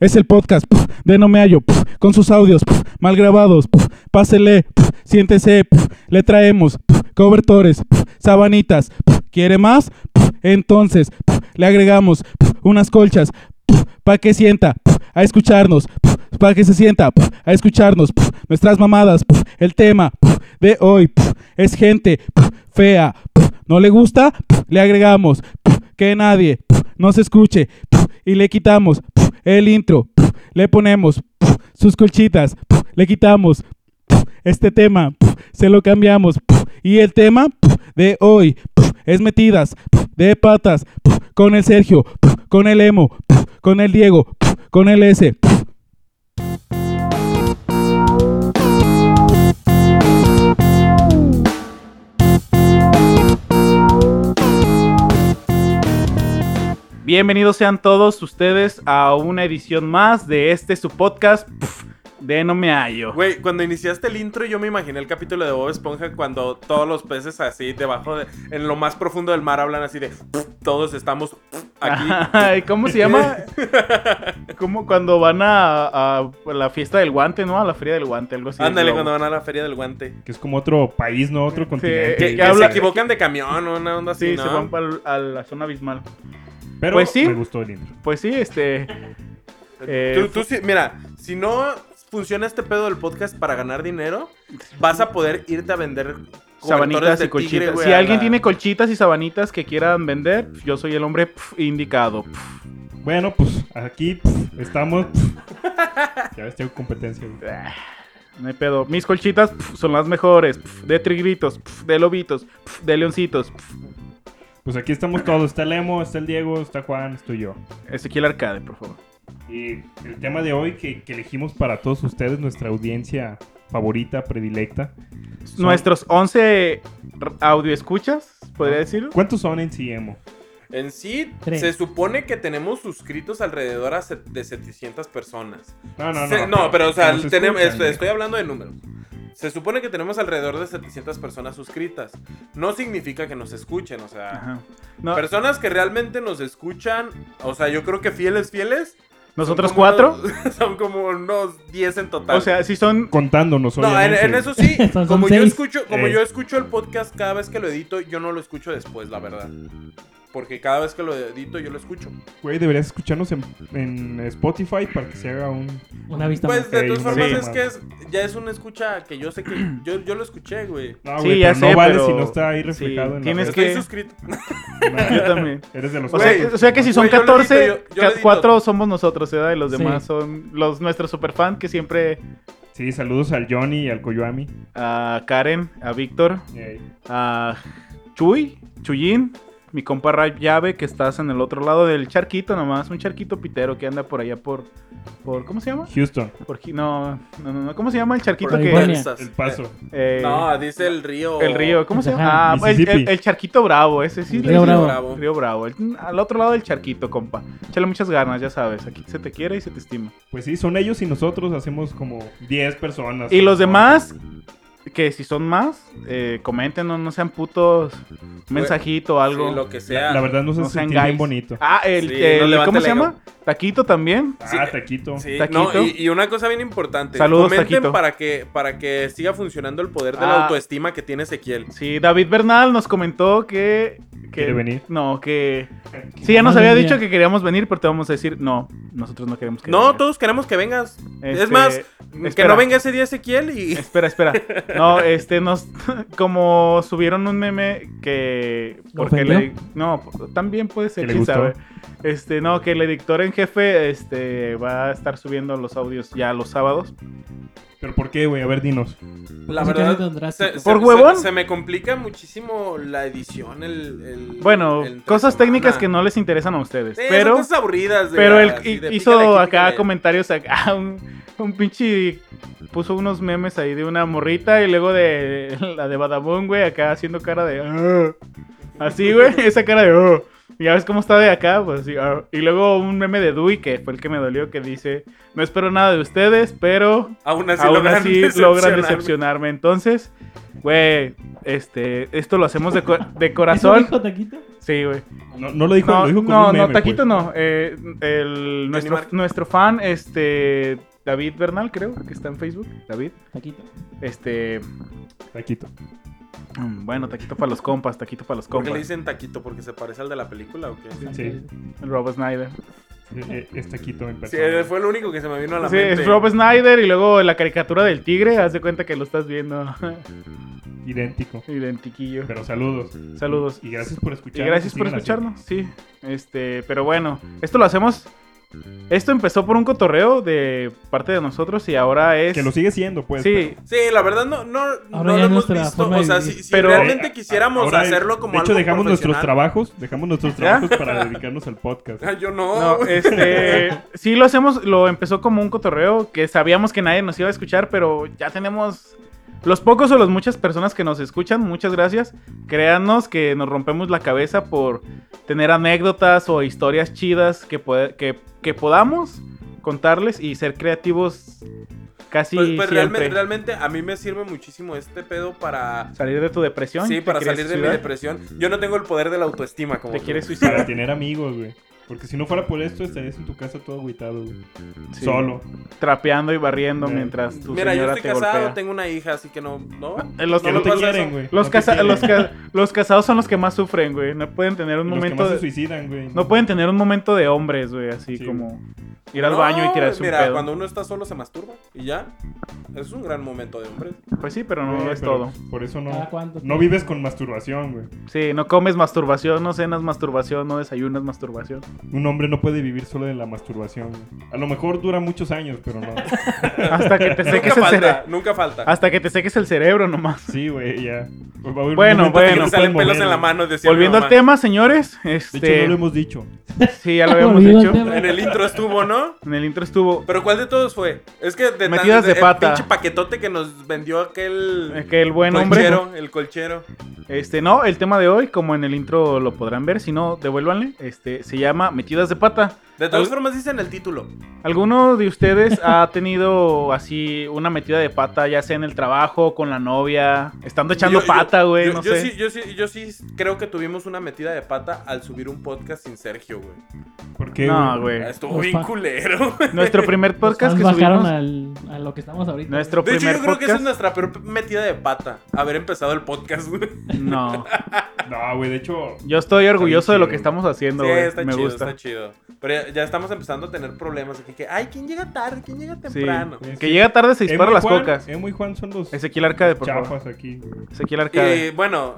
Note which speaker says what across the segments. Speaker 1: Es el podcast puf, de No Me Hallo, puf, con sus audios puf, mal grabados. puf, pásele, puf, siéntese, puf, le traemos puf, cobertores, puf, sabanitas. puf, ¿Quiere más? Puf, entonces puf, le agregamos puf, unas colchas para que sienta puf, a escucharnos, para que se sienta puf, a escucharnos puf, nuestras mamadas. puf, el tema puf, de hoy puf, es gente puf, fea. puf, ¿No le gusta? Puf, le agregamos puf, que nadie puf, nos escuche puf, y le quitamos puf, el intro. puf, le ponemos puf, sus colchitas, puf, le quitamos puf, este tema, puf, se lo cambiamos. puf, y el tema puf, de hoy puf, es metidas puf, de patas puf, con el Sergio, puf, con el Emo, puf, con el Diego, puf, con el S. puf.
Speaker 2: Bienvenidos sean todos ustedes a una edición más de este su podcast pf, de No Me Hallo.
Speaker 3: Güey, cuando iniciaste el intro yo me imaginé el capítulo de Bob Esponja cuando todos los peces así debajo de, en lo más profundo del mar hablan así de todos estamos aquí.
Speaker 2: Ay, ¿Cómo se llama? Como cuando van a, a la fiesta del guante, ¿no? A la feria del guante, algo así. del
Speaker 3: Ándale
Speaker 2: globo.
Speaker 3: cuando van a la feria del guante.
Speaker 4: Que es como otro país, ¿no? Otro continente.
Speaker 3: Que,
Speaker 2: Eh,
Speaker 3: que
Speaker 2: habla-
Speaker 3: se equivocan de camión o una onda así,
Speaker 2: Sí,
Speaker 3: ¿no?
Speaker 2: se van pa'l- a la zona abismal.
Speaker 4: Pero
Speaker 2: pues sí.
Speaker 4: me gustó el intro.
Speaker 2: Pues sí, este. Eh,
Speaker 3: Tú- tú sí- mira, si no funciona este pedo del podcast para ganar dinero, vas a poder irte a vender cobertores
Speaker 2: Sabanitas
Speaker 3: de
Speaker 2: y colchitas.
Speaker 3: tigre, güey,
Speaker 2: si
Speaker 3: a
Speaker 2: alguien
Speaker 3: la-
Speaker 2: tiene colchitas y sabanitas que quieran vender, pf, yo soy el hombre pf, indicado. pf.
Speaker 4: Bueno, pues aquí pf, estamos. pf. Ya ves, tengo competencia. güey.
Speaker 2: No hay pedo. Mis colchitas pf, son las mejores. pf, de trigritos, pf, de lobitos, pf, de leoncitos. pf.
Speaker 4: Pues aquí estamos todos. Está Lemo, está el Diego, está Juan, estoy yo.
Speaker 2: Ezequiel Arcade, por favor.
Speaker 4: Y el tema de hoy que, que elegimos para todos ustedes, nuestra audiencia favorita, predilecta. son-
Speaker 2: Nuestros 11 r- audio escuchas, podría decirlo.
Speaker 4: ¿Cuántos son en sí, Emo?
Speaker 3: En sí,
Speaker 5: Tres.
Speaker 3: se supone que tenemos suscritos alrededor a set- de 700 personas.
Speaker 4: No,
Speaker 3: Se- pero o sea,
Speaker 4: nos
Speaker 3: tenemos- este,
Speaker 4: escuchan,
Speaker 3: estoy,
Speaker 4: güey.
Speaker 3: estoy hablando de números. Se supone que tenemos alrededor de 700 personas suscritas. No significa que nos escuchen, o sea,
Speaker 2: Ajá. No,
Speaker 3: personas que realmente nos escuchan, o sea, yo creo que fieles, fieles.
Speaker 2: Nosotros
Speaker 3: son como
Speaker 2: cuatro.
Speaker 3: unos- son como unos 10 en total.
Speaker 2: O sea, si son.
Speaker 4: Contándonos,
Speaker 3: no, en,
Speaker 4: obviamente.
Speaker 3: en eso sí,
Speaker 5: Son
Speaker 3: como yo
Speaker 5: seis.
Speaker 3: escucho, como
Speaker 4: Eh.
Speaker 3: yo escucho el podcast cada vez que lo edito, yo no lo escucho después, la verdad. Porque cada vez que lo edito yo lo escucho.
Speaker 4: Güey, deberías escucharnos en, en Spotify para que se haga un...
Speaker 5: Una vista
Speaker 3: Pues
Speaker 5: más.
Speaker 3: de
Speaker 4: Ey,
Speaker 3: todas
Speaker 4: no
Speaker 3: formas
Speaker 4: mames.
Speaker 3: es que es- ya es una escucha que yo sé que yo, yo lo escuché, güey.
Speaker 4: No,
Speaker 2: Sí,
Speaker 4: güey,
Speaker 2: ya
Speaker 4: pero no
Speaker 2: sé,
Speaker 4: vale
Speaker 2: pero-
Speaker 4: si no está ahí
Speaker 2: sí,
Speaker 4: reflejado en la
Speaker 2: tienes
Speaker 4: red.
Speaker 3: Estoy
Speaker 2: que-
Speaker 3: suscrito.
Speaker 2: Yo también.
Speaker 4: Eres de los
Speaker 2: O sea,
Speaker 3: Güey,
Speaker 2: o sea que si son
Speaker 3: güey, yo lo
Speaker 2: 14,
Speaker 3: edito, yo- yo lo
Speaker 2: ca-
Speaker 3: edito.
Speaker 2: cuatro somos nosotros, ¿verdad? Y los
Speaker 5: Sí.
Speaker 2: demás son los nuestros superfans que siempre.
Speaker 4: Sí, saludos al Johnny y al Coyoami.
Speaker 2: A Karen, a Víctor,
Speaker 4: Ey.
Speaker 2: a Chuy, Chuyín, mi compa Ray Llave, que estás en el otro lado del charquito nomás, un charquito pitero que anda por allá por. por ¿Cómo se llama?
Speaker 4: Houston,
Speaker 2: Por, Gi- no, no, no, no, ¿cómo se llama el charquito
Speaker 5: Por
Speaker 2: que.
Speaker 5: California.
Speaker 3: Texas.
Speaker 4: el paso.
Speaker 2: eh,
Speaker 3: No, dice el río.
Speaker 2: el río, ¿cómo se llama?
Speaker 5: Ajá,
Speaker 2: Ah, el,
Speaker 4: Mississippi.
Speaker 2: el- el charquito bravo, ese sí.
Speaker 5: Río Bravo.
Speaker 2: Río Bravo, el- al otro lado del charquito, compa. Échale muchas ganas, ya sabes. Aquí se te quiere y se te estima.
Speaker 4: Pues sí, son ellos y nosotros hacemos como 10 personas.
Speaker 2: Y los demás, que si son más, eh, comenten, no, no sean putos. Mensajito o algo.
Speaker 3: Sí, lo que sea.
Speaker 4: La, la verdad nos
Speaker 2: No
Speaker 4: hace
Speaker 2: sean
Speaker 4: sentir bien
Speaker 2: gays.
Speaker 4: bonito.
Speaker 2: Ah, el,
Speaker 3: Sí,
Speaker 2: el-
Speaker 3: no levanten
Speaker 2: ¿cómo se
Speaker 3: el
Speaker 2: llama? Taquito también.
Speaker 3: sí.
Speaker 4: Ah, taquito.
Speaker 3: Sí,
Speaker 2: Taquito.
Speaker 3: no, y, y una cosa bien importante.
Speaker 2: Saludos,
Speaker 3: Comenten
Speaker 2: Taquito.
Speaker 3: para que para que siga funcionando el poder de
Speaker 2: Ah.
Speaker 3: la autoestima que tiene Ezequiel.
Speaker 2: Sí, David Bernal nos comentó que... que
Speaker 4: ¿Quiere venir?
Speaker 2: No, que...
Speaker 5: Eh,
Speaker 2: Sí, ya nos
Speaker 5: Madre
Speaker 2: había
Speaker 5: mía.
Speaker 2: dicho que queríamos venir, pero te vamos a decir, no, nosotros no queremos que
Speaker 3: No,
Speaker 2: vengas.
Speaker 3: todos queremos que vengas. Es
Speaker 2: Este,
Speaker 3: más, que
Speaker 2: espera.
Speaker 3: no venga ese día Ezequiel y
Speaker 2: Espera, espera. No, este, nos. Como subieron un meme que.
Speaker 5: ¿Lo
Speaker 2: Porque le.
Speaker 5: ofendió?
Speaker 2: No, también puede ser,
Speaker 4: ¿Que le
Speaker 2: quién
Speaker 4: gustó?
Speaker 2: sabe. Este, no, que el editor en jefe este, va a estar subiendo los audios ya los sábados.
Speaker 4: Pero ¿por qué, güey? A ver, dinos.
Speaker 3: la
Speaker 5: Eso
Speaker 3: verdad
Speaker 5: cambia tan drástico.
Speaker 2: ¿Por huevón?
Speaker 3: Se, me complica muchísimo la edición, el, el-
Speaker 2: Bueno,
Speaker 3: el entre
Speaker 2: cosas
Speaker 3: semana.
Speaker 2: técnicas que no les interesan a ustedes.
Speaker 3: Sí,
Speaker 2: pero.
Speaker 3: son cosas aburridas. de-
Speaker 2: Pero él
Speaker 3: así de
Speaker 2: hizo
Speaker 3: pícale aquí,
Speaker 2: acá
Speaker 3: pícale.
Speaker 2: comentarios acá, un, un pinche puso unos memes ahí de una morrita y luego de la de Badabun, güey, acá haciendo cara de "Ah". así, güey, esa cara de "Ah". Y Ya ves cómo está de acá, pues así, "Ah". Y luego un meme de Dewey, que fue el que me dolió, que dice, no espero nada de ustedes, pero
Speaker 3: Aún así
Speaker 2: aún
Speaker 3: logran
Speaker 2: así logran
Speaker 3: decepcionarme.
Speaker 2: decepcionarme. Entonces, güey, este, esto lo hacemos de, co- de
Speaker 5: ¿Eso
Speaker 2: corazón.
Speaker 5: dijo Taquito?
Speaker 2: Sí, güey.
Speaker 4: No, no lo dijo,
Speaker 2: No,
Speaker 4: lo dijo con
Speaker 2: no,
Speaker 4: un meme,
Speaker 2: no, Taquito
Speaker 4: pues.
Speaker 2: no. eh, el, nuestro,
Speaker 3: Animar-
Speaker 2: nuestro fan, este, David Bernal, creo, que está en Facebook. David,
Speaker 5: Taquito.
Speaker 2: este,
Speaker 4: Taquito.
Speaker 2: mm, bueno, Taquito para los compas, Taquito para los
Speaker 3: ¿Por qué
Speaker 2: compas.
Speaker 3: le dicen taquito? ¿Porque se parece al de la película o qué?
Speaker 4: Sí,
Speaker 2: Rob Snyder.
Speaker 4: eh, es Taquito en
Speaker 3: Sí,
Speaker 4: persona.
Speaker 3: fue el único que se me vino a la
Speaker 2: Sí,
Speaker 3: mente.
Speaker 2: es Rob Snyder y luego la caricatura del tigre, haz de cuenta que lo estás viendo
Speaker 4: Idéntico.
Speaker 2: identiquillo.
Speaker 4: Pero saludos.
Speaker 2: Saludos.
Speaker 4: Y gracias por escucharnos.
Speaker 2: Y gracias
Speaker 4: que
Speaker 2: por
Speaker 4: sigan
Speaker 2: escucharnos, sí. Este, pero bueno, esto lo hacemos. Esto empezó por un cotorreo de parte de nosotros y ahora
Speaker 4: así.
Speaker 2: es.
Speaker 4: Que lo sigue siendo, pues.
Speaker 2: sí,
Speaker 3: Sí, la verdad no, no, no
Speaker 5: Ahora
Speaker 3: lo
Speaker 5: ya
Speaker 3: hemos
Speaker 5: nuestra
Speaker 3: visto.
Speaker 5: forma de
Speaker 3: O sea,
Speaker 5: vivir.
Speaker 3: si, si
Speaker 2: Pero-
Speaker 3: realmente
Speaker 4: Eh,
Speaker 3: quisiéramos
Speaker 4: ahora,
Speaker 3: hacerlo como
Speaker 4: De hecho,
Speaker 3: algo
Speaker 4: dejamos nuestros
Speaker 3: profesional-
Speaker 4: trabajos. Dejamos nuestros trabajos para dedicarnos al podcast.
Speaker 3: Ah, yo no.
Speaker 2: No, este, sí lo hacemos, lo empezó como un cotorreo que sabíamos que nadie nos iba a escuchar, pero ya tenemos los pocos o las muchas personas que nos escuchan, muchas gracias. Créanos que nos rompemos la cabeza por tener anécdotas o historias chidas que, pod- que, que podamos contarles y ser creativos casi
Speaker 3: pues, pues, realme-
Speaker 2: siempre.
Speaker 3: realmente, a mí me sirve muchísimo este pedo para...
Speaker 2: Salir de tu depresión.
Speaker 3: Sí,
Speaker 2: ¿te
Speaker 3: para
Speaker 2: quieres
Speaker 3: salir de mi
Speaker 2: suicidar?
Speaker 3: depresión. Yo no tengo el poder de la autoestima como
Speaker 2: ¿Te
Speaker 3: tú.
Speaker 2: quieres
Speaker 4: Para
Speaker 2: suicidar?
Speaker 4: tener amigos, güey. Porque si no fuera por esto, estarías en tu casa todo agüitado, güey.
Speaker 2: Sí.
Speaker 4: Solo.
Speaker 2: Trapeando y barriendo
Speaker 4: Eh,
Speaker 2: mientras tu
Speaker 3: Mira, yo
Speaker 2: señora
Speaker 3: estoy
Speaker 2: te
Speaker 3: casado,
Speaker 2: golpea.
Speaker 3: tengo una hija, así que no... no.
Speaker 2: Eh, los-
Speaker 4: Que
Speaker 3: no
Speaker 4: no te
Speaker 3: pasa
Speaker 4: quieren,
Speaker 3: eso.
Speaker 4: güey.
Speaker 2: Los,
Speaker 4: No te
Speaker 2: casa-
Speaker 4: quieren.
Speaker 2: los, ca- los casados son los que más sufren, güey. No pueden tener un
Speaker 4: Los que
Speaker 2: momento.
Speaker 4: más se
Speaker 2: de-
Speaker 4: suicidan, güey.
Speaker 2: No pueden tener un momento de hombres, güey. Así
Speaker 4: Sí,
Speaker 2: como ir al
Speaker 3: No,
Speaker 2: baño y tirarse un
Speaker 3: Mira,
Speaker 2: pedo.
Speaker 3: cuando uno está solo se masturba y ya. Es un gran momento de hombre.
Speaker 2: Pues sí, pero no
Speaker 4: Güey,
Speaker 2: es
Speaker 4: pero
Speaker 2: todo.
Speaker 4: Por eso
Speaker 5: ¿Cada
Speaker 4: no.
Speaker 5: cuánto?
Speaker 4: No vives con masturbación, güey.
Speaker 2: Sí, no comes masturbación, no cenas masturbación, no desayunas masturbación.
Speaker 4: Un hombre no puede vivir solo de la masturbación. güey. A lo mejor dura muchos años, pero no.
Speaker 2: Hasta que te
Speaker 3: Nunca
Speaker 2: seques el
Speaker 3: falta,
Speaker 2: cerebro.
Speaker 3: nunca falta.
Speaker 2: Hasta que te seques el cerebro nomás.
Speaker 4: Sí, güey, ya. Va a haber un
Speaker 2: Bueno,
Speaker 4: momento
Speaker 2: bueno.
Speaker 4: que no
Speaker 3: Te salen
Speaker 4: se pueden
Speaker 3: pelos
Speaker 4: mover,
Speaker 3: en la
Speaker 4: güey.
Speaker 3: mano, decía mi
Speaker 2: Volviendo al
Speaker 3: mamá.
Speaker 2: tema, señores.
Speaker 4: De hecho, no
Speaker 2: Este.
Speaker 4: lo hemos dicho.
Speaker 2: Sí, ya lo habíamos
Speaker 5: Volviendo al
Speaker 2: dicho.
Speaker 5: tema.
Speaker 3: En el intro estuvo, ¿no?
Speaker 2: En el intro estuvo.
Speaker 3: Pero ¿cuál de todos fue? Es que de
Speaker 2: Metidas de
Speaker 3: el
Speaker 2: pata.
Speaker 3: pinche paquetote que nos vendió aquel
Speaker 2: eh, Que el buen hombre.
Speaker 3: colchero, el colchero.
Speaker 2: Este, no, el tema de hoy, como en el intro lo podrán ver, si no, devuélvanle. Este, se llama Metidas de Pata.
Speaker 3: De todas
Speaker 2: Al-
Speaker 3: formas dicen el título.
Speaker 2: ¿Alguno de ustedes ha tenido así una metida de pata, ya sea en el trabajo, con la novia, estando echando
Speaker 3: Yo- yo-
Speaker 2: pata, güey?
Speaker 3: yo-
Speaker 2: No
Speaker 3: yo
Speaker 2: sé.
Speaker 3: Sí, yo, sí, yo sí creo que tuvimos una metida de pata al subir un podcast sin Sergio, güey. Ah,
Speaker 4: ¿Por qué?
Speaker 2: no,
Speaker 4: güey?
Speaker 2: güey.
Speaker 3: Estuvo
Speaker 5: Los
Speaker 3: bien
Speaker 5: pa-
Speaker 3: culero.
Speaker 2: Nuestro primer
Speaker 5: Los
Speaker 2: podcast
Speaker 5: fans
Speaker 2: que
Speaker 5: bajaron
Speaker 2: subimos.
Speaker 5: al- a lo que estamos ahorita.
Speaker 2: Nuestro
Speaker 3: De hecho, yo
Speaker 2: primer
Speaker 3: creo que esa es
Speaker 2: podcast.
Speaker 3: nuestra peor metida de pata. Haber empezado el podcast, güey.
Speaker 2: No.
Speaker 4: No, güey, de hecho.
Speaker 2: Yo estoy orgulloso de lo que
Speaker 4: chido.
Speaker 2: estamos haciendo,
Speaker 3: sí,
Speaker 2: güey.
Speaker 3: está
Speaker 2: Me
Speaker 3: chido,
Speaker 2: gusta.
Speaker 3: está chido. Pero ya, ya estamos empezando a tener problemas aquí que, ay, ¿quién llega tarde? ¿Quién llega
Speaker 2: Sí.
Speaker 3: temprano?
Speaker 2: Que llega tarde se
Speaker 4: Emo y
Speaker 2: disparan las
Speaker 4: Juan-
Speaker 2: cocas.
Speaker 4: Emo y Juan son los
Speaker 2: Ezequiel Arcade, por favor.
Speaker 4: chafas aquí.
Speaker 2: Ezequiel
Speaker 3: Y
Speaker 2: Arcade.
Speaker 3: bueno,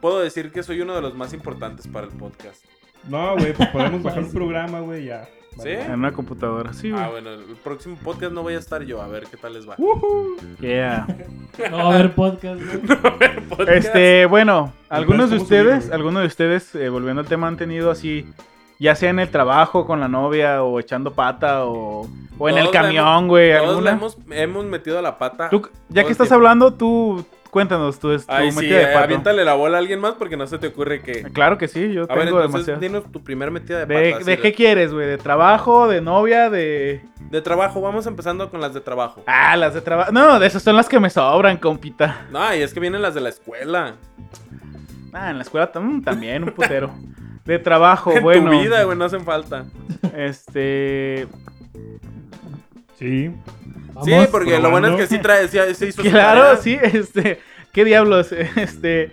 Speaker 3: puedo decir que soy uno de los más importantes para el podcast.
Speaker 4: No, güey, pues podemos bajar un programa, güey, ya.
Speaker 3: ¿Sí?
Speaker 2: En una computadora. Sí, güey.
Speaker 3: Ah, bueno, el próximo podcast no voy a estar yo, a ver qué tal les va.
Speaker 2: Uh,
Speaker 4: Ujú.
Speaker 2: Yeah.
Speaker 5: No va a haber podcast. güey.
Speaker 2: Este, bueno, algunos de
Speaker 4: ¿Cómo subirlo,
Speaker 2: ustedes,
Speaker 4: güey?
Speaker 2: algunos de ustedes, eh, volviendo al tema, han tenido así, ya sea en el trabajo, con la novia, o echando pata, o, o en
Speaker 3: Todos
Speaker 2: el
Speaker 3: la
Speaker 2: camión, güey,
Speaker 3: Todos
Speaker 2: alguna.
Speaker 3: la hemos, hemos metido la pata.
Speaker 2: Tú, ya
Speaker 3: todo el
Speaker 2: que estás
Speaker 3: tiempo.
Speaker 2: hablando, tú cuéntanos tú, es- tu
Speaker 3: Ay, sí,
Speaker 2: metida de
Speaker 3: eh,
Speaker 2: pata.
Speaker 3: aviéntale la bola a alguien más porque no se te ocurre que...
Speaker 2: Claro que sí, yo
Speaker 3: A ver,
Speaker 2: tengo
Speaker 3: entonces,
Speaker 2: demasiado.
Speaker 3: dinos tu primer metida de pata.
Speaker 2: ¿De,
Speaker 3: así
Speaker 2: de qué quieres, güey? ¿De trabajo? ¿De novia? ¿De...?
Speaker 3: de trabajo, vamos empezando con las de trabajo.
Speaker 2: Ah, las de trabajo. No, de esas son las que me sobran, compita.
Speaker 3: No, y es que vienen las de la escuela.
Speaker 2: Ah, en la escuela tam- también, un putero. De trabajo,
Speaker 3: En
Speaker 2: bueno.
Speaker 3: tu vida, güey, no hacen falta.
Speaker 2: Este...
Speaker 4: Sí.
Speaker 3: Sí,
Speaker 5: Vamos.
Speaker 3: porque lo bueno es que sí trae, sí, sí hizo su tarea.
Speaker 2: Claro, sí, este, qué diablos, este,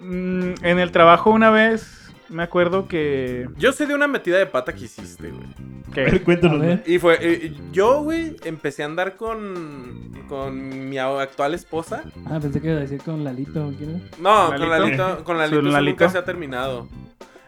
Speaker 2: mm, en el trabajo una vez me acuerdo que,
Speaker 3: Yo sé de una metida de pata que hiciste, güey.
Speaker 4: A
Speaker 2: que-
Speaker 4: ver, cuéntanos.
Speaker 5: A ver.
Speaker 4: güey.
Speaker 3: Y fue, eh, yo, güey, empecé a andar con, con mi actual esposa.
Speaker 5: Ah, pensé que iba a decir con Lalito. ¿quién era?
Speaker 3: No,
Speaker 2: ¿Lalito?
Speaker 3: con Lalito, con Lalito,
Speaker 2: ¿Su
Speaker 3: eso
Speaker 2: Lalito?
Speaker 3: nunca se ha terminado.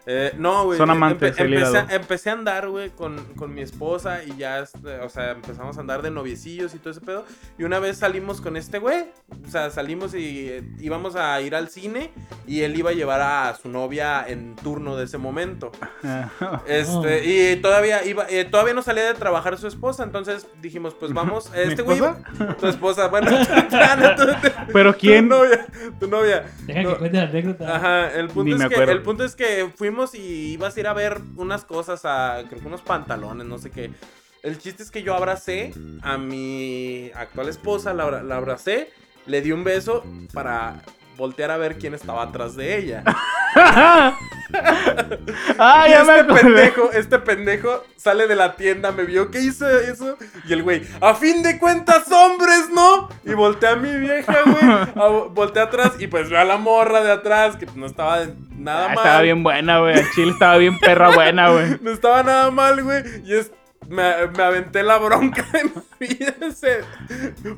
Speaker 3: Eh, no, güey.
Speaker 2: Son amantes, el
Speaker 3: empecé, a,
Speaker 2: hígado.
Speaker 3: empecé a andar, güey, con, con mi esposa y ya, este, o sea, empezamos a andar de noviecillos y todo ese pedo. Y una vez salimos con este güey, o sea, salimos y eh, íbamos a ir al cine y él iba a llevar a su novia en turno de ese momento.
Speaker 2: ah,
Speaker 3: Este, y todavía iba, eh, todavía no salía de trabajar su esposa, entonces dijimos, pues vamos, este güey,
Speaker 2: esposa?
Speaker 3: tu esposa, bueno, tu, tu-
Speaker 2: pero quién,
Speaker 3: tu novia, tu novia.
Speaker 5: Deja
Speaker 3: No.
Speaker 5: que cuente la anécdota.
Speaker 3: Ajá, el punto,
Speaker 2: Ni me
Speaker 3: es que,
Speaker 2: acuerdo.
Speaker 3: el punto es que fuimos y ibas a ir a ver unas cosas, a, creo que unos pantalones, no sé qué. El chiste es que yo abracé a mi actual esposa, la, abra- la abracé le di un beso para voltear a ver quién estaba atrás de ella.
Speaker 2: ah,
Speaker 3: Y
Speaker 2: ya me
Speaker 3: este
Speaker 2: acordé.
Speaker 3: pendejo, este pendejo sale de la tienda, me vio que hizo eso. Y el güey, a fin de cuentas, hombres, ¿no? Y voltea a mi vieja, güey. a- Voltea atrás y pues ve a la morra de atrás, que no estaba nada
Speaker 2: Ah,
Speaker 3: mal.
Speaker 2: estaba bien buena, güey. al Chile estaba bien perra buena, güey.
Speaker 3: No estaba nada mal, güey. Y es. Me, me aventé la bronca de mi vida ese-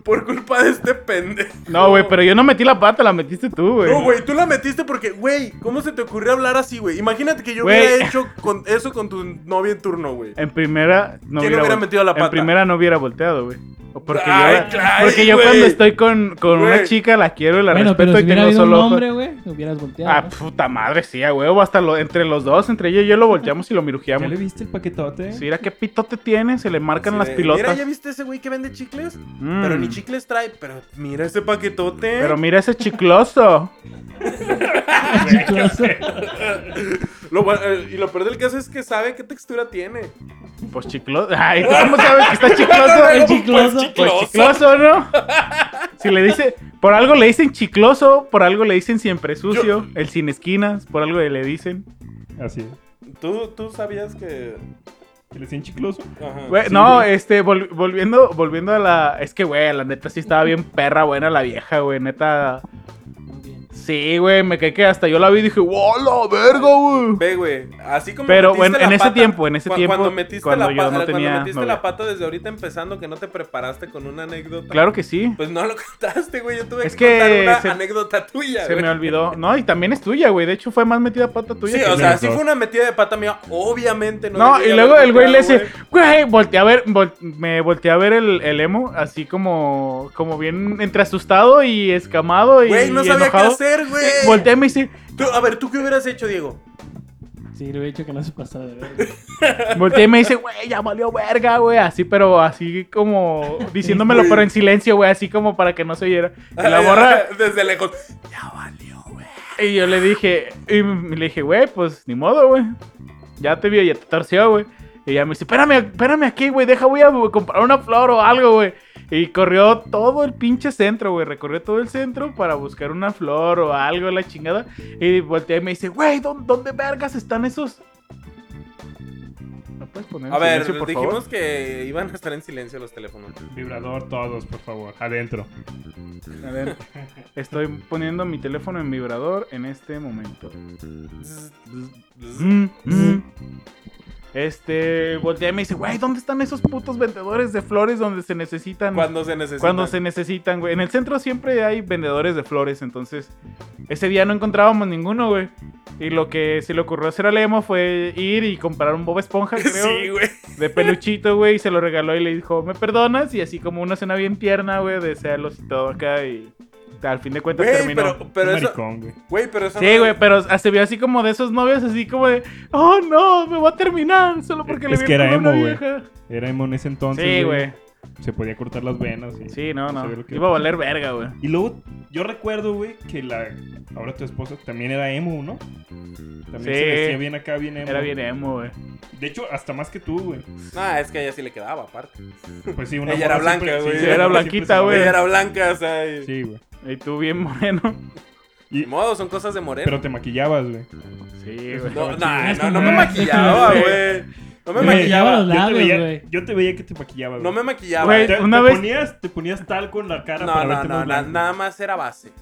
Speaker 3: por culpa de este pendejo.
Speaker 2: No, güey, pero yo no metí la pata, la metiste tú, güey.
Speaker 3: No, güey, tú la metiste porque, güey, ¿cómo se te ocurrió hablar así, güey? Imagínate que yo
Speaker 2: Güey. Eh,
Speaker 3: hubiera hecho con eso con tu novia en turno, güey.
Speaker 2: En primera no
Speaker 3: ¿Quién hubiera
Speaker 2: vol-
Speaker 3: metido la pata?
Speaker 2: En primera no hubiera volteado, güey. O Porque
Speaker 3: Ay,
Speaker 2: yo,
Speaker 3: claro,
Speaker 2: porque yo
Speaker 3: güey.
Speaker 2: cuando estoy con, con una
Speaker 3: Güey.
Speaker 2: chica la quiero y la
Speaker 5: Bueno, pero
Speaker 2: respeto
Speaker 5: si
Speaker 2: y
Speaker 5: hubiera
Speaker 2: tengo
Speaker 5: habido un
Speaker 2: solo ojos.
Speaker 5: hombre, güey, hubieras volteado.
Speaker 2: Ah,
Speaker 5: ¿no?
Speaker 2: puta madre, sí, a huevo. Hasta lo, entre los dos, entre ella y yo lo volteamos y lo
Speaker 4: ¿Ya
Speaker 2: mirujeamos.
Speaker 4: le viste el paquetote?
Speaker 2: Sí, mira qué pitote tiene, se le marcan
Speaker 3: Así
Speaker 2: las
Speaker 3: de, Mira,
Speaker 2: pilotas.
Speaker 3: ¿ya viste ese güey que vende chicles?
Speaker 2: Mm.
Speaker 3: Pero ni ¿eh? chicles trae, pero mira ese paquetote.
Speaker 2: Pero mira ese chicloso. pues,
Speaker 5: Chicloso.
Speaker 3: Lo bueno- eh, y lo peor del caso es que sabe qué textura tiene.
Speaker 2: Pues chicloso. Ay, ¿cómo sabes que está chicloso?
Speaker 5: El
Speaker 3: Pues
Speaker 5: chicloso.
Speaker 2: Pues chicloso, ¿no? Si le dice, por algo le dicen chicloso, por algo le dicen siempre sucio, el sin esquinas, por algo le dicen.
Speaker 4: Así.
Speaker 3: ¿Tú, tú sabías que...
Speaker 4: ¿Que le hacían chicloso?
Speaker 3: Ajá.
Speaker 2: Güey, no, este, vol- volviendo, volviendo a la. Es que, güey, la neta sí estaba bien perra buena la vieja, güey, neta.
Speaker 5: Muy bien.
Speaker 2: Sí, güey, me cae que hasta yo la vi y dije, ¡Wow, la verga, güey!
Speaker 3: Ve, güey, así como
Speaker 2: Pero,
Speaker 3: metiste
Speaker 2: bueno,
Speaker 3: la
Speaker 2: en ese
Speaker 3: pata-
Speaker 2: tiempo, en ese
Speaker 3: cu-
Speaker 2: tiempo,
Speaker 3: cuando metiste
Speaker 2: cuando
Speaker 3: la
Speaker 2: yo
Speaker 3: pata,
Speaker 2: no
Speaker 3: cuando
Speaker 2: tenía
Speaker 3: metiste
Speaker 2: novia.
Speaker 3: la pata desde ahorita empezando que no te preparaste con una anécdota.
Speaker 2: Claro que sí.
Speaker 3: Pues no lo contaste, güey, yo tuve
Speaker 2: Es
Speaker 3: que contar
Speaker 2: que
Speaker 3: una
Speaker 2: se-
Speaker 3: anécdota tuya,
Speaker 2: Se
Speaker 3: güey.
Speaker 2: me olvidó. No, y también es tuya, güey. De hecho, fue más metida pata tuya.
Speaker 3: Sí,
Speaker 2: que
Speaker 3: o
Speaker 2: mía.
Speaker 3: sea, sí fue una metida de pata mía, obviamente no.
Speaker 2: No,
Speaker 3: debí
Speaker 2: y
Speaker 3: haber
Speaker 2: luego el güey le
Speaker 3: golpeado,
Speaker 2: dice, güey, volteé a ver, vol- me volteé a ver el, el emo, así como, como bien entre asustado y escamado y,
Speaker 3: Güey, no
Speaker 2: y
Speaker 3: sabía
Speaker 2: enojado.
Speaker 3: qué hacer, güey.
Speaker 2: Volteé y me dice,
Speaker 3: Tú- a ver, ¿tú qué hubieras hecho, Diego?
Speaker 5: Sí, le hubiera dicho que no se pasara de verga.
Speaker 2: volteé y me dice, güey, ya valió verga, güey, así, pero así como diciéndomelo, pero en silencio, güey, así como para que no se oyera. Y la morra,
Speaker 3: Desde lejos.
Speaker 2: y yo le dije, y le dije, güey, pues ni modo, güey, ya te vio, ya te torció, güey. Y ella me dice, espérame, espérame aquí, güey, deja, voy a comprar una flor o algo, güey. Y corrió todo el pinche centro, güey. Recorrió todo el centro para buscar una flor o algo, la chingada. Y volteé y me dice, güey, ¿dó- ¿dónde, vergas están esos? ¿No puedes poner en
Speaker 3: A ver,
Speaker 2: Ah, silencio, por
Speaker 3: dijimos
Speaker 2: favor?
Speaker 3: que iban a estar en silencio los teléfonos.
Speaker 4: Vibrador, todos, por favor. Adentro.
Speaker 2: A ver, estoy poniendo mi teléfono en vibrador en este momento. Mm, mm. Este, volteé y me dice, güey, ¿dónde están esos putos vendedores de flores donde se necesitan?
Speaker 3: Cuando se necesita.
Speaker 2: Cuando se necesitan, güey. En el centro siempre hay vendedores de flores, entonces ese día no encontrábamos ninguno, güey. Y lo que se le ocurrió hacer a Lemo fue ir y comprar un Bob Esponja, creo,
Speaker 3: Sí, güey.
Speaker 2: de peluchito, güey, y se lo regaló y le dijo, ¿me perdonas? Y así como una cena bien tierna, güey, de celos y todo acá y al fin de cuentas
Speaker 3: Güey,
Speaker 2: terminó.
Speaker 3: pero, pero
Speaker 4: Un
Speaker 3: eso.
Speaker 4: maricón, güey.
Speaker 3: Güey, pero eso.
Speaker 2: Sí,
Speaker 3: no-
Speaker 2: güey, pero se vio así como de esos novios, así como de, oh no, me va a terminar solo porque le
Speaker 4: Es
Speaker 2: vi
Speaker 4: que
Speaker 2: el
Speaker 4: era
Speaker 2: culo a una
Speaker 4: emo, güey.
Speaker 2: vieja.
Speaker 4: Era emo en ese entonces.
Speaker 2: Sí, güey.
Speaker 4: Se podía cortar las venas. Y...
Speaker 2: Sí, no, no.
Speaker 4: se ve lo que-
Speaker 2: Iba a valer verga, güey.
Speaker 4: Y luego, yo recuerdo, güey, que la. Ahora tu esposa también era emo, ¿no? También
Speaker 2: Sí.
Speaker 4: se vestía bien acá, bien emo.
Speaker 2: Era bien emo, güey.
Speaker 4: De hecho, hasta más que tú, güey.
Speaker 3: Ah, es que a ella sí le quedaba, aparte.
Speaker 4: Pues sí, una
Speaker 3: Ella era
Speaker 4: morra siempre-
Speaker 3: blanca, güey.
Speaker 4: una
Speaker 2: Era
Speaker 4: morra
Speaker 2: blanquita,
Speaker 4: siempre se
Speaker 2: güey.
Speaker 4: movía.
Speaker 3: Ella era blanca, o sea. y-
Speaker 4: Sí, güey.
Speaker 2: Y tú bien moreno.
Speaker 3: Ni modo, son cosas de moreno.
Speaker 4: Pero te maquillabas, güey.
Speaker 2: Sí, güey.
Speaker 3: No,
Speaker 4: Sí,
Speaker 3: nah,
Speaker 4: es
Speaker 3: no,
Speaker 4: como-
Speaker 3: no me maquillaba,
Speaker 2: Sí.
Speaker 3: güey. No me
Speaker 5: Güey,
Speaker 3: maquillaba.
Speaker 5: los
Speaker 4: Yo te,
Speaker 5: labios,
Speaker 4: veía,
Speaker 5: güey.
Speaker 4: yo te veía que te maquillabas.
Speaker 3: No me maquillaba.
Speaker 2: Güey,
Speaker 4: Te-
Speaker 2: una
Speaker 4: te
Speaker 2: vez-
Speaker 4: Ponías, te ponías talco en la cara
Speaker 3: No,
Speaker 4: para
Speaker 3: no,
Speaker 4: verte
Speaker 3: no,
Speaker 4: más
Speaker 3: na-
Speaker 4: blanco.
Speaker 3: nada más era base.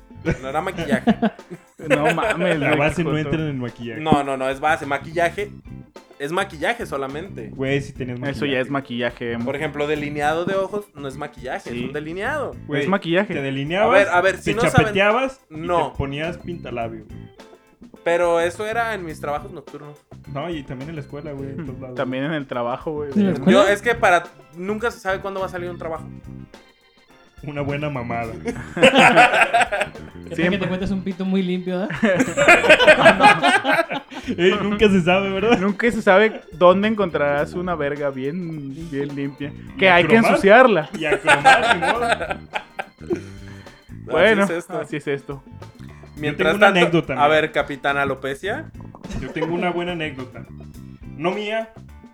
Speaker 3: No era maquillaje.
Speaker 2: No mames,
Speaker 4: La
Speaker 2: güey,
Speaker 4: base
Speaker 2: qué
Speaker 4: no
Speaker 2: joto.
Speaker 4: entra en el maquillaje.
Speaker 3: No, no, no, es base. Maquillaje es maquillaje solamente.
Speaker 4: Güey, si tenías maquillaje.
Speaker 2: Eso ya es maquillaje, emo.
Speaker 3: Por ejemplo, delineado de ojos no es maquillaje,
Speaker 2: Sí.
Speaker 3: es un delineado.
Speaker 4: Güey,
Speaker 2: es maquillaje.
Speaker 4: Te delineabas.
Speaker 3: A ver, a ver, si
Speaker 4: te
Speaker 3: no saben-
Speaker 4: chapeteabas. y
Speaker 3: No.
Speaker 4: te ponías pintalabio.
Speaker 3: Pero eso era en mis trabajos nocturnos.
Speaker 4: No, y también en la escuela, güey. en todos lados.
Speaker 2: También en el trabajo, güey.
Speaker 5: Sí, la escuela.
Speaker 3: Yo, es que para. Nunca se sabe cuándo va a salir un trabajo.
Speaker 4: Una buena mamada.
Speaker 5: Que tal que
Speaker 2: Siempre.
Speaker 5: te cuentes un pito muy limpio, ¿eh?
Speaker 4: Ey, nunca se sabe, ¿verdad?
Speaker 2: Nunca se sabe dónde encontrarás una verga bien, bien limpia. Que
Speaker 4: ¿La
Speaker 2: hay que
Speaker 4: cromar?
Speaker 2: ensuciarla.
Speaker 4: Y a cromar, ni modo.
Speaker 2: Bueno,
Speaker 3: Así es esto.
Speaker 2: así es esto.
Speaker 3: Mientras
Speaker 4: una
Speaker 3: tanto,
Speaker 4: anécdota,
Speaker 3: A
Speaker 4: mira.
Speaker 3: ver, Capitán Alopecia.
Speaker 4: Yo tengo una buena anécdota. No mía,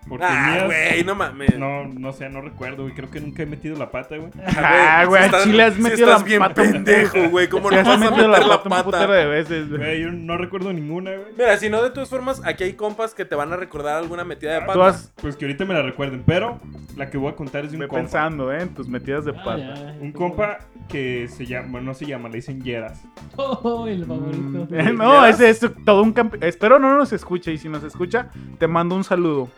Speaker 4: Porque
Speaker 3: Ah,
Speaker 4: mías-
Speaker 3: güey, no mames.
Speaker 4: No, no sé, no recuerdo, güey. Creo que nunca he metido la pata, güey.
Speaker 2: Ah, güey, al
Speaker 3: si
Speaker 2: chile has
Speaker 3: si
Speaker 2: metido
Speaker 3: estás
Speaker 2: la
Speaker 3: bien
Speaker 2: pata.
Speaker 3: pendejo, güey. ¿Cómo
Speaker 2: Se
Speaker 3: no
Speaker 2: has
Speaker 3: vas a meter
Speaker 2: metido
Speaker 3: la,
Speaker 2: un putero
Speaker 3: pata?
Speaker 2: de veces, güey.
Speaker 4: Güey, yo no recuerdo ninguna, güey.
Speaker 3: Mira, si no, de todas formas, aquí hay compas que te van a recordar alguna metida de
Speaker 2: Tú
Speaker 3: pata.
Speaker 2: has,
Speaker 4: Pues que ahorita me la recuerden, pero la que voy a contar es de un
Speaker 2: ve
Speaker 4: compa.
Speaker 2: pensando, eh, en tus metidas de
Speaker 5: Ah,
Speaker 2: pata.
Speaker 5: ya,
Speaker 4: Un
Speaker 5: tú-
Speaker 4: compa que se llama, bueno, no se llama, le dicen Yeras.
Speaker 5: Oh, el favorito.
Speaker 2: Eh, No, ese es todo un campeón. Espero no nos escuche y si nos escucha, te mando un saludo.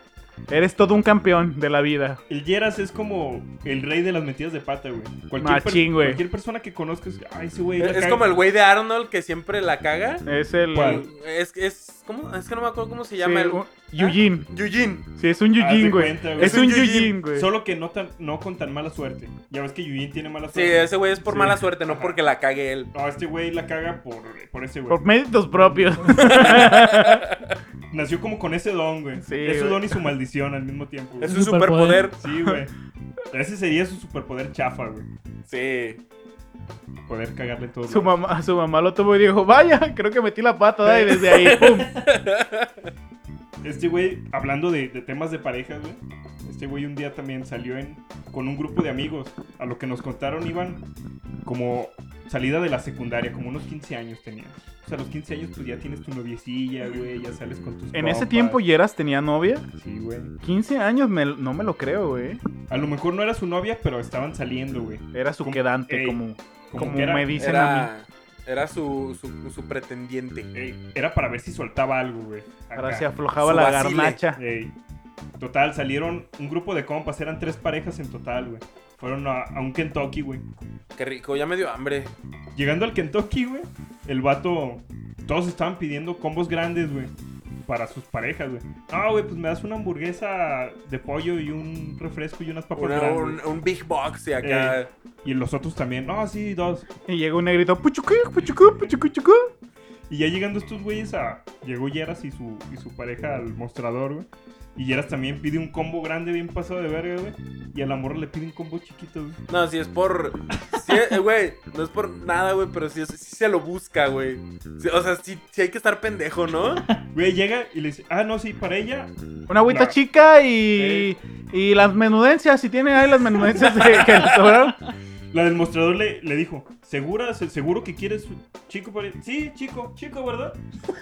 Speaker 2: Eres todo un campeón de la vida.
Speaker 4: El Yeras es como el rey de las metidas de pata, güey. Cualquier,
Speaker 2: Machín, güey.
Speaker 4: cualquier persona que conozcas, ay, ese güey. la
Speaker 3: Es
Speaker 4: caga".
Speaker 3: como el güey de Arnold que siempre la caga.
Speaker 2: Es el.
Speaker 4: ¿Cuál?
Speaker 3: Es, es, ¿cómo? es que no me acuerdo cómo se
Speaker 2: sí,
Speaker 3: llama. el... ¿Ah?
Speaker 2: un- Eugene.
Speaker 3: Eugene.
Speaker 2: Sí, es un
Speaker 4: Haz
Speaker 2: Eugene,
Speaker 4: de
Speaker 2: güey.
Speaker 4: Ah, cuenta, güey.
Speaker 2: Es un Eugene, güey.
Speaker 4: Solo que no, tan, no con tan mala suerte. Ya ves que Yuyin tiene mala
Speaker 3: Sí,
Speaker 4: suerte.
Speaker 3: ese güey es por
Speaker 2: Sí.
Speaker 3: mala suerte, no
Speaker 4: Ajá.
Speaker 3: porque la cague él.
Speaker 4: No, este güey la caga por, por ese güey.
Speaker 2: Por méritos propios.
Speaker 4: Nació como con ese don, güey.
Speaker 2: Sí,
Speaker 4: es su
Speaker 2: güey.
Speaker 4: don y su maldición al mismo tiempo. güey.
Speaker 3: Es
Speaker 5: Es
Speaker 3: un
Speaker 5: un superpoder.
Speaker 3: superpoder.
Speaker 4: Sí, güey. Ese sería su superpoder chafa, güey.
Speaker 3: Sí.
Speaker 4: Poder cagarle todo.
Speaker 2: su, mamá, su mamá lo tomó y dijo: Vaya, creo que metí la pata. ¿verdad?", Y desde ahí, ¡pum!
Speaker 4: Este güey, hablando de, de temas de parejas, güey. Este güey un día también salió en, con un grupo de amigos. A lo que nos contaron iban como salida de la secundaria, como unos 15 años tenía. O sea, a los 15 años pues ya tienes tu noviecilla, güey, ya sales con tus
Speaker 2: En ese
Speaker 4: compas.
Speaker 2: tiempo, Yeras tenía novia.
Speaker 4: Sí, güey.
Speaker 2: 15 años, me- no me lo creo, güey.
Speaker 4: A lo mejor no era su novia, pero estaban saliendo, güey.
Speaker 2: Era su
Speaker 4: Como-
Speaker 2: quedante,
Speaker 4: ey,
Speaker 2: como,
Speaker 4: Como,
Speaker 2: como
Speaker 4: que era,
Speaker 2: me dicen a mí.
Speaker 3: Era, era su, su, su pretendiente.
Speaker 4: ey, eh, era para ver si soltaba algo, güey. Acá.
Speaker 2: Ahora se aflojaba
Speaker 3: Su
Speaker 2: la
Speaker 3: vacile.
Speaker 2: garnacha.
Speaker 4: Ey. Total, salieron un grupo de compas, eran tres parejas en total, güey. Fueron a, a un Kentucky, güey.
Speaker 3: Qué rico, ya me dio hambre.
Speaker 4: Llegando al Kentucky, güey, el vato. Todos estaban pidiendo combos grandes, güey. Para sus parejas, güey. No, güey, pues me das una hamburguesa de pollo y un refresco y unas papas
Speaker 3: Una-
Speaker 4: grandes.
Speaker 3: un, un big box y acá.
Speaker 4: Ey.
Speaker 2: Eh.
Speaker 4: Y los otros también. No, sí, dos.
Speaker 2: Y llega un negrito, puchucu, puchucu, puchucu, chucu.
Speaker 4: Y ya llegando estos güeyes a. Llegó Yeras y su, y su pareja al mostrador, güey. Y Yeras también pide un combo grande, bien pasado de verga, güey. Y al amor le pide un combo chiquito, güey.
Speaker 3: No, si es por. si es- eh, Güey, no es por nada, güey, pero si, es- si se lo busca, güey. Si- o sea, si, si hay que estar pendejo, ¿no?
Speaker 4: Güey, llega y le dice, ah, no, sí, para ella.
Speaker 2: Una agüita
Speaker 4: No.
Speaker 2: chica y, y las menudencias, si tienen ahí las menudencias de- que les sobraron.
Speaker 4: La del mostrador le, le dijo, ¿segura, se- seguro que quieres un chico para ella? Sí, chico, chico, ¿verdad?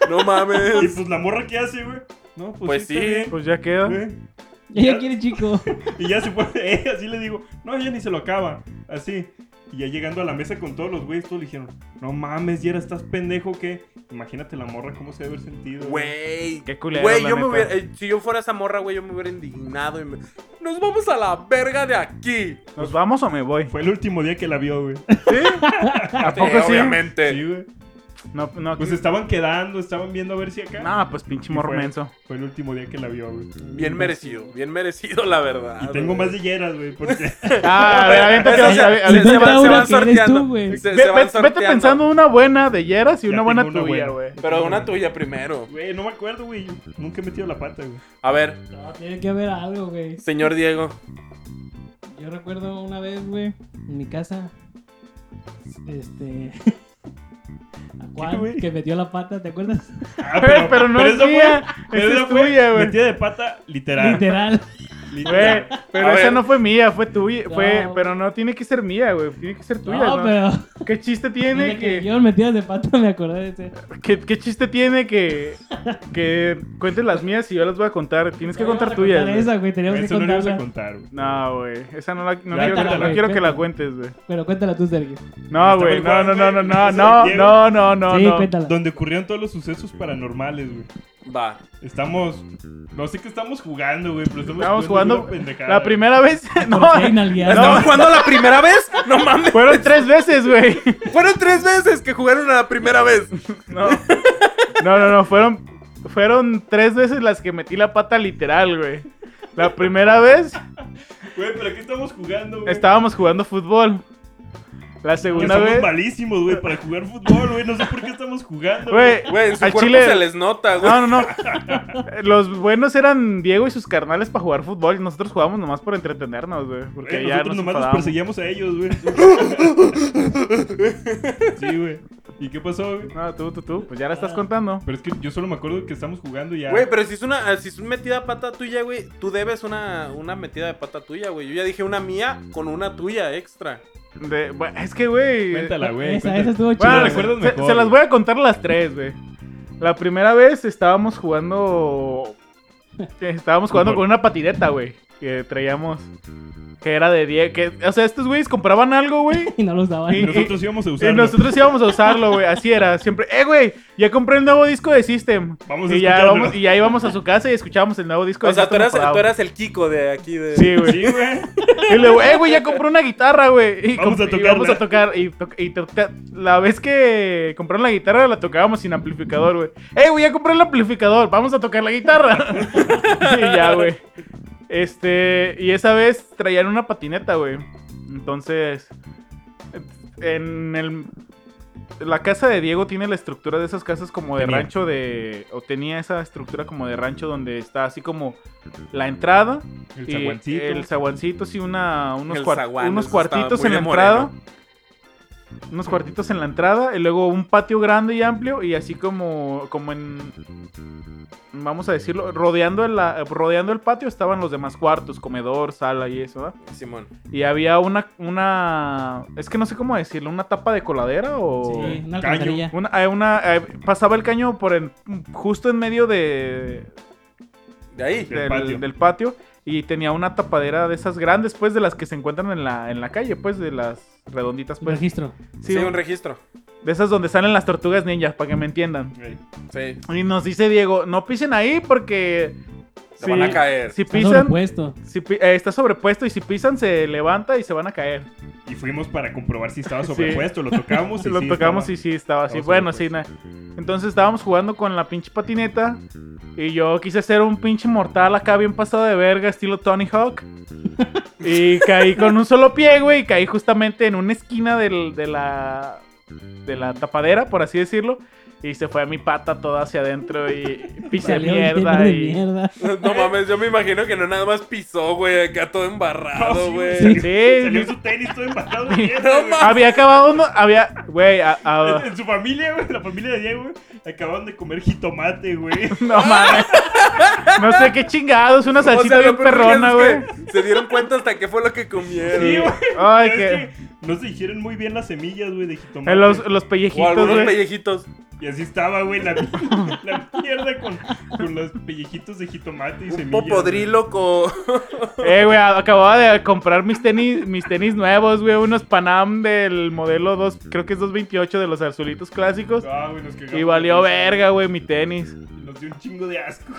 Speaker 3: No
Speaker 4: Y
Speaker 3: mames.
Speaker 4: pues la morra, ¿qué hace, güey? No, pues,
Speaker 3: Pues sí.
Speaker 4: está
Speaker 2: Pues ya queda.
Speaker 4: bien, güey.
Speaker 5: Ella quiere chico.
Speaker 4: Y ya se fue, eh, así le digo, no, ella ni se lo acaba, así. Y ya llegando a la mesa con todos los güeyes, todos le dijeron, no mames, Yera, estás pendejo, que Imagínate la morra cómo se debe haber sentido.
Speaker 3: Güey.
Speaker 2: Qué culero,
Speaker 3: Güey,
Speaker 2: la
Speaker 3: yo me
Speaker 2: neta.
Speaker 3: hubiera. eh, si yo fuera esa morra, güey, yo me hubiera indignado. Y me- Nos vamos a la verga de aquí.
Speaker 2: ¿Nos vamos o me voy?
Speaker 4: Fue el último día que la vio, güey.
Speaker 2: ¿Sí? ¿A poco sí?
Speaker 3: Obviamente.
Speaker 4: Sí, güey.
Speaker 2: No, no.
Speaker 4: Pues estaban quedando, estaban viendo a ver si acá.
Speaker 2: No, pues pinche
Speaker 4: Y
Speaker 2: mormenso.
Speaker 4: Fue el último día que la vio, güey.
Speaker 3: Bien merecido, bien merecido, la verdad.
Speaker 4: Y tengo
Speaker 3: Ah, güey.
Speaker 4: más de Yeras, güey, porque...
Speaker 2: Ah, a ver, aviéntate,
Speaker 3: Esa-
Speaker 2: a ver, a ver,
Speaker 5: Inventa
Speaker 2: se va- se
Speaker 5: una
Speaker 2: va-
Speaker 5: que eres
Speaker 3: sorteando.
Speaker 5: tú, güey.
Speaker 3: Se-
Speaker 2: Ve-
Speaker 3: se
Speaker 2: ve-
Speaker 3: van
Speaker 2: Vete
Speaker 3: sorteando.
Speaker 2: pensando una buena de Yeras y
Speaker 4: Ya
Speaker 2: una buena
Speaker 4: tengo una
Speaker 2: tuya,
Speaker 4: buena.
Speaker 2: güey.
Speaker 3: Pero una tuya primero.
Speaker 4: Güey, no me acuerdo, güey. Yo Nunca he metido la pata, güey.
Speaker 3: A ver,
Speaker 5: No, tiene que haber algo, güey.
Speaker 3: señor Diego.
Speaker 5: Yo recuerdo una vez, güey, en mi casa. Este. A Juan,
Speaker 4: güey?
Speaker 5: que metió la pata, ¿te acuerdas?
Speaker 4: Ah,
Speaker 2: Pero, no es mía, esa es tuya, güey.
Speaker 4: Metida de pata, literal.
Speaker 5: Literal.
Speaker 2: Güey,
Speaker 4: literal.
Speaker 2: pero
Speaker 3: A
Speaker 2: esa
Speaker 3: ver.
Speaker 2: no fue mía, fue tuya, fue,
Speaker 5: No.
Speaker 2: pero no tiene que ser mía, güey, tiene que ser tuya,
Speaker 5: no,
Speaker 2: ¿no?
Speaker 5: pero.
Speaker 2: ¿Qué chiste
Speaker 5: desde
Speaker 2: tiene
Speaker 5: que
Speaker 2: que,
Speaker 5: Yo metidas de pata, me acordé de ese.
Speaker 2: qué, qué chiste tiene que, que cuentes las mías y yo las voy a contar? Tienes que contar tuyas.
Speaker 5: Contar
Speaker 2: güey.
Speaker 5: esa, güey, teníamos que
Speaker 4: Eso no le ibas a
Speaker 5: contarla.
Speaker 4: contar, güey.
Speaker 2: No, güey, esa no la, no
Speaker 4: Ya,
Speaker 2: quiero, que,
Speaker 5: cuéntala,
Speaker 2: no quiero que
Speaker 5: cuéntala.
Speaker 2: la cuentes, güey.
Speaker 5: Pero cuéntala tú, Sergio.
Speaker 2: No,
Speaker 4: Está
Speaker 2: güey,
Speaker 4: muy
Speaker 2: no, no,
Speaker 4: guay,
Speaker 2: no, no,
Speaker 4: güey.
Speaker 2: no,
Speaker 4: Eso
Speaker 2: no, no,
Speaker 4: lleva.
Speaker 2: no, no,
Speaker 5: sí,
Speaker 2: no.
Speaker 5: cuéntala.
Speaker 4: Donde ocurrieron todos los sucesos paranormales, güey.
Speaker 3: Va.
Speaker 4: Estamos. No sé qué estamos jugando, güey, pero estamos,
Speaker 2: Estábamos jugando
Speaker 4: una pendejada,
Speaker 2: la
Speaker 4: güey.
Speaker 2: primera vez, no,
Speaker 5: Por si hay nalgueada.
Speaker 3: ¿Estaban jugando la primera vez? No mames.
Speaker 2: fueron tres veces, güey.
Speaker 3: Fueron tres veces que jugaron a la primera vez.
Speaker 2: No. No, no, no, fueron, fueron tres veces las que metí la pata literal, güey. La primera vez
Speaker 4: Güey, pero aquí estamos jugando, güey.
Speaker 2: estábamos jugando fútbol. La
Speaker 4: Que
Speaker 2: segunda
Speaker 4: Somos
Speaker 2: vez,
Speaker 4: malísimos, güey, para jugar fútbol, güey. No sé por qué estamos jugando.
Speaker 2: güey,
Speaker 3: Güey, en su
Speaker 2: al
Speaker 3: cuerpo
Speaker 2: chile. Ah,
Speaker 3: se les nota, güey.
Speaker 2: No, no, no. Eh, Los buenos eran Diego y sus carnales para jugar fútbol. y Nosotros jugábamos nomás por entretenernos, güey.
Speaker 4: Güey,
Speaker 2: Porque ya
Speaker 4: nosotros
Speaker 2: nos
Speaker 4: nomás los
Speaker 2: enfadábamos.
Speaker 4: perseguíamos a ellos, güey. Sí, güey. ¿Y qué pasó, güey?
Speaker 2: No, tú, tú, tú. Pues ya la
Speaker 4: Ah.
Speaker 2: estás contando.
Speaker 4: Pero es que yo solo me acuerdo que estamos jugando y ya.
Speaker 3: Güey, pero si es una, si es una metida de pata tuya, güey, tú debes una, una metida de pata tuya, güey. Yo ya dije una mía con una tuya extra.
Speaker 2: De- bueno, es que, güey.
Speaker 4: Cuéntala, güey.
Speaker 5: Esa,
Speaker 4: cuéntala.
Speaker 5: esa estuvo
Speaker 2: Bueno,
Speaker 4: Lo
Speaker 5: chida.
Speaker 2: se-
Speaker 4: recuerdas
Speaker 2: se,
Speaker 4: mejor,
Speaker 2: se las
Speaker 4: güey.
Speaker 2: voy a contar las tres, güey. La primera vez estábamos jugando. Estábamos jugando con una patineta, güey. Que traíamos. Que era de 10. Que, o sea, estos güeyes compraban algo, güey.
Speaker 5: Y no los daban.
Speaker 4: Y nosotros íbamos a
Speaker 2: Y
Speaker 4: usarlo.
Speaker 2: nosotros íbamos a usarlo, güey. Así era. Siempre, eh, güey, ya compré el nuevo disco de System.
Speaker 4: Vamos a
Speaker 2: y, ya
Speaker 4: escucharlo.
Speaker 2: vamos, y ya íbamos a su casa y escuchábamos el nuevo disco
Speaker 3: O
Speaker 2: de
Speaker 3: sea, tú
Speaker 2: System
Speaker 3: eras,
Speaker 2: of a Down.
Speaker 3: tú eras el Kiko de aquí de.
Speaker 2: Sí, güey.
Speaker 4: Sí, güey.
Speaker 2: Y luego, eh, güey, ya compré una guitarra, güey. Y
Speaker 4: Vamos
Speaker 2: comp-
Speaker 4: a
Speaker 2: y
Speaker 4: tocarla.
Speaker 2: vamos a tocar. Y, to- y toca- la vez que compraron la guitarra, la tocábamos sin amplificador, güey. Eh, güey, ya compré el amplificador. Vamos a tocar la guitarra. y ya, güey. Este, y esa vez traían una patineta, güey. Entonces, en el. La casa de Diego tiene la estructura de esas casas como de
Speaker 4: Tenía.
Speaker 2: rancho de. O tenía esa estructura como de rancho donde está así como la entrada,
Speaker 4: El
Speaker 2: y
Speaker 4: zaguancito.
Speaker 2: El zaguancito, sí, una, unos,
Speaker 3: El
Speaker 2: cuar-
Speaker 3: zaguán,
Speaker 2: unos
Speaker 3: eso
Speaker 2: cuartitos
Speaker 3: estaba
Speaker 2: en
Speaker 3: muy
Speaker 2: la
Speaker 3: de moreno.
Speaker 2: entrada. Unos cuartitos en la entrada. Y luego un patio grande y amplio. Y así como, como en. Vamos a decirlo. Rodeando el, rodeando el patio estaban los demás cuartos, comedor, sala y eso, ¿verdad?
Speaker 3: Simón.
Speaker 2: Y había una. una es que no sé cómo decirlo. ¿Una tapa de coladera o.?
Speaker 5: Sí, una
Speaker 4: Caño.
Speaker 5: alcantarilla.
Speaker 2: Una, eh, una, eh, pasaba el caño por el, justo en medio de,
Speaker 3: De ahí.
Speaker 4: Del
Speaker 2: del, del
Speaker 4: patio.
Speaker 2: patio. y tenía una tapadera de esas grandes, pues, de las que se encuentran en la, en la calle, pues, de las redonditas,
Speaker 5: Un
Speaker 2: pues.
Speaker 5: registro.
Speaker 2: Sí,
Speaker 3: Sí, un registro.
Speaker 2: de esas donde salen las tortugas ninjas, para que me entiendan.
Speaker 4: Güey.
Speaker 3: Sí.
Speaker 2: Y nos dice Diego, no pisen ahí porque...
Speaker 3: Se van a caer.
Speaker 2: Si
Speaker 5: Está
Speaker 2: pisan,
Speaker 5: sobrepuesto.
Speaker 2: si pi- eh, está sobrepuesto y si pisan se levanta y se van a caer.
Speaker 4: Y fuimos para comprobar si estaba
Speaker 2: Sí.
Speaker 4: sobrepuesto. Lo tocamos y
Speaker 2: lo
Speaker 4: sí
Speaker 2: tocamos
Speaker 4: estaba.
Speaker 2: y sí, estaba así.
Speaker 4: estaba
Speaker 2: bueno, sí,
Speaker 4: sobrepuesto.
Speaker 2: na- Entonces estábamos jugando con la pinche patineta. Y yo quise ser un pinche mortal acá, bien pasado de verga, estilo Tony Hawk. y caí con un solo pie, güey. Y caí justamente en una esquina del- de la. de la tapadera, por así decirlo. Y se fue mi pata toda hacia adentro y pise
Speaker 5: Salió un tema
Speaker 2: mierda.
Speaker 5: de
Speaker 2: Y...
Speaker 5: mierda.
Speaker 3: No mames, yo me imagino que no nada más pisó, güey, acá todo embarrado,
Speaker 4: No,
Speaker 3: güey.
Speaker 5: sí.
Speaker 4: Ah, Salió
Speaker 2: Sí,
Speaker 4: su tenis todo embarrado de
Speaker 3: No
Speaker 4: mierda, güey.
Speaker 2: había acabado uno. Había. Güey, a- a-
Speaker 4: En su familia, güey, la familia de Diego, güey, acababan de comer jitomate, güey.
Speaker 2: No mames. No sé qué chingados, una
Speaker 3: O
Speaker 2: salsita
Speaker 3: sea,
Speaker 2: bien
Speaker 3: lo peor que
Speaker 2: perrona,
Speaker 3: es
Speaker 2: güey.
Speaker 3: que Se dieron cuenta hasta qué fue lo que comieron.
Speaker 4: Sí, güey.
Speaker 2: Ay,
Speaker 4: Pero
Speaker 2: que.
Speaker 4: es que no se dijeron muy bien las semillas, güey, de jitomate.
Speaker 2: En Eh, los, los
Speaker 3: o
Speaker 2: pellejitos,
Speaker 3: algunos
Speaker 2: güey.
Speaker 3: pellejitos.
Speaker 4: Y así estaba, güey, la, la mierda con, con los pellejitos de jitomate y
Speaker 3: Un
Speaker 4: semillas.
Speaker 3: popodrilo con.
Speaker 2: Eh, güey, acababa de comprar mis tenis, mis tenis nuevos, güey. Unos Panam del modelo 2, creo que es 228 de los arzulitos clásicos.
Speaker 4: güey. Ah, güey, nos cagamos.
Speaker 2: Y valió
Speaker 4: de risa.
Speaker 2: verga, güey, mi tenis.
Speaker 4: Nos dio un chingo de asco.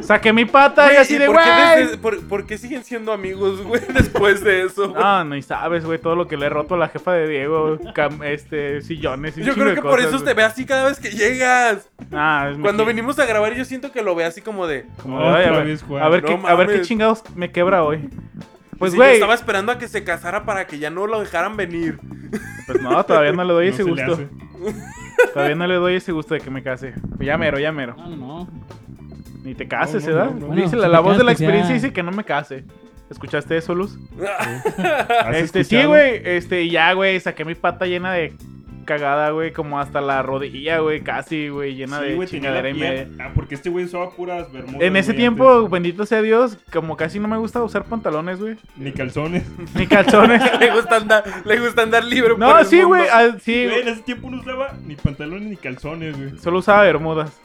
Speaker 2: Saqué mi pata y así
Speaker 3: ¿y
Speaker 2: de,
Speaker 3: por,
Speaker 2: güey.
Speaker 3: qué desde- por- por qué siguen siendo amigos, güey, después de eso? güey?
Speaker 2: No, ni sabes, güey, todo lo que le he roto a la jefa de Diego. cam- este, sillones y un
Speaker 3: yo
Speaker 2: chingo
Speaker 3: creo
Speaker 2: de
Speaker 3: que por
Speaker 2: cosas,
Speaker 3: eso te ve así cada vez que llegas.
Speaker 2: güey. Ah, es mi
Speaker 3: Cuando
Speaker 2: chi-
Speaker 3: venimos a grabar, yo siento que lo ve así como de.
Speaker 2: como,
Speaker 4: Otra
Speaker 2: "Ay, a ver-
Speaker 4: vez, Juan.
Speaker 2: a ver
Speaker 3: No
Speaker 2: qué- a ver qué
Speaker 3: mames.
Speaker 2: chingados me quebra hoy. Pues,
Speaker 3: "Sí,
Speaker 2: güey.
Speaker 3: yo estaba esperando a que se casara para que ya no lo dejaran venir.
Speaker 2: Pues no, todavía no le doy ese
Speaker 4: No se le
Speaker 2: gusto. Todavía no le doy ese gusto de que me case. Pues ya mero, ya mero.
Speaker 5: No, no, no.
Speaker 2: Ni te cases,
Speaker 4: No, no,
Speaker 2: ¿verdad?
Speaker 4: no,
Speaker 5: no.
Speaker 2: dice la, la
Speaker 5: Bueno, si te
Speaker 2: voz de la
Speaker 5: casas, ya.
Speaker 2: experiencia dice que no me case. ¿Escuchaste eso, Luz?
Speaker 4: hace. ¿Has
Speaker 2: Este, sí,
Speaker 4: escuchado?
Speaker 2: güey. Este, y ya, güey, saqué mi pata llena de cagada, güey, como hasta la rodilla, güey, casi, güey, llena
Speaker 4: Sí,
Speaker 2: de
Speaker 4: güey, tenía la
Speaker 2: chingadera y media.
Speaker 4: piel. Ah, porque este güey usaba puras bermudas.
Speaker 2: En ese
Speaker 4: güey,
Speaker 2: tiempo,
Speaker 4: antes.
Speaker 2: bendito sea Dios, como casi no me gusta usar pantalones, güey,
Speaker 4: Ni calzones.
Speaker 2: ni calzones.
Speaker 3: le, gusta andar, le gusta andar libre. por
Speaker 2: no,
Speaker 3: el
Speaker 2: sí,
Speaker 3: mundo.
Speaker 2: güey, ah, sí,
Speaker 4: Güey, en ese tiempo no usaba ni pantalones ni calzones, güey.
Speaker 2: solo usaba bermudas.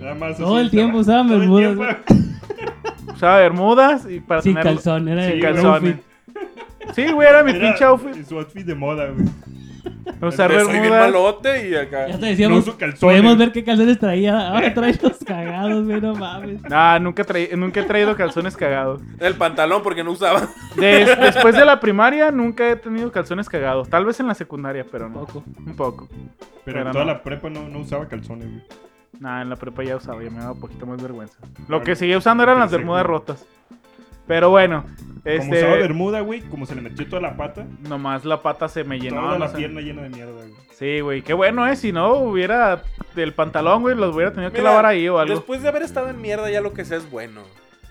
Speaker 4: Nada más.
Speaker 5: Todo
Speaker 4: así
Speaker 5: el tiempo
Speaker 4: estaba-
Speaker 5: usaba
Speaker 4: todo el
Speaker 5: bermudas,
Speaker 4: tiempo-
Speaker 2: Usaba bermudas y para
Speaker 5: Sin
Speaker 2: tener
Speaker 5: calzón, era
Speaker 2: sin
Speaker 5: el
Speaker 2: calzones.
Speaker 5: outfit.
Speaker 2: Sí, güey, era mi
Speaker 4: Era
Speaker 2: pinche outfit.
Speaker 4: Su outfit de moda, güey.
Speaker 2: Usar
Speaker 3: Yo Soy bien
Speaker 2: bermudas.
Speaker 3: malote y acá.
Speaker 5: Ya te
Speaker 4: No
Speaker 5: decíamos,
Speaker 4: uso calzones.
Speaker 5: podemos ver qué calzones traía. Ahora trae los cagados, güey, no mames.
Speaker 2: Ah, nunca, traí- nunca he traído calzones cagados.
Speaker 3: El pantalón porque no usaba.
Speaker 2: Des- después de la primaria nunca he tenido calzones cagados. Tal vez en la secundaria, pero no.
Speaker 5: Poco.
Speaker 2: Un poco.
Speaker 4: Pero
Speaker 2: Pero
Speaker 4: en toda
Speaker 2: no.
Speaker 4: la prepa no, no usaba calzones, güey.
Speaker 2: Nah, en la prepa ya usaba, ya me daba un poquito más vergüenza. Lo
Speaker 4: Bueno,
Speaker 2: que seguía usando eran las
Speaker 4: pensé
Speaker 2: bermudas
Speaker 4: que-
Speaker 2: rotas. Pero bueno,
Speaker 4: Como usaba
Speaker 2: este.
Speaker 4: bermuda, güey, como se le metió toda la pata,
Speaker 2: Nomás la pata se me llenó.
Speaker 4: toda
Speaker 2: no
Speaker 4: la
Speaker 2: sé.
Speaker 4: pierna llena de mierda, güey.
Speaker 2: Sí, güey. Qué bueno, ¿eh? Si no hubiera. Del pantalón, güey, los hubiera tenido que
Speaker 3: Mira,
Speaker 2: lavar ahí o algo.
Speaker 3: Después de haber estado en mierda, ya lo que sea es bueno.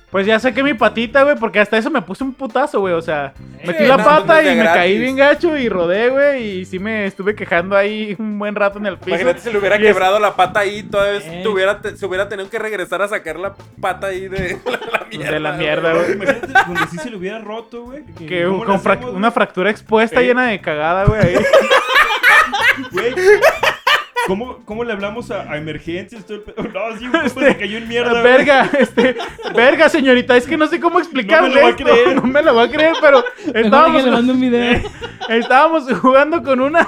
Speaker 2: Pues ya saqué mi patita, güey, porque hasta eso me puse un putazo, güey. O sea, metí
Speaker 3: Sí,
Speaker 2: la
Speaker 3: no,
Speaker 2: pata y
Speaker 3: pues de
Speaker 2: me caí
Speaker 3: gratis.
Speaker 2: bien gacho y rodé, güey. Y sí me estuve quejando ahí un buen rato en el piso.
Speaker 3: Imagínate si le hubiera
Speaker 2: Y es-
Speaker 3: quebrado la pata ahí, todavía
Speaker 5: Eh.
Speaker 3: se hubiera, te- se hubiera tenido que regresar a sacar la pata ahí de la, mierda.
Speaker 2: De la
Speaker 3: güey.
Speaker 2: mierda, güey.
Speaker 4: Imagínate donde sí se le hubiera roto, güey.
Speaker 2: Que
Speaker 4: ¿cómo le
Speaker 2: con frac-
Speaker 4: hacemos,
Speaker 2: una fractura expuesta
Speaker 4: Eh.
Speaker 2: llena de cagada, güey. ahí.
Speaker 4: güey? ¿Cómo, ¿Cómo le hablamos a, a emergencias? Todo el pedo? No, sí, un compa
Speaker 2: Este,
Speaker 4: se cayó en mierda, güey.
Speaker 2: verga, este, verga, señorita, es que no sé cómo explicarle.
Speaker 4: No me lo va a
Speaker 2: esto,
Speaker 4: creer.
Speaker 2: no me lo va a creer, pero
Speaker 5: Mejor que
Speaker 2: estábamos,
Speaker 5: le mando un video.
Speaker 2: estábamos jugando con una,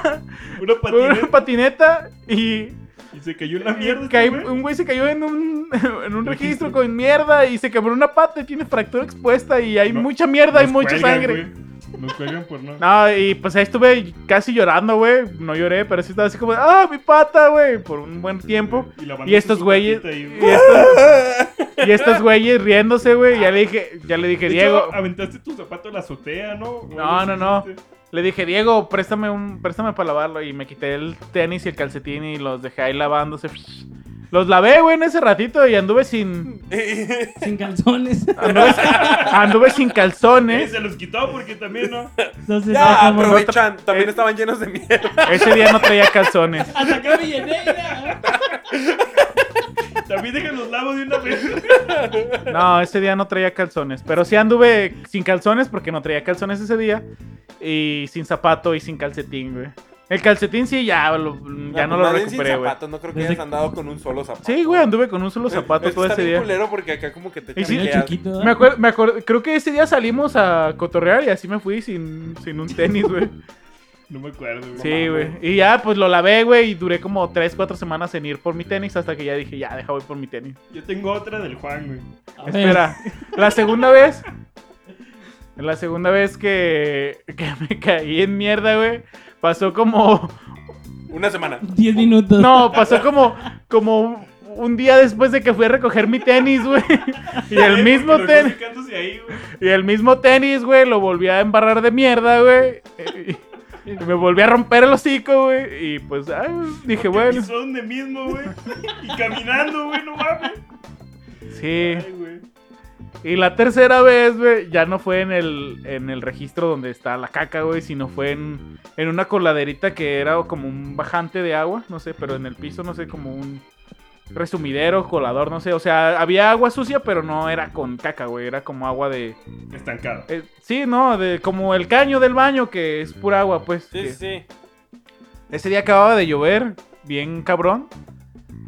Speaker 4: Una
Speaker 2: con una
Speaker 4: patineta
Speaker 2: patineta y
Speaker 4: y se cayó en la mierda. este
Speaker 2: Caí-
Speaker 4: güey.
Speaker 2: un güey se cayó en un, en un registro con mierda y se quebró una pata y tiene fractura expuesta y hay
Speaker 4: No,
Speaker 2: mucha mierda, hay
Speaker 4: Nos
Speaker 2: mucha
Speaker 4: cuelgan,
Speaker 2: sangre.
Speaker 4: güey. Nos cuelgan por no.
Speaker 2: No, y pues ahí estuve casi llorando, güey. No lloré, pero sí estaba así como, ah, mi pata, güey, por un buen tiempo.
Speaker 4: Y, la banda
Speaker 2: Y estos
Speaker 4: puso
Speaker 2: güeyes-
Speaker 4: patita ahí,
Speaker 2: Y
Speaker 4: güey.
Speaker 2: estos, y estos güeyes riéndose, güey. Ya le dije, ya le
Speaker 4: De
Speaker 2: dije,
Speaker 4: hecho, ah,
Speaker 2: Diego,
Speaker 4: aventaste tu zapato a la azotea, ¿no? O
Speaker 2: No,
Speaker 4: algo
Speaker 2: no, ¿Eh? no.
Speaker 4: así, este.
Speaker 2: le dije, Diego, préstame un, préstame para lavarlo. Y me quité el tenis y el calcetín y los dejé ahí lavándose. Los lavé, güey, en ese ratito y anduve sin,
Speaker 5: Sin calzones.
Speaker 2: anduve, anduve sin
Speaker 4: Eh,
Speaker 2: calzones.
Speaker 4: se los quitó porque también, ¿no?
Speaker 5: Entonces,
Speaker 3: ya,
Speaker 5: como-
Speaker 3: aprovechan. También
Speaker 2: eh.
Speaker 3: estaban llenos de mierda.
Speaker 2: Ese día no traía calzones.
Speaker 5: Atacar Villaneira.
Speaker 4: También dejan los lavos de una vez.
Speaker 2: No, ese día no traía calzones. Pero sí anduve sin calzones porque no traía calzones ese día. Y sin zapato y sin calcetín, güey. El calcetín sí ya, lo- ya no, lo
Speaker 3: pues Más bien
Speaker 2: recuperé,
Speaker 3: sin
Speaker 2: güey.
Speaker 3: zapatos, no creo que
Speaker 5: Desde-
Speaker 3: hayas andado con un solo zapato.
Speaker 2: Sí, güey, anduve con un solo zapato
Speaker 3: Es que
Speaker 2: todo
Speaker 3: está
Speaker 2: ese
Speaker 3: bien
Speaker 2: día.
Speaker 3: culero porque acá como que te
Speaker 2: Y sí,
Speaker 5: Niño
Speaker 3: chamaquean.
Speaker 5: chiquito. ¿eh? ¿verdad?
Speaker 2: Me acuerdo, me acuerdo, creo que ese día salimos a cotorrear y así me fui sin, sin un tenis, güey.
Speaker 4: No me acuerdo, güey.
Speaker 2: Sí, güey. Y ya, pues lo lavé, güey, y duré como 3, 4 semanas en ir por mi tenis hasta que ya dije, ya, deja voy por mi tenis.
Speaker 4: Yo tengo otra del Juan, güey.
Speaker 5: A ver,
Speaker 2: Espera, la segunda vez. La segunda vez que, que me caí en mierda, güey. Pasó como.
Speaker 3: Una semana.
Speaker 5: 10 minutos. Ah,
Speaker 2: No, pasó como. Como un- un día después de que fui a recoger mi tenis, güey. Y el mismo
Speaker 4: Pero
Speaker 2: tenis.
Speaker 4: secándose ahí, güey.
Speaker 2: Y el mismo tenis, güey, lo volví a embarrar de mierda, güey. Y- y me volví a romper el hocico, güey. Y pues, ah, dije, bueno.
Speaker 4: Pisó donde mismo, güey. Y caminando, güey, no mames.
Speaker 2: Sí.
Speaker 4: Ay, güey.
Speaker 2: Y la tercera vez, güey, ya no fue en el, en el registro donde está la caca, güey, sino fue en, en una coladerita que era como un bajante de agua, no sé, pero en el piso, no sé, como un resumidero, colador, no sé. O sea, había agua sucia, pero no era con caca, güey, era como agua de...
Speaker 4: Estancado.
Speaker 2: eh, sí, no, de, como el caño del baño, que es pura agua, pues.
Speaker 3: Sí,
Speaker 2: que-
Speaker 3: sí, sí.
Speaker 2: ese día acababa de llover, bien cabrón.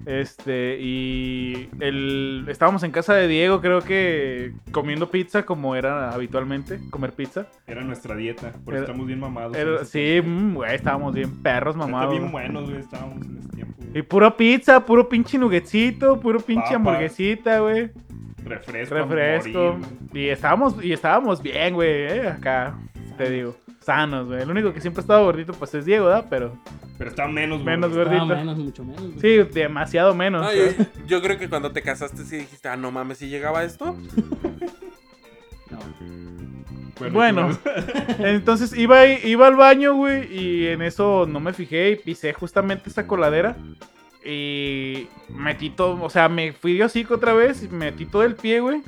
Speaker 2: Este, y el, estábamos en casa de Diego, creo que comiendo pizza como era habitualmente, comer pizza.
Speaker 4: Era nuestra dieta, porque
Speaker 2: Era-
Speaker 4: estamos bien mamados. en
Speaker 2: Era-
Speaker 4: ese
Speaker 2: sí, mm, güey, estábamos bien perros,
Speaker 4: tiempo. Está
Speaker 2: mamados.
Speaker 4: bien buenos, güey, estábamos en ese tiempo.
Speaker 2: Y
Speaker 4: güey.
Speaker 2: puro pizza, puro pinche nuggetsito, puro pinche
Speaker 4: Papas.
Speaker 2: hamburguesita, güey.
Speaker 4: Refresco. a
Speaker 2: Refresco.
Speaker 4: morir, güey.
Speaker 2: y estábamos, y estábamos bien, güey, eh, acá, te digo. Sanos, güey. El único que siempre ha estado gordito, pues es Diego, ¿verdad? Pero
Speaker 4: Pero estaba menos, güey.
Speaker 2: menos
Speaker 4: Menos,
Speaker 5: Estaba
Speaker 2: gordito.
Speaker 5: menos, mucho menos. güey.
Speaker 2: Sí, demasiado menos.
Speaker 3: No, yo,
Speaker 2: pero-
Speaker 3: yo creo que cuando te casaste sí dijiste, ah, no mames, si llegaba esto.
Speaker 5: No.
Speaker 2: Bueno, entonces iba, iba al baño, güey, y en eso no me fijé y pisé justamente esa coladera. Y metí todo, o sea, me fui de hocico otra vez, y metí todo el pie, güey.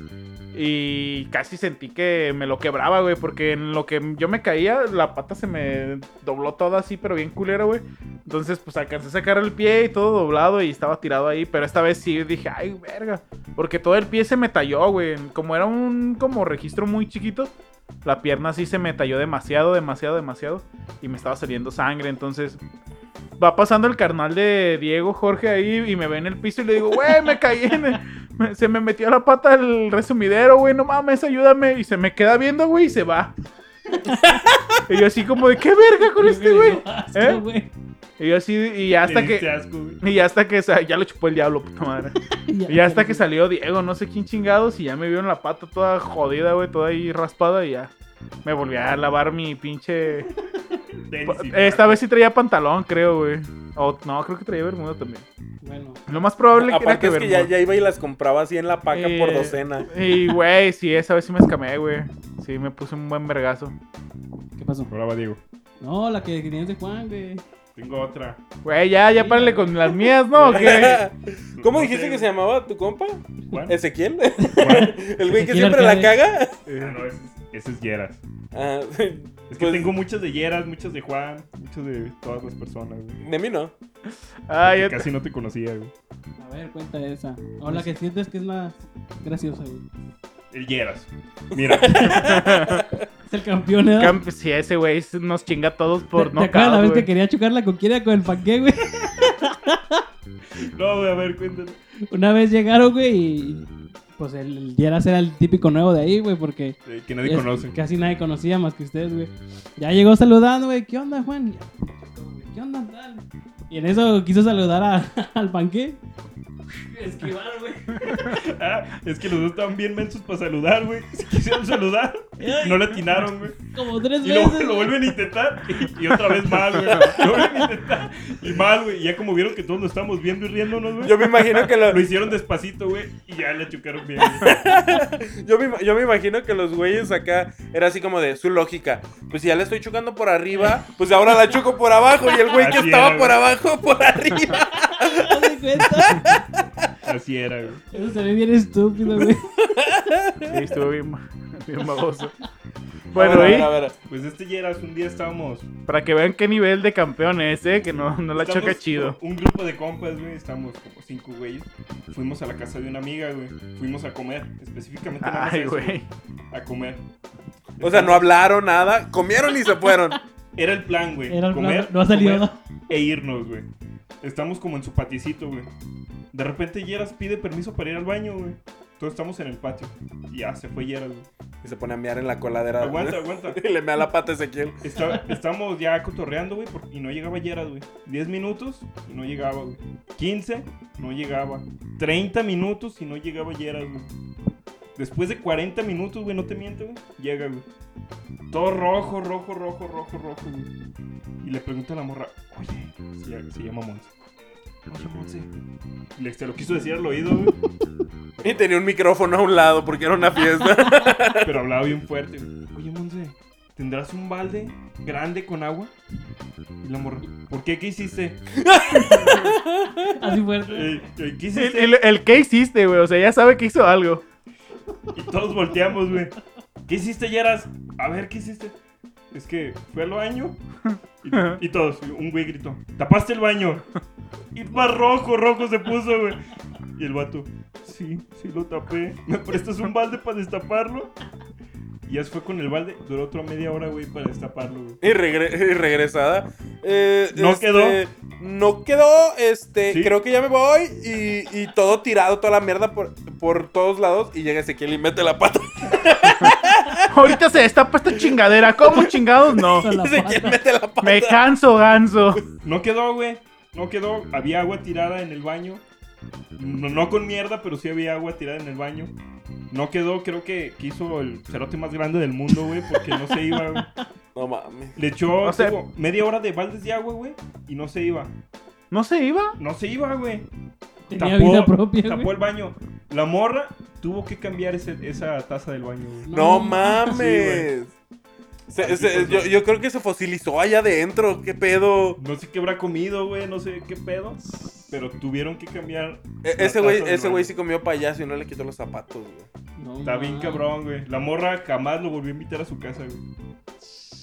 Speaker 2: Y casi sentí que me lo quebraba, güey, porque en lo que yo me caía, la pata se me dobló toda así, pero bien culera, güey. Entonces, pues alcancé a sacar el pie y todo doblado y estaba tirado ahí, pero esta vez sí dije, ay, verga. Porque todo el pie se me talló, güey. Como era un como registro muy chiquito, la pierna sí se me talló demasiado, demasiado, demasiado. Y me estaba saliendo sangre. Entonces va pasando el carnal de Diego Jorge ahí y me ve en el piso y le digo, güey, me caí. en el- me- se me metió la pata el resumidero, güey, no mames, ayúdame. Y se me queda viendo, güey, y se va. y yo así como de, ¿qué verga con este, güey?
Speaker 5: Asco,
Speaker 2: ¿Eh?
Speaker 5: güey.
Speaker 2: Y yo así, y ya hasta que...
Speaker 4: Asco, güey.
Speaker 2: Y ya hasta que sa- ya lo chupó el diablo, puta madre. Y ya hasta que salió Diego, no sé quién chingados, y ya me vieron la pata toda jodida, güey, toda ahí raspada y ya. Me volví a lavar mi pinche.
Speaker 4: Tenis y-
Speaker 2: Eh, Esta vez sí traía pantalón, creo, güey. O no, creo que traía bermuda también.
Speaker 5: Bueno,
Speaker 2: Lo más probable que era
Speaker 3: Aparte
Speaker 2: que
Speaker 3: es que ya,
Speaker 2: bermuda.
Speaker 3: ya iba y las compraba así en la paca por
Speaker 2: Eh,
Speaker 3: docena.
Speaker 2: Y güey, sí, esa vez sí me escamé, güey. Sí, me puse un buen vergazo.
Speaker 5: ¿qué pasó?
Speaker 4: Ahora va Diego.
Speaker 5: No, la que tenías de Juan, güey.
Speaker 4: Tengo otra.
Speaker 2: Güey, ya, ya párenle con las mías, ¿no? ¿O qué?
Speaker 3: ¿Cómo
Speaker 4: No
Speaker 3: dijiste
Speaker 4: sé,
Speaker 3: que se llamaba tu compa?
Speaker 4: Juan.
Speaker 3: ¿Ezequiel?
Speaker 4: Juan.
Speaker 3: ¿El güey que
Speaker 5: Ezequiel
Speaker 3: siempre la
Speaker 5: Arcade.
Speaker 3: caga?
Speaker 4: Ah, no, ese, es- ese es Yeras.
Speaker 3: Ah,
Speaker 4: Es que
Speaker 3: pues,
Speaker 4: tengo muchas de Yeras, muchas de Juan, muchas de todas las personas, güey.
Speaker 3: De mí no.
Speaker 2: Ah,
Speaker 4: Que
Speaker 2: yo
Speaker 4: Casi no te conocía, güey.
Speaker 5: A ver, cuenta esa. O la que sientes que es más graciosa, güey.
Speaker 4: El Yeras. Mira,
Speaker 5: Es el campeón, ¿eh?
Speaker 2: Cam- Sí, ese güey se nos chinga a todos por
Speaker 5: ¿Te
Speaker 2: no
Speaker 5: acuerdas la vez que quería chocarla con quién era con el panqué, güey?
Speaker 4: no, güey, a ver, cuéntame.
Speaker 5: Una vez llegaron, güey, y pues el, el Yeras era el típico nuevo de ahí, güey, porque
Speaker 4: Eh, que nadie
Speaker 5: es-
Speaker 4: conoce.
Speaker 5: casi nadie conocía más que ustedes, güey. Ya llegó saludando, güey, ¿qué onda, Juan? Ya, ¿Qué onda, tal? Y en eso quiso saludar a- al panqué. Esquivar, güey.
Speaker 4: Ah, es que los dos estaban bien mensos para saludar, güey. Se quisieron saludar. No le atinaron, güey.
Speaker 5: Como tres
Speaker 4: Y
Speaker 5: veces.
Speaker 4: luego lo vuelven a intentar y, y otra vez mal, güey. Lo vuelven a intentar y mal, güey. Y ya como vieron que todos nos estábamos viendo y riéndonos, güey.
Speaker 3: Yo me imagino que lo-
Speaker 4: Lo hicieron despacito, güey. Y ya le chocaron bien. güey.
Speaker 3: Yo me, yo me imagino que los güeyes acá era así como de su lógica. Pues si ya la estoy chocando por arriba, pues ahora la choco por abajo. Y el güey que
Speaker 4: Así
Speaker 3: estaba
Speaker 4: era,
Speaker 3: por
Speaker 4: güey.
Speaker 3: abajo, por arriba.
Speaker 5: ¿Te das cuenta?
Speaker 4: Así era, güey.
Speaker 5: Eso se ve bien estúpido, güey.
Speaker 2: Sí, estuvo bien, ma- bien baboso.
Speaker 3: A
Speaker 2: Bueno,
Speaker 3: ver,
Speaker 2: y
Speaker 3: a ver, a ver.
Speaker 4: Pues este Yeras, un día estábamos.
Speaker 2: para que vean qué nivel de campeón es, ¿eh? Que no, no la
Speaker 4: Estamos
Speaker 2: choca chido.
Speaker 4: Un grupo de compas, güey, estamos como cinco güeyes. Fuimos a la casa de una amiga, güey. Fuimos a comer, específicamente. nada más
Speaker 2: Ay,
Speaker 4: eso,
Speaker 2: güey.
Speaker 4: A comer.
Speaker 3: O sea, no hablaron nada, comieron y se fueron.
Speaker 4: Era el plan, güey.
Speaker 5: Era el plan,
Speaker 4: comer,
Speaker 5: no ha salido.
Speaker 4: comer e irnos, güey. Estamos como en su paticito, güey. De repente Yeras pide permiso para ir al baño, güey. Todos estamos en el patio. Y ya, se fue Yeras, güey.
Speaker 3: Y se pone a mear en la coladera.
Speaker 4: Aguanta, aguanta.
Speaker 3: Y le mea la pata a Ezequiel.
Speaker 4: Está- estamos ya cotorreando, güey, por- y no llegaba Yeras, güey. 10 minutos y no llegaba, güey. 15, no llegaba. 30 minutos y no llegaba Yeras, güey. Después de 40 minutos, güey, no te miento, güey. Llega, güey. Todo rojo, rojo, rojo, rojo, rojo, güey. Y le pregunta a la morra, oye, se, llama- se llama Monse. Oye, Monse. Le, se lo quiso decir al oído, güey.
Speaker 3: Y tenía un micrófono a un lado porque era una fiesta.
Speaker 4: Pero hablaba bien fuerte. güey. Oye, Monse, ¿tendrás un balde grande con agua? Y la morra, ¿por qué? ¿Qué hiciste?
Speaker 5: Así fuerte.
Speaker 4: Eh, eh, ¿Qué
Speaker 2: El,
Speaker 4: hiciste?
Speaker 2: el, el que hiciste, güey. O sea, ya sabe que hizo algo.
Speaker 4: Y todos volteamos, güey. ¿Qué hiciste, Yeras? A ver, ¿qué hiciste? Es que fue al baño. Y, y todos, un güey gritó: ¡Tapaste el baño! Y más rojo, rojo se puso, güey. Y el vato: Sí, sí lo tapé. ¿Me prestas un balde para destaparlo? Y ya se fue con el balde. Duró otra media hora, güey, para destaparlo, güey.
Speaker 3: Y, regre- y regresada. Eh,
Speaker 4: No
Speaker 3: este,
Speaker 4: quedó.
Speaker 3: No quedó. Este,
Speaker 4: Sí.
Speaker 3: creo que ya me voy. Y, y todo tirado, toda la mierda por, por todos lados. Y llega Ezequiel y mete la pata.
Speaker 2: Ahorita se destapa esta chingadera. ¿Cómo chingados? No.
Speaker 5: Con la
Speaker 3: Ezequiel
Speaker 5: pata.
Speaker 3: mete la pata.
Speaker 2: Me canso, ganso.
Speaker 4: No quedó, güey. No quedó. Había agua tirada en el baño. No, no con mierda, pero sí había agua tirada en el baño. No quedó, creo que, que hizo el cerote más grande del mundo, güey, porque no se iba, güey.
Speaker 3: No mames.
Speaker 4: Le echó
Speaker 2: O sea-
Speaker 4: digo, media hora de baldes de agua, güey, y no se iba.
Speaker 2: ¿No se iba?
Speaker 4: No se iba, güey.
Speaker 5: Tenía vida propia,
Speaker 4: tapó
Speaker 5: güey.
Speaker 4: el baño. La morra tuvo que cambiar ese- esa taza del baño, güey.
Speaker 3: No,
Speaker 4: Sí,
Speaker 3: mames. Se-
Speaker 4: Así
Speaker 3: se-
Speaker 4: pasó.
Speaker 3: yo, yo creo que se fosilizó allá adentro. ¿Qué pedo?
Speaker 4: No sé qué habrá comido, güey, no sé qué pedo. Pero tuvieron que cambiar.
Speaker 3: E-
Speaker 4: la
Speaker 3: ese güey
Speaker 4: taza del
Speaker 3: ese güey
Speaker 4: baño.
Speaker 3: sí comió payaso y no le quitó los zapatos, güey.
Speaker 5: No,
Speaker 4: Está bien
Speaker 5: mames.
Speaker 4: cabrón, güey. La morra jamás lo volvió a invitar a su casa, güey.
Speaker 3: No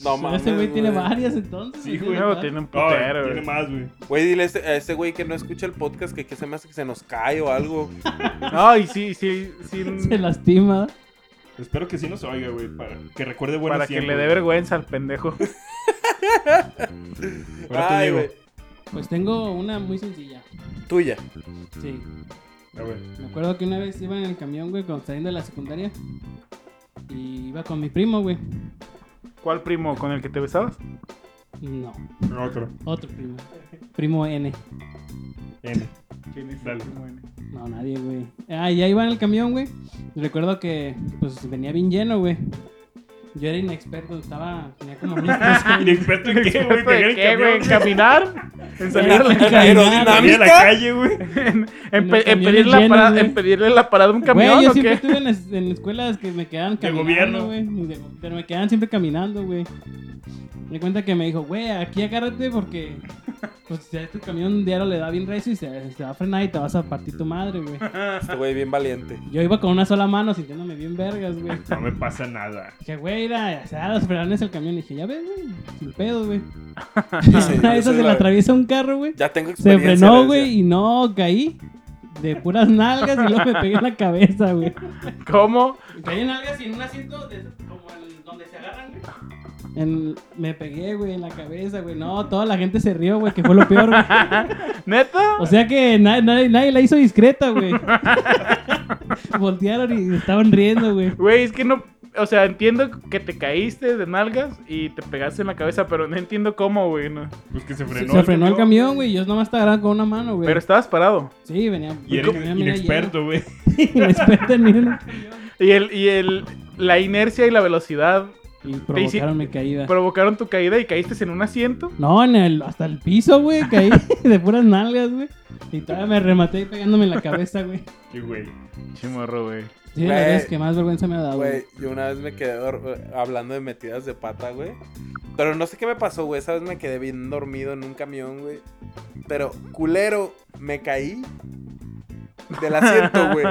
Speaker 5: Pero
Speaker 3: mames.
Speaker 5: Ese güey tiene varias entonces.
Speaker 4: Sí, güey.
Speaker 2: No, tiene un
Speaker 4: No,
Speaker 2: putero,
Speaker 4: tiene
Speaker 2: güey.
Speaker 4: más, güey.
Speaker 3: Güey, dile a ese- a ese güey que no escucha el podcast que, que se me hace que se nos cae o algo.
Speaker 2: Ay, sí, sí, sí.
Speaker 5: Se lastima.
Speaker 4: Espero que sí nos oiga, güey, para que recuerde buenos
Speaker 2: Para que
Speaker 4: tiempos.
Speaker 2: le dé vergüenza al pendejo.
Speaker 4: Ahora te
Speaker 3: Ay,
Speaker 4: digo.
Speaker 3: güey.
Speaker 5: Pues tengo una muy sencilla.
Speaker 3: Tuya.
Speaker 5: Sí.
Speaker 4: A ver,
Speaker 5: Me acuerdo que una vez iba en el camión, güey, cuando saliendo de la secundaria. Y iba con mi primo, güey.
Speaker 2: ¿Cuál primo? ¿Con el que te besabas?
Speaker 5: No,
Speaker 4: otro.
Speaker 5: otro primo. Primo N.
Speaker 4: N.
Speaker 2: ¿Quién es el
Speaker 4: Dale.
Speaker 2: primo N?
Speaker 5: No, nadie, güey. Ah, ya iba en el camión, güey. Y Recuerdo que, pues, venía bien lleno, güey. Yo era inexperto, estaba... Tenía como unos tres
Speaker 4: ¿Y
Speaker 5: años.
Speaker 4: experto en qué, güey?
Speaker 2: ¿Experto
Speaker 4: ¿De
Speaker 2: en qué, güey? ¿En
Speaker 4: camión,
Speaker 2: caminar? ¿En salir a
Speaker 5: En
Speaker 2: la
Speaker 5: el
Speaker 2: calle?
Speaker 5: caminar,
Speaker 4: güey? Salir a la
Speaker 3: ¿Dinamita?
Speaker 4: calle, güey.
Speaker 2: ¿En, en pe-
Speaker 5: Los
Speaker 2: en
Speaker 5: camiones
Speaker 2: pedir la
Speaker 5: llenos,
Speaker 2: parada,
Speaker 5: güey.
Speaker 2: en pedirle la parada a un camión
Speaker 5: Güey, yo
Speaker 2: o
Speaker 5: siempre
Speaker 2: qué?
Speaker 5: estuve en, es- en escuelas que me quedaban
Speaker 4: gobierno.
Speaker 5: caminando, güey. de- Pero me quedaban siempre caminando, güey. Me di cuenta que me dijo, güey, aquí agárrate porque Pues si tu camión diario le da bien recio y se, se va a frenar y te vas a partir tu madre, güey.
Speaker 3: Este güey bien valiente.
Speaker 5: Yo iba con una sola mano sintiéndome bien vergas, güey.
Speaker 4: No me pasa nada.
Speaker 5: Dije, güey, mira, se da los frenes el camión. Dije, ya ves, güey, sin pedo, güey.
Speaker 3: Sí,
Speaker 5: a eso
Speaker 3: soy
Speaker 5: se le
Speaker 3: la-
Speaker 5: atraviesa un carro, güey.
Speaker 3: Ya tengo
Speaker 5: Se
Speaker 3: experiencia.
Speaker 5: frenó,
Speaker 3: les
Speaker 5: güey, y no caí. De puras nalgas y luego me pegué en la cabeza, güey.
Speaker 2: ¿Cómo?
Speaker 5: Caí en nalgas y en un asiento de esos como el donde se agarran, güey. En- me pegué, güey, en la cabeza, güey. No, toda la gente se rió, güey, que fue lo peor, güey.
Speaker 2: ¿Neta?
Speaker 5: O sea que na- nadie, nadie la hizo discreta, güey. Voltearon y estaban riendo, güey.
Speaker 2: Güey, es que no. O sea, entiendo que te caíste de nalgas y te pegaste en la cabeza, pero no entiendo cómo, güey. no.
Speaker 4: Pues que se
Speaker 5: Se,
Speaker 4: frenó.
Speaker 5: se frenó el camión, güey. y Yo nomás estaba agarrando con una mano, güey.
Speaker 2: Pero estabas parado.
Speaker 5: Sí, venía.
Speaker 4: Y eres
Speaker 5: venía- venía
Speaker 4: inexperto, güey.
Speaker 5: lleno. Inexperto en ir en el camión.
Speaker 2: Y el, y el. La inercia y la velocidad
Speaker 5: Y
Speaker 2: Te hici-
Speaker 5: provocaron mi caída.
Speaker 2: provocaron tu caída y caíste en un asiento.
Speaker 5: No, en el, hasta el piso, güey. Caí de puras nalgas, güey. Y todavía me rematé pegándome en la cabeza, güey.
Speaker 4: Sí, güey.
Speaker 2: Chimorro, güey.
Speaker 5: Sí, la
Speaker 3: Güey.
Speaker 5: verdad es que más vergüenza me ha dado, güey.
Speaker 3: Güey, yo una vez me quedé dor- hablando de metidas de pata, güey. Pero no sé qué me pasó, güey. Esa vez me quedé bien dormido en un camión, güey. Pero, culero, me caí del asiento, güey.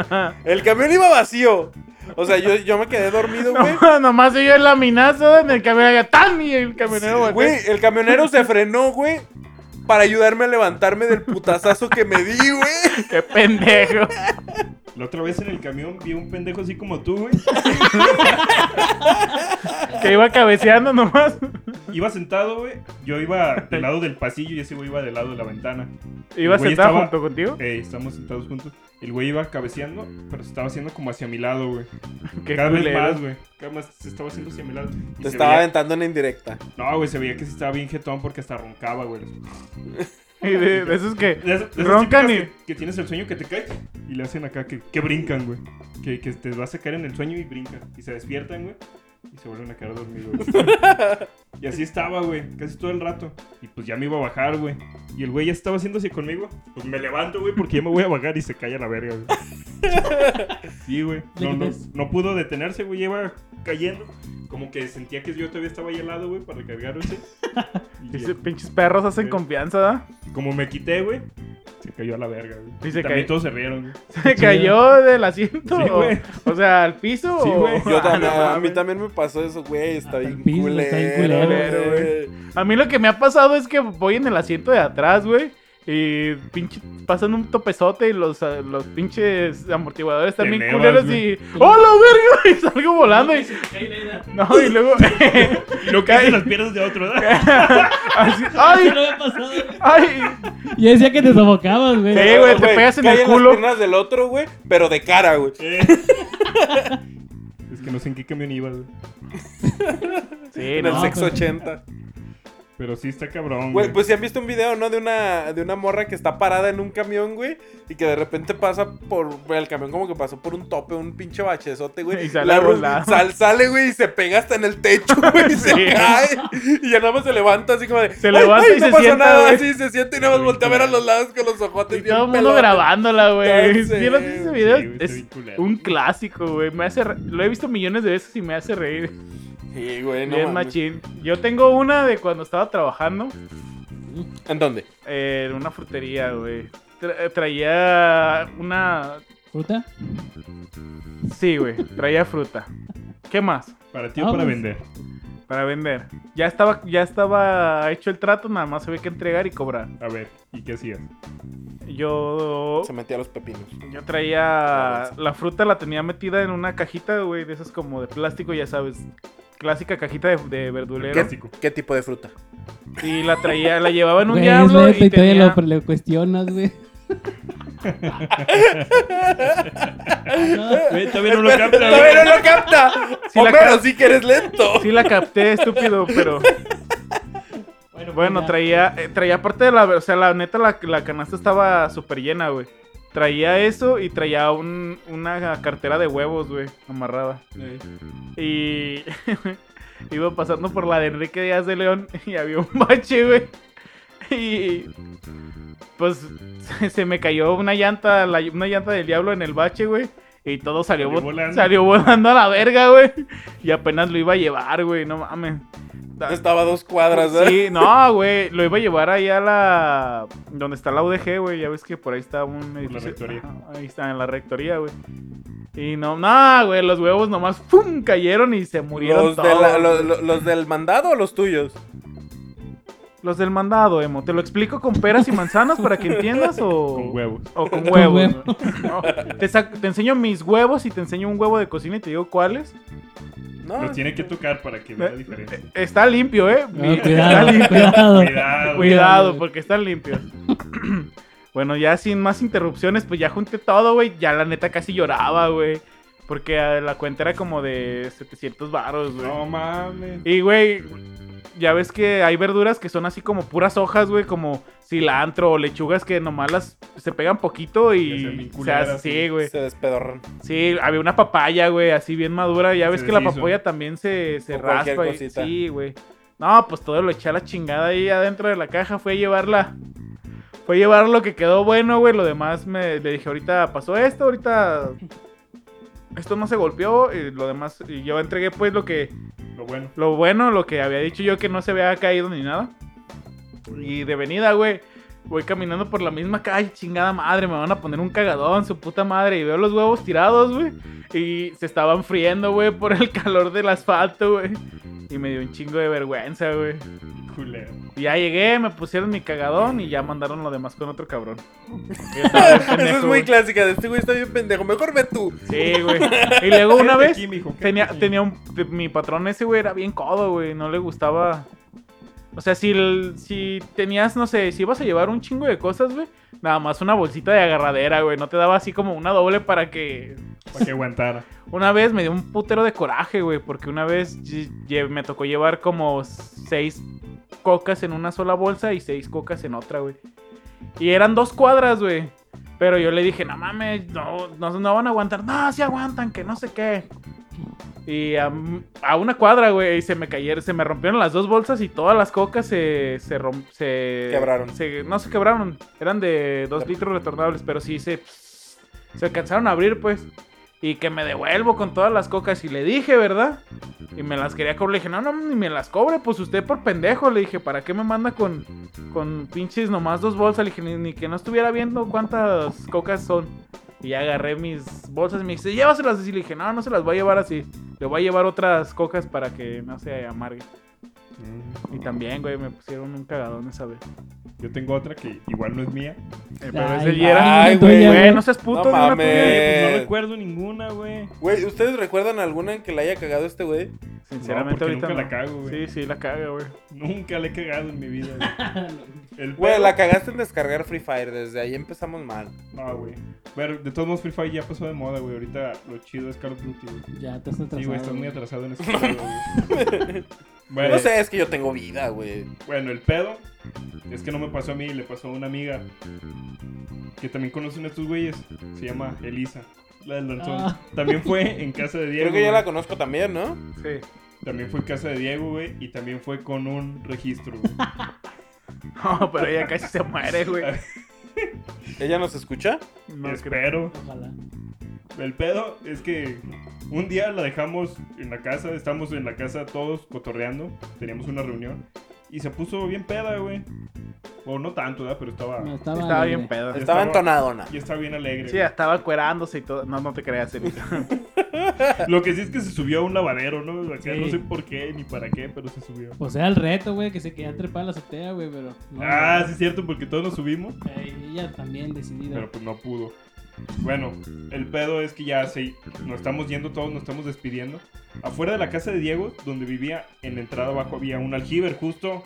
Speaker 3: El camión iba vacío. O sea, yo, yo me quedé dormido, güey.
Speaker 2: Nomás se oyó el laminazo en el camión allá, ¡tan! Y el camionero, volteó.
Speaker 3: Güey, el camionero se frenó, güey. Para ayudarme a levantarme del putazazo que me di, güey.
Speaker 2: ¡Qué pendejo!
Speaker 4: La otra vez en el camión vi un pendejo así como tú, güey.
Speaker 2: Que iba cabeceando nomás.
Speaker 4: Iba sentado, güey. Yo iba del lado del pasillo y ese güey iba del lado de la ventana.
Speaker 2: Iba
Speaker 4: Güey,
Speaker 2: sentado
Speaker 4: estaba-
Speaker 2: junto contigo.
Speaker 4: Ey, estamos sentados juntos. El güey iba cabeceando, pero se estaba haciendo como hacia mi lado, güey.
Speaker 2: Qué
Speaker 4: Cada vez
Speaker 2: culero.
Speaker 4: más, güey. Cada vez más se estaba haciendo hacia mi lado. Y
Speaker 3: Te
Speaker 4: se
Speaker 3: estaba
Speaker 4: veía-
Speaker 3: aventando en indirecta.
Speaker 4: No, güey, se veía que sí estaba bien jetón porque hasta roncaba, güey. De
Speaker 2: Y de, de esos que
Speaker 4: esas- de esas
Speaker 2: roncan
Speaker 4: típicas
Speaker 2: y.
Speaker 4: Que, que tienes el sueño que te cae y le hacen acá que, que brincan, güey. Que, que te vas a caer en el sueño y brincan. Y se despiertan, güey. Y se vuelven a quedar dormidos, güey. Y así estaba, güey, casi todo el rato. Y pues ya me iba a bajar, güey. Y el güey ya estaba haciéndose conmigo. Pues me levanto, güey, porque ya me voy a bajar y se cae a la verga, güey. Sí, güey. No, no, no pudo detenerse, güey. ya Iba cayendo. Como que sentía que yo todavía estaba ahí al lado, güey, para recargarlo, sí. Y
Speaker 2: Dice,
Speaker 4: ya. pues,
Speaker 2: pinches perros hacen
Speaker 4: Sí.
Speaker 2: confianza, ¿da?
Speaker 4: Como me quité, güey, se cayó a la verga, güey.
Speaker 2: Y se
Speaker 4: también
Speaker 2: cayó.
Speaker 4: todos se rieron, güey.
Speaker 2: ¿Se cayó del asiento?
Speaker 4: Sí,
Speaker 2: o-
Speaker 4: güey.
Speaker 2: o, sea, al piso.
Speaker 4: Sí,
Speaker 2: o-
Speaker 4: güey.
Speaker 3: Yo también,
Speaker 2: Ah, no
Speaker 3: a mí
Speaker 2: mames.
Speaker 3: también me pasó eso, güey. Está
Speaker 5: Hasta el
Speaker 3: bien
Speaker 5: piso, está bien
Speaker 3: culero,
Speaker 2: culero,
Speaker 3: güey.
Speaker 2: A mí lo que me ha pasado es que voy en el asiento de atrás, güey. Y pinche, pasan un topezote y los, ah, los pinches amortiguadores
Speaker 4: Te
Speaker 2: también
Speaker 4: elevas,
Speaker 2: culeros
Speaker 4: güey.
Speaker 2: y. ¡Oh, la verga! Y salgo volando y. No, y luego.
Speaker 4: Y lo cae en las piernas de otro, ¿verdad?
Speaker 2: así,
Speaker 5: Ay,
Speaker 2: ¡Ay!
Speaker 5: no me ha pasado, güey.
Speaker 2: ¡Ay!
Speaker 5: Yo decía que te sofocabas, güey.
Speaker 2: Sí, güey, te
Speaker 3: Güey,
Speaker 2: pegas en
Speaker 3: cae
Speaker 2: el
Speaker 3: las
Speaker 2: culo.
Speaker 3: piernas del otro, güey, pero de cara, güey.
Speaker 4: Eh. Es que no sé en qué camión iba, güey.
Speaker 2: Sí,
Speaker 3: En
Speaker 2: no.
Speaker 3: el
Speaker 5: No,
Speaker 3: sexo
Speaker 5: pues-
Speaker 3: 80.
Speaker 4: Pero sí está cabrón, güey.
Speaker 3: Güey, pues si han visto un video, ¿no? De una, de una morra que está parada en un camión, güey. Y que de repente pasa por. güey, el camión como que pasó por un tope, un pinche bachezote, güey.
Speaker 2: Y sale
Speaker 3: La-
Speaker 2: volando.
Speaker 3: sal- sale, güey, y se pega hasta en el techo, güey. Y se
Speaker 2: Sí.
Speaker 3: cae. Y ya nada más se levanta así como de.
Speaker 2: Se levanta y
Speaker 3: no
Speaker 2: se
Speaker 3: pasa
Speaker 2: sienta,
Speaker 3: nada.
Speaker 2: güey.
Speaker 3: Así se sienta y nada más voltea a ver a los lados con los ojotes.
Speaker 2: pues, Y
Speaker 3: bien
Speaker 2: todo el mundo
Speaker 3: pelones.
Speaker 2: grabándola, güey.
Speaker 3: Ya sé,
Speaker 2: ¿Sí lo has visto ese
Speaker 3: güey.
Speaker 2: video?
Speaker 4: Sí, güey, está
Speaker 2: es
Speaker 4: bien culero.
Speaker 2: un clásico, güey. Me hace re- Lo he visto millones de veces y me hace reír.
Speaker 3: Sí, güey, no.
Speaker 2: Bien
Speaker 3: mames.
Speaker 2: machín. Yo tengo una de cuando estaba trabajando
Speaker 3: ¿En dónde?
Speaker 2: eh, en una frutería, güey. Tra- eh, traía una...
Speaker 5: ¿Fruta?
Speaker 2: Sí, güey. Traía fruta. ¿Qué más?
Speaker 4: Para ti o
Speaker 5: Ah,
Speaker 4: para
Speaker 5: pues.
Speaker 4: vender.
Speaker 2: Para vender. Ya estaba, ya estaba hecho el trato, nada más había que entregar y cobrar.
Speaker 4: A ver, ¿y qué hacías?
Speaker 2: Yo...
Speaker 3: Se metía a los pepinos.
Speaker 2: Yo traía la fruta, la tenía metida en una cajita, güey, de esas como de plástico, ya sabes. Clásica cajita de, de verdulero.
Speaker 4: Clásico.
Speaker 3: ¿Qué tipo de fruta?
Speaker 2: Y la traía, la llevaba en un
Speaker 5: Güey, es
Speaker 2: diablo
Speaker 5: neta,
Speaker 2: y
Speaker 5: y todavía
Speaker 2: tenía...
Speaker 5: lo, le cuestionas, güey. No,
Speaker 4: Güey, todavía no lo capta, güey.
Speaker 3: ¡Todavía no lo capta!
Speaker 2: Sí la
Speaker 3: Homero,
Speaker 2: cap-
Speaker 3: sí que eres lento.
Speaker 2: Sí la capté, estúpido, pero...
Speaker 5: bueno,
Speaker 2: Bueno,
Speaker 5: pues ya.
Speaker 2: traía, eh, traía aparte de la, o sea, la neta, la, la canasta estaba súper llena, güey. Traía eso y traía un- una cartera de huevos, güey, amarrada. Y iba pasando por la de Enrique Díaz de León y había un bache, güey. Y pues se- se me cayó una llanta, la- una llanta del diablo en el bache, güey. Y todo salió,
Speaker 4: Salió
Speaker 2: bot-
Speaker 4: volando.
Speaker 2: salió volando a la verga, güey. Y apenas lo iba a llevar, güey, no mames. da-
Speaker 3: Estaba a dos cuadras, ¿eh? ¿verdad?
Speaker 2: Sí, no, güey. Lo iba a llevar ahí a la. Donde está la UDG, güey. Ya ves que por ahí está un edificio.
Speaker 4: rectoría.
Speaker 2: Ajá, ahí está, en la rectoría, güey. Y no, no, güey. Los huevos nomás ¡pum! cayeron y se murieron
Speaker 3: ¿Los,
Speaker 2: todos.
Speaker 3: de la-
Speaker 2: los...
Speaker 3: lo- lo- los del mandado o los tuyos?
Speaker 2: del mandado, Emo. ¿Te lo explico con peras y manzanas para que entiendas o.
Speaker 4: Con huevos.
Speaker 2: O con
Speaker 5: Con
Speaker 2: huevos.
Speaker 5: huevos.
Speaker 2: güey. No, te, sac- te enseño mis huevos y te enseño un huevo de cocina y te digo cuáles. E-,
Speaker 3: No.
Speaker 4: Los tiene que tocar para que vea la diferencia.
Speaker 2: Está limpio, ¿eh? Mi-
Speaker 5: No,
Speaker 2: está limpio.
Speaker 5: cuidado, cuidado.
Speaker 4: Cuidado.
Speaker 2: Cuidado,
Speaker 5: güey.
Speaker 2: porque están limpios. bueno, ya sin más interrupciones, pues ya junté todo, güey. Ya la neta casi lloraba, güey. Porque eh, la cuenta era como de 700 baros, güey.
Speaker 4: No mames.
Speaker 2: Y, güey, ya ves que hay verduras que son así como puras hojas, güey. Como cilantro o lechugas que nomás las se pegan poquito
Speaker 4: Ya se
Speaker 2: y...
Speaker 4: ven
Speaker 2: O sea,
Speaker 4: culeras,
Speaker 2: sí,
Speaker 4: sí.
Speaker 2: güey.
Speaker 3: Se despedorran.
Speaker 2: Sí, había una papaya, güey, así bien madura. Ya
Speaker 4: Se
Speaker 2: ves que la
Speaker 4: deshizo.
Speaker 2: papaya también se, se
Speaker 3: O cualquier
Speaker 2: raspa. y-
Speaker 3: cosita.
Speaker 2: sí, güey. No, pues todo lo eché a la chingada ahí adentro de la caja. Fue a llevarla. Fue a llevar lo que quedó bueno, güey. Lo demás me, le dije, ahorita pasó esto, ahorita. Esto no se golpeó. Y lo demás. Y yo entregué, pues, lo que.
Speaker 4: Lo bueno.
Speaker 2: Lo bueno, lo que había dicho yo que no se había caído ni nada. Y de venida, güey. Voy caminando por la misma calle, chingada madre, me van a poner un cagadón, su puta madre. Y veo los huevos tirados, güey. Y se estaban friendo, güey, por el calor del asfalto, güey. Y me dio un chingo de vergüenza, güey.
Speaker 4: Culero.
Speaker 2: Y ya llegué, me pusieron mi cagadón y ya mandaron lo demás con otro cabrón. Y estaba bien
Speaker 3: Eso
Speaker 2: pendejo,
Speaker 3: es muy
Speaker 2: güey.
Speaker 3: clásica. de Este güey está bien pendejo. Mejor ve tú.
Speaker 2: Sí, güey. Y luego una
Speaker 4: Quédate
Speaker 2: vez
Speaker 4: aquí, mijo, quédate
Speaker 2: tenía,
Speaker 4: aquí.
Speaker 2: tenía un, te- mi patrón ese, güey, era bien codo, güey. No le gustaba. O sea, si, el- si tenías, no sé, si ibas a llevar un chingo de cosas, güey, nada más una bolsita de agarradera, güey. No te daba así como una doble para que.
Speaker 4: Para que aguantara.
Speaker 2: Una vez me dio un putero de coraje, güey, porque una vez lle- lle- me tocó llevar como seis cocas en una sola bolsa y seis cocas en otra, güey. Y eran dos cuadras, güey. Pero yo le dije, no mames, no, no, no van a aguantar. No, sí aguantan, que no sé qué. Y a, m- a una cuadra, güey, y se me cayeron, se me rompieron las dos bolsas y todas las cocas se, se, rom- se
Speaker 3: Quebraron.
Speaker 2: se- no se quebraron, eran de dos litros retornables, pero sí se, se alcanzaron a abrir, pues. Y que me devuelvo con todas las cocas. Y le dije, ¿verdad? Y me las quería cobrar. Le dije, no, no, ni me las cobre. Pues usted por pendejo. Le dije, ¿para qué me manda con, con pinches nomás dos bolsas? Le dije, ni, ni que no estuviera viendo cuántas cocas son. Y ya agarré mis bolsas y me dice, llévaselas así. Le dije, no, no se las voy a llevar así. Le voy a llevar otras cocas para que no se amargue. Y también, güey, me pusieron un cagadón esa vez.
Speaker 4: Mm. Yo tengo otra que igual no es mía.
Speaker 2: pero
Speaker 5: Ay,
Speaker 2: ese ya era-
Speaker 3: ay,
Speaker 5: tuya,
Speaker 3: güey.
Speaker 2: Güey, no seas puto,
Speaker 3: No
Speaker 2: güey, una
Speaker 3: mames.
Speaker 2: tuya.
Speaker 4: Pues
Speaker 3: Eh.
Speaker 4: no recuerdo ninguna, güey.
Speaker 3: Güey, ¿ustedes recuerdan alguna en que la haya cagado este güey?
Speaker 2: Sinceramente,
Speaker 4: porque
Speaker 2: ahorita.
Speaker 4: nunca
Speaker 2: no.
Speaker 4: la cago, güey.
Speaker 2: Sí, sí, la caga, güey.
Speaker 4: Nunca le he cagado en mi vida, güey. El
Speaker 3: Güey,
Speaker 4: pedo-
Speaker 3: la cagaste en descargar Free Fire. Desde ahí empezamos mal.
Speaker 4: No, güey. Pero de todos modos, Free Fire ya pasó de moda, güey. Ahorita lo chido es Call of Duty, güey.
Speaker 5: Ya te has atrasado.
Speaker 4: Sí, güey, estás muy
Speaker 5: güey.
Speaker 4: atrasado en ese pedo, güey. Bueno,
Speaker 3: No sé, es que yo tengo vida, güey.
Speaker 4: bueno, el pedo es que no me pasó a mí, le pasó a una amiga que también conocen a estos güeyes. Se llama Elisa, la del danzón.
Speaker 5: Ah.
Speaker 4: También fue en casa de Diego.
Speaker 3: Creo que ya la
Speaker 4: güey.
Speaker 3: conozco también, ¿no?
Speaker 2: Sí.
Speaker 4: También fue en casa de Diego, güey, y también fue con un registro, güey.
Speaker 2: No, pero ella casi se muere, güey.
Speaker 3: ¿Ella nos escucha?
Speaker 2: No creo.
Speaker 4: Espero.
Speaker 5: Ojalá.
Speaker 4: El pedo es que un día la dejamos en la casa, estamos en la casa todos cotorreando, teníamos una reunión y se puso bien peda, güey. O no tanto, ¿verdad? Pero estaba
Speaker 5: No, estaba
Speaker 2: Estaba
Speaker 5: alegre.
Speaker 2: bien pedo.
Speaker 3: Estaba
Speaker 4: estaba-
Speaker 3: entonadona.
Speaker 4: y estaba bien alegre.
Speaker 2: Sí, estaba cuerándose y todo. No, no te creas, Elisa.
Speaker 4: güey. Lo que sí es que se subió a un lavadero, ¿no? Acá
Speaker 5: Sí.
Speaker 4: No sé por qué ni para qué, pero se subió.
Speaker 5: Pues era el reto, güey, que se quería trepar a la azotea, güey, pero. no,
Speaker 4: Ah,
Speaker 5: güey.
Speaker 4: sí es cierto, porque todos nos subimos,
Speaker 5: Eh, Ella también decidida.
Speaker 4: pero pues no pudo. Bueno, el pedo es que ya se, nos estamos yendo todos, nos estamos despidiendo. Afuera de la casa de Diego, donde vivía, en la entrada abajo había un aljiber justo.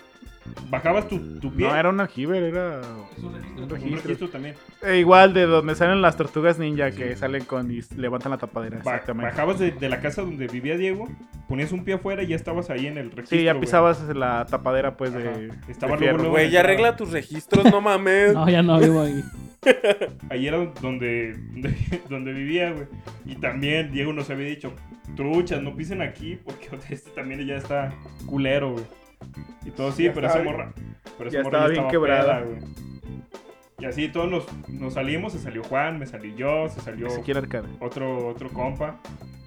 Speaker 4: Bajabas tu, tu pie.
Speaker 2: No, era un aljiber, era.
Speaker 5: Es un registro.
Speaker 2: un
Speaker 4: Un
Speaker 2: registro.
Speaker 4: registro también.
Speaker 2: E igual de donde salen las tortugas ninja que salen con y levantan la tapadera.
Speaker 4: Ba-
Speaker 2: Exactamente.
Speaker 4: bajabas de, de la casa donde vivía Diego, ponías un pie afuera y ya estabas ahí en el registro.
Speaker 2: Sí, ya
Speaker 4: güey.
Speaker 2: pisabas la tapadera, pues, de.
Speaker 4: Ajá. Estaba
Speaker 2: de
Speaker 4: luego,
Speaker 2: fierro.
Speaker 4: luego.
Speaker 3: Güey, ya arregla tus registros, no mames.
Speaker 5: No, ya no vivo ahí.
Speaker 4: Ahí era donde, donde, donde vivía, güey. Y también Diego nos había dicho, truchas, no pisen aquí porque este también ya está culero, güey. Y todo sí,
Speaker 2: Ya
Speaker 4: pero
Speaker 2: estaba
Speaker 4: esa
Speaker 2: bien-
Speaker 4: morra. Pero esa
Speaker 2: ya
Speaker 4: morra
Speaker 2: estaba bien quebrada.
Speaker 4: peda, güey. Y así todos nos, nos salimos, se salió Juan, me salí yo, se salió
Speaker 2: Ni siquiera arcade.
Speaker 4: otro, otro compa.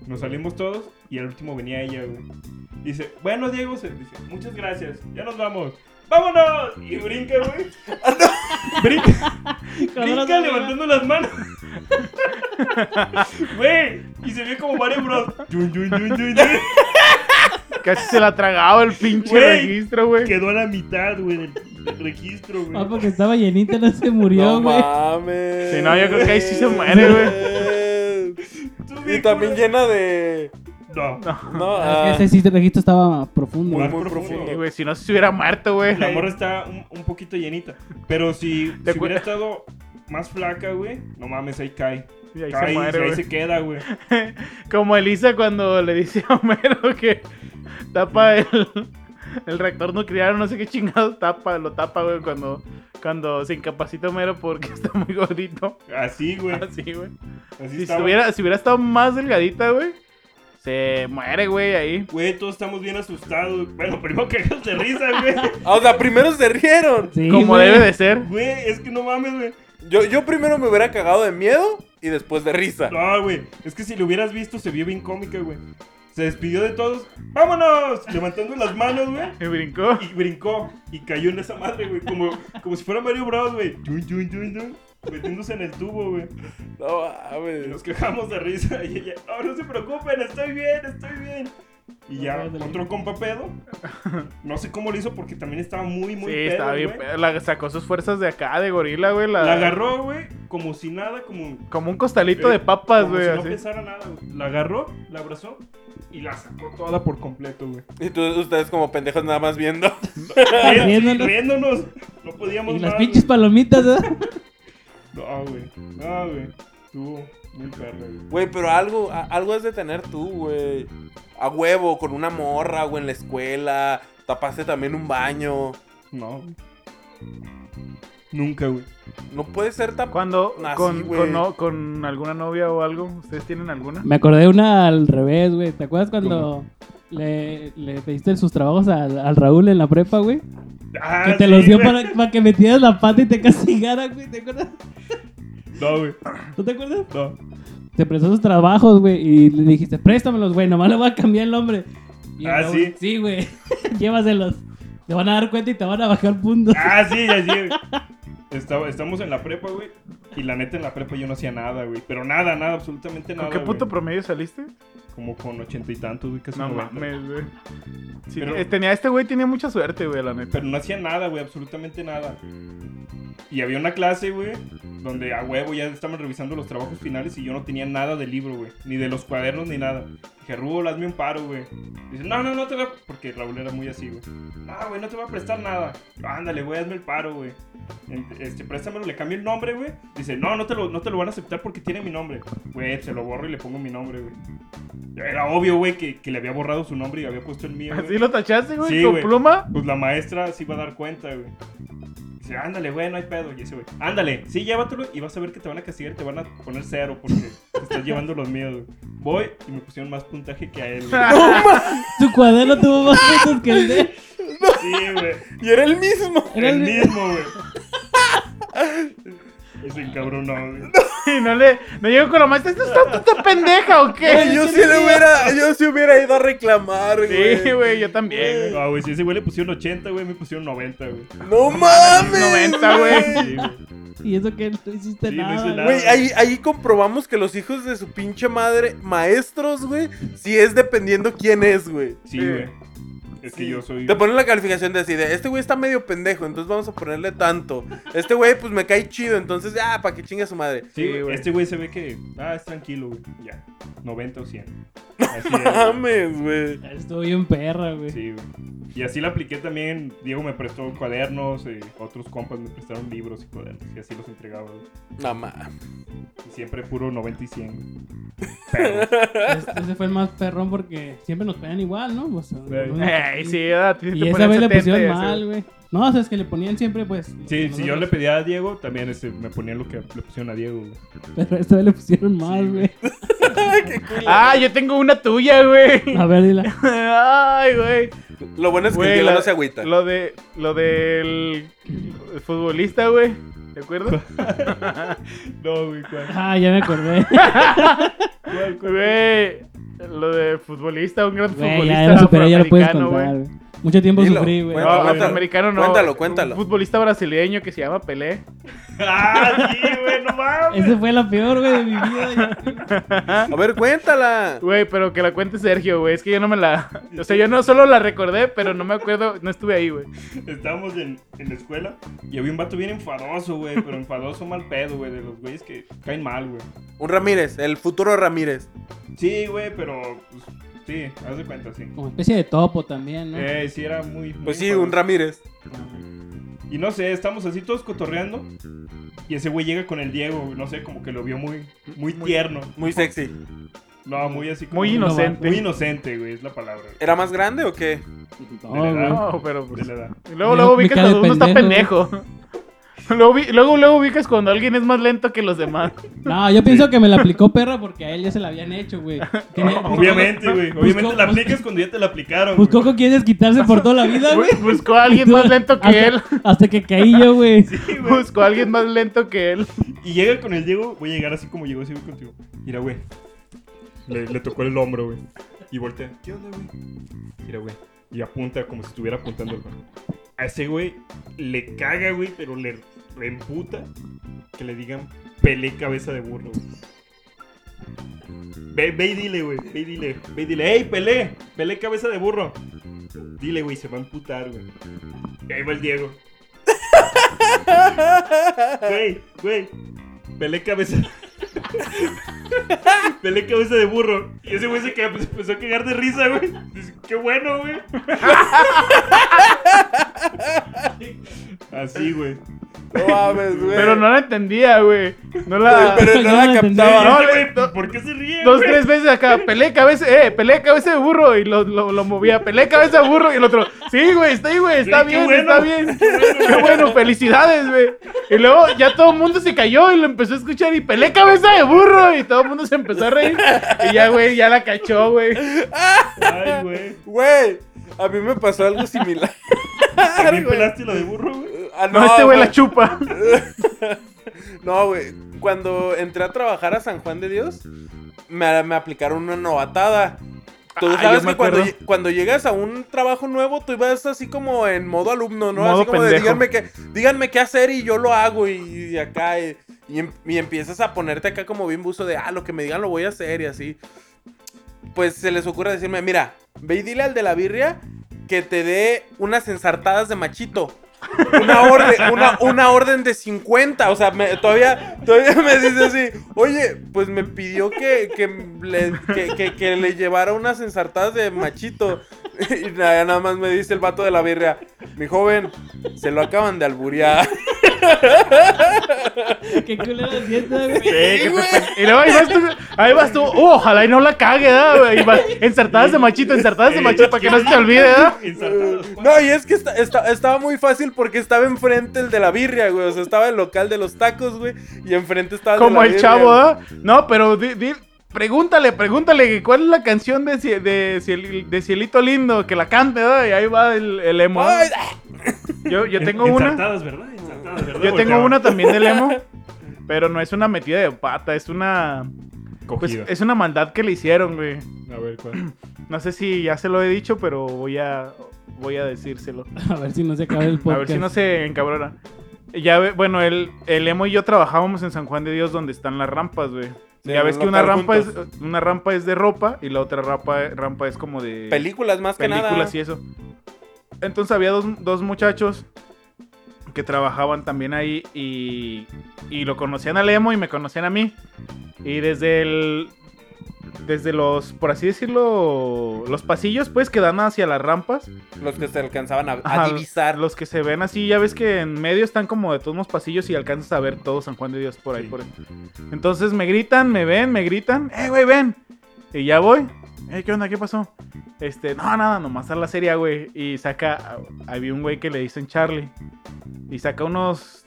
Speaker 4: Nos salimos todos y al último venía ella, güey. Dice, bueno, Diego, se- dice, muchas gracias, ya nos vamos. ¡Vámonos! Y brinca, güey. Brinca, brinca levantando las manos. Güey, y se ve como Mario Bros. Yun, yun, yun, yun, yun.
Speaker 2: Casi se la tragaba el pinche
Speaker 4: Güey.
Speaker 2: registro, güey.
Speaker 4: Quedó a la mitad, güey, del, del registro, güey.
Speaker 5: Ah,
Speaker 2: pues,
Speaker 5: porque estaba llenita, no se murió,
Speaker 3: No
Speaker 5: güey.
Speaker 3: mames.
Speaker 2: Sí, no, yo creo que ahí sí se muere,
Speaker 4: Estuvo
Speaker 3: Y
Speaker 4: bien
Speaker 3: también
Speaker 4: culero.
Speaker 3: llena de.
Speaker 4: No.
Speaker 3: No,
Speaker 5: Ah,
Speaker 3: ah,
Speaker 5: es que ese sí, el registro estaba profundo.
Speaker 3: muy,
Speaker 5: güey.
Speaker 4: Muy
Speaker 3: muy
Speaker 4: profundo.
Speaker 3: profundo.
Speaker 2: Sí, güey, si no, se hubiera muerto, güey.
Speaker 4: La morra está un, un poquito llenita. Pero si,
Speaker 2: ¿Te
Speaker 4: si
Speaker 2: acuer-
Speaker 4: hubiera estado más flaca, güey, no mames, ahí cae.
Speaker 2: Y ahí
Speaker 4: cae,
Speaker 2: se muere,
Speaker 4: ahí
Speaker 2: güey.
Speaker 4: se queda, güey.
Speaker 2: Como Elisa cuando le dice a Homero que tapa el, el reactor nuclear, no sé qué chingados tapa, lo tapa, güey, cuando, cuando se incapacita Homero porque está muy gordito.
Speaker 4: Así, güey.
Speaker 2: Así, güey.
Speaker 4: Así
Speaker 2: Ah, Si,
Speaker 4: estaba.
Speaker 2: estuviera- si hubiera estado más delgadita, güey, se muere, güey, ahí.
Speaker 4: Güey, todos estamos bien asustados. Bueno, primero cagados de risa, güey.
Speaker 3: ah, o sea, primero se rieron.
Speaker 5: Sí,
Speaker 2: Como
Speaker 5: güey.
Speaker 2: debe de ser.
Speaker 4: Güey, es que no mames, güey.
Speaker 3: Yo, yo primero me hubiera cagado de miedo y después de risa.
Speaker 4: No, güey. Es que si lo hubieras visto, se vio bien cómica, güey. Se despidió de todos. ¡Vámonos! Levantando las manos, güey.
Speaker 2: Y brincó.
Speaker 4: Y brincó. Y cayó en esa madre, güey. Como, como si fuera Mario Bros, güey. Yun, yun, yun, yun, Metiéndose en el tubo, güey.
Speaker 3: No
Speaker 4: Y
Speaker 3: mames.
Speaker 4: nos quejamos de risa. Y ella, no, no se preocupen, estoy bien, estoy bien. Y ya,
Speaker 5: Ándale.
Speaker 4: otro compa pedo. No sé cómo lo hizo porque también estaba muy, muy
Speaker 2: sí,
Speaker 4: pedo.
Speaker 2: estaba bien.
Speaker 4: güey.
Speaker 2: pedo. La, sacó sus fuerzas de acá, de gorila, güey. La,
Speaker 4: La agarró, güey, como si nada, como.
Speaker 2: Como un costalito de
Speaker 4: eh,
Speaker 2: papas,
Speaker 4: como
Speaker 2: güey.
Speaker 4: si no
Speaker 2: así.
Speaker 4: pesara nada, güey. La agarró, la abrazó y la sacó toda por completo, güey.
Speaker 3: Y tú, ustedes como pendejos nada más viendo.
Speaker 4: Riéndonos.
Speaker 5: Riéndonos.
Speaker 4: riéndonos. No podíamos
Speaker 5: Y las
Speaker 4: más,
Speaker 5: pinches
Speaker 4: güey.
Speaker 5: palomitas, ¿eh? ¿verdad?
Speaker 4: No, güey. No, güey. Estuvo muy perro, güey.
Speaker 3: Güey, pero algo, a- algo has de tener tú, güey. A huevo, con una morra, güey, en la escuela. Tapaste también un baño.
Speaker 4: No, güey. Nunca, güey.
Speaker 3: No puede ser tapado.
Speaker 2: Cuando
Speaker 4: Ah,
Speaker 3: Así,
Speaker 2: con,
Speaker 3: güey.
Speaker 2: con, no- con alguna novia o algo, ¿ustedes tienen alguna?
Speaker 5: Me acordé una al revés, güey. ¿Te acuerdas cuando le, le pediste sus trabajos al, al Raúl en la prepa, güey?
Speaker 4: Ah,
Speaker 5: que te
Speaker 4: sí,
Speaker 5: los dio
Speaker 4: güey.
Speaker 5: para, para que metieras la pata y te castigara, güey. ¿Te acuerdas?
Speaker 4: No, güey.
Speaker 5: ¿No te acuerdas?
Speaker 4: No.
Speaker 5: Te prestó sus trabajos, güey. Y le dijiste, préstamelos, güey. Nomás le voy a cambiar el nombre. Y el
Speaker 4: Ah,
Speaker 5: Raúl,
Speaker 4: ¿sí?
Speaker 5: Sí, güey. Llévaselos. Te van a dar cuenta y te van a bajar puntos.
Speaker 4: Ah, sí, ya sí. güey. Estaba- estamos en la prepa, güey. Y la neta en la prepa yo no hacía nada, güey. Pero nada, nada, absolutamente
Speaker 2: ¿Con
Speaker 4: nada.
Speaker 2: qué puto
Speaker 4: güey.
Speaker 2: promedio saliste?
Speaker 4: Como con ochenta y tantos, güey, casi
Speaker 2: No
Speaker 4: 90.
Speaker 2: mames, güey. Sí,
Speaker 4: Pero-
Speaker 2: eh, tenía, este güey tenía mucha suerte, güey, la neta.
Speaker 4: Pero no hacía nada, güey, absolutamente nada. Y había una clase, güey, donde a huevo ya estaban revisando los trabajos finales y yo no tenía nada del libro, güey. Ni de los cuadernos ni nada. Dije, Rubol, hazme un paro, güey. Dice, no, no, no te voy a... Porque Raúl era muy así, güey. No, güey, no te voy a prestar nada. Ándale, güey, hazme el paro, güey. En- Este, préstamelo, le cambio el nombre, güey. Dice, no, no te, lo, no te lo van a aceptar porque tiene mi nombre. Güey, se lo borro y le pongo mi nombre, güey. Era obvio, güey, que, que le había borrado su nombre y había puesto el mío. güey.
Speaker 2: ¿Así lo tachaste, güey?
Speaker 4: Sí,
Speaker 2: ¿Con
Speaker 4: güey.
Speaker 2: pluma?
Speaker 4: Pues la maestra sí va a dar cuenta, güey. Dice, ándale, güey, no hay pedo. Y ese güey, ándale, sí, llévatelo y vas a ver que te van a castigar y te van a poner cero porque te estás llevando los míos, güey. Voy y me pusieron más puntaje que a él, güey.
Speaker 5: Tu cuaderno tuvo más puntos que el de él.
Speaker 4: Sí, güey.
Speaker 3: Y era el mismo.
Speaker 5: Era
Speaker 4: El
Speaker 5: el-
Speaker 4: mismo, güey. Ese cabrón no, güey.
Speaker 2: Y no le... No llego con la maestra. ¿Esto está puta pendeja o
Speaker 3: Güey,
Speaker 2: qué?
Speaker 3: yo sí le hubiera, yo sí hubiera ido a reclamar, güey.
Speaker 2: Sí, güey, yo también, güey.
Speaker 4: No, güey, si a ese güey le pusieron 80, güey, me pusieron 90, güey.
Speaker 3: No mames.
Speaker 2: 90, güey.
Speaker 4: Sí, güey.
Speaker 5: Y eso que no hiciste
Speaker 4: Sí, no
Speaker 5: nada.
Speaker 4: hice
Speaker 5: güey.
Speaker 4: nada.
Speaker 3: Güey, ahí, ahí comprobamos que los hijos de su pinche madre, maestros, güey, sí es dependiendo quién es, güey.
Speaker 2: Sí.
Speaker 4: Sí, güey. Es que yo soy.
Speaker 3: Te ponen la calificación de así de, este güey está medio pendejo, entonces vamos a ponerle tanto. Este güey, pues me cae chido, entonces, ah, para que chingue a su madre.
Speaker 4: Sí,
Speaker 2: Sí,
Speaker 4: güey.
Speaker 2: güey.
Speaker 4: Este güey se ve que. Ah, es tranquilo, güey. Ya. 90 o 100. Así es, güey.
Speaker 3: Mames, güey.
Speaker 5: Estuvo bien perra, güey.
Speaker 4: Sí, güey. Y así la apliqué también. Diego me prestó cuadernos, eh, otros compas me prestaron libros y cuadernos. Y así los entregaba, güey.
Speaker 3: No mames.
Speaker 4: Y siempre puro 90 y 100. güey. Perros.
Speaker 5: Este- Ese fue el más perrón porque siempre nos pegan igual, ¿no? O sea,
Speaker 4: Sí.
Speaker 2: Ey, sí, ah, a ti te
Speaker 5: Y esa
Speaker 2: ponían
Speaker 5: vez le
Speaker 2: 70 y
Speaker 5: pusieron
Speaker 2: ese,
Speaker 5: mal, güey. No, o sea, es que le ponían siempre, pues.
Speaker 4: Sí, si yo le
Speaker 5: pedí.
Speaker 4: pedía a Diego, también este, me ponían lo que le pusieron a Diego, güey.
Speaker 5: Pero esta vez le pusieron mal, güey.
Speaker 2: Ah, yo tengo una tuya, güey.
Speaker 5: A ver, dila.
Speaker 2: Ay, güey.
Speaker 3: Lo bueno es que
Speaker 2: Güey,
Speaker 3: el Diego
Speaker 2: la-
Speaker 3: no se agüita.
Speaker 2: Lo de. Lo del futbolista, güey. ¿De acuerdo?
Speaker 4: No, güey, ¿cuál?
Speaker 5: Ah, ya me acordé.
Speaker 4: ¿Cuál, cuál?
Speaker 2: Güey, lo de futbolista, un gran
Speaker 5: Güey, ya
Speaker 2: futbolista
Speaker 5: lo superé, ya lo puedes
Speaker 2: afroamericano, güey.
Speaker 5: contar, güey. Mucho tiempo
Speaker 3: Dilo,
Speaker 5: sufrí, güey.
Speaker 2: No,
Speaker 3: Cuéntalo, cuéntalo.
Speaker 2: afroamericano no.
Speaker 3: Cuéntalo, cuéntalo.
Speaker 2: Un futbolista brasileño que se llama Pelé.
Speaker 4: Ah, sí, güey, no mames.
Speaker 5: Esa fue la peor, güey, de mi vida.
Speaker 3: A ver, cuéntala.
Speaker 2: Güey, pero que la cuente Sergio, güey. Es que yo no me la. O sea, yo no solo la recordé, pero no me acuerdo. No estuve ahí, güey.
Speaker 4: Estábamos en, en la escuela y había un vato bien enfadoso, güey, pero enfadoso mal pedo, güey, de los güeyes que caen mal, güey.
Speaker 3: Un Ramírez, el futuro Ramírez.
Speaker 4: Sí, güey, pero pues, sí, haz de cuenta, sí.
Speaker 5: Como especie de topo también, ¿no?
Speaker 4: Eh, sí, era muy. muy
Speaker 3: Pues sí, un
Speaker 4: enfadoso.
Speaker 3: Ramírez.
Speaker 4: Y no sé, estamos así todos cotorreando y ese güey llega con el Diego, güey, no sé, como que lo vio muy, muy, tierno.
Speaker 3: Muy sexy.
Speaker 4: No, muy así como.
Speaker 2: Muy inocente.
Speaker 4: Muy inocente, güey, es la palabra. güey,
Speaker 3: ¿Era más grande o qué?
Speaker 5: No,
Speaker 4: de la edad.
Speaker 5: güey.
Speaker 2: No, pero
Speaker 4: de
Speaker 2: pues.
Speaker 4: la edad.
Speaker 2: Y Luego,
Speaker 5: Me-
Speaker 2: luego
Speaker 5: me
Speaker 2: ubicas
Speaker 5: cae de
Speaker 2: cuando uno está
Speaker 5: pendejo.
Speaker 2: pendejo. Luego, ubi- luego, luego ubicas cuando alguien es más lento que los demás.
Speaker 5: No, yo pienso que me la aplicó perra porque a él ya se la habían hecho, güey. Tenía-
Speaker 4: Obviamente, güey. Obviamente
Speaker 5: Buscó-
Speaker 4: la aplicas cuando ya te la aplicaron.
Speaker 5: Buscó
Speaker 4: güey.
Speaker 5: con quién Pues, desquitarse por toda la vida, güey.
Speaker 2: Bu- Buscó a alguien más lento que
Speaker 5: Hasta-
Speaker 2: él.
Speaker 5: Hasta que caí yo, güey.
Speaker 2: Buscó a alguien más lento que él.
Speaker 4: Y llega con el Diego, voy a llegar así como llegó ese güey contigo. Mira, güey. Le, le tocó el hombro, güey. Y voltea. ¿Qué onda, güey? Mira, güey. Y apunta como si estuviera apuntando al balón. A ese güey le caga, güey, pero le, le emputa que le digan pele cabeza de burro, güey. Ve, ve y dile, güey. Ve y dile. Ve y dile, ¡Ey, Pelé! ¡Pelé cabeza de burro! Dile, güey, se va a emputar, güey. Y ahí va el Diego. Güey, güey. Pelé cabeza. Pelé cabeza de burro. Y ese güey se queda- pues, empezó a cagar de risa, güey. Dice, Qué bueno, güey. Así, güey.
Speaker 3: No mames, güey.
Speaker 2: Pero no la entendía, güey. No la.
Speaker 3: Pero no la
Speaker 5: Yo no entendí.
Speaker 3: captaba.
Speaker 4: Y
Speaker 2: no,
Speaker 4: ese
Speaker 2: le-
Speaker 4: güey,
Speaker 2: do-
Speaker 4: ¿Por qué se ríe?
Speaker 2: Dos,
Speaker 4: güey?
Speaker 2: tres veces acá, pelea cabeza, eh, pelea cabeza de burro y lo, lo, lo movía, pelea cabeza de burro y el otro, sí, güey, está ahí, güey, está
Speaker 4: Sí, qué
Speaker 2: bien,
Speaker 4: bueno.
Speaker 2: está bien, qué bueno, felicidades, güey. Y luego ya todo el mundo se cayó y lo empezó a escuchar y pelea cabeza de burro y todo el mundo se empezó a reír y ya, güey, ya la cachó, güey.
Speaker 4: Ay, güey.
Speaker 3: Güey, a mí me pasó algo similar.
Speaker 4: También pelaste lo de burro, güey.
Speaker 3: Ah,
Speaker 2: No, este güey
Speaker 3: güey.
Speaker 2: la chupa.
Speaker 3: No, güey. Cuando entré a trabajar a San Juan de Dios, me, me aplicaron una novatada. Tú
Speaker 2: Ah,
Speaker 3: sabes
Speaker 2: yo me
Speaker 3: que cuando,
Speaker 2: acuerdo.
Speaker 3: lle- cuando llegas a un trabajo nuevo, tú vas así como en modo alumno, ¿no?
Speaker 2: Modo
Speaker 3: así como de
Speaker 2: pendejo.
Speaker 3: díganme qué, díganme qué hacer y yo lo hago y, y acá. Y, y em- y empiezas a ponerte acá como bien buzo de, ah, lo que me digan lo voy a hacer y así. Pues se les ocurre decirme, mira, ve y dile al de la birria que te dé unas ensartadas de machito. Una orden, una, una orden de 50. O sea, me- todavía, todavía me dice así. Oye, pues me pidió que, que, le, que, que- que le llevara unas ensartadas de machito. Y nada, nada más me dice el vato de la birria. Mi joven, se lo acaban de alburear.
Speaker 5: Qué culero siento, güey.
Speaker 2: Sí, y luego ahí vas tú, ahí vas tú, "Oh, ojalá y no la cague, ¿eh, güey. Y vas, Ensartadas de machito, ensartadas de machito para que no se te olvide, ¿eh?
Speaker 4: Ensartado.
Speaker 3: No, y es que esta- esta- estaba muy fácil porque estaba enfrente el de la birria, güey. O sea, estaba el local de los tacos, güey. Y enfrente estaba de
Speaker 2: Como
Speaker 3: la
Speaker 2: el
Speaker 3: birria,
Speaker 2: chavo,
Speaker 3: güey.
Speaker 2: ¿ah? No, pero di- di- pregúntale, pregúntale que cuál es la canción de, Cie- de, Ciel- de Cielito Lindo, que la cante, ¿ah? Y ahí va el, el emo. ¿eh?
Speaker 3: Ay,
Speaker 2: Yo, yo tengo
Speaker 4: En-
Speaker 2: una,
Speaker 4: Ensartadas, ¿verdad? Ensartadas, ¿verdad?
Speaker 2: yo tengo
Speaker 4: Volteaba.
Speaker 2: una también del emo, pero no es una metida de pata, es una, pues,
Speaker 4: Cogida.
Speaker 2: es una maldad que le hicieron, güey.
Speaker 4: A ver, ¿cuál?
Speaker 2: No sé si ya se lo he dicho, pero voy a, voy a decírselo.
Speaker 5: A ver si no se acaba el podcast.
Speaker 2: A ver si no se encabrona. Ya, ve- bueno, el, el emo y yo trabajábamos en San Juan de Dios donde están las rampas, güey.
Speaker 3: Sí,
Speaker 2: ya ves
Speaker 3: un
Speaker 2: que una
Speaker 3: local
Speaker 2: rampa, es,
Speaker 3: juntos.
Speaker 2: una rampa es de ropa y la otra rampa, rampa es como de
Speaker 3: Películas más que nada.
Speaker 2: películas y eso. Entonces había dos, dos muchachos que trabajaban también ahí y, y lo conocían al emo y me conocían a mí. Y desde el... Desde los, por así decirlo, los pasillos pues que dan hacia las rampas.
Speaker 3: Los que se alcanzaban a, a
Speaker 2: Ajá,
Speaker 3: divisar.
Speaker 2: Los que se ven así, ya ves que en medio están como de todos los pasillos y alcanzas a ver todo San Juan de Dios por ahí,
Speaker 4: Sí.
Speaker 2: por ahí. Entonces me gritan, me ven, me gritan, ¡eh, güey, ven! Y ya voy. "Eh, ¿Qué onda? ¿Qué pasó? Este, no, nada, nomás a la serie, güey. Y saca, había un güey que le dicen Charlie. Y saca unos,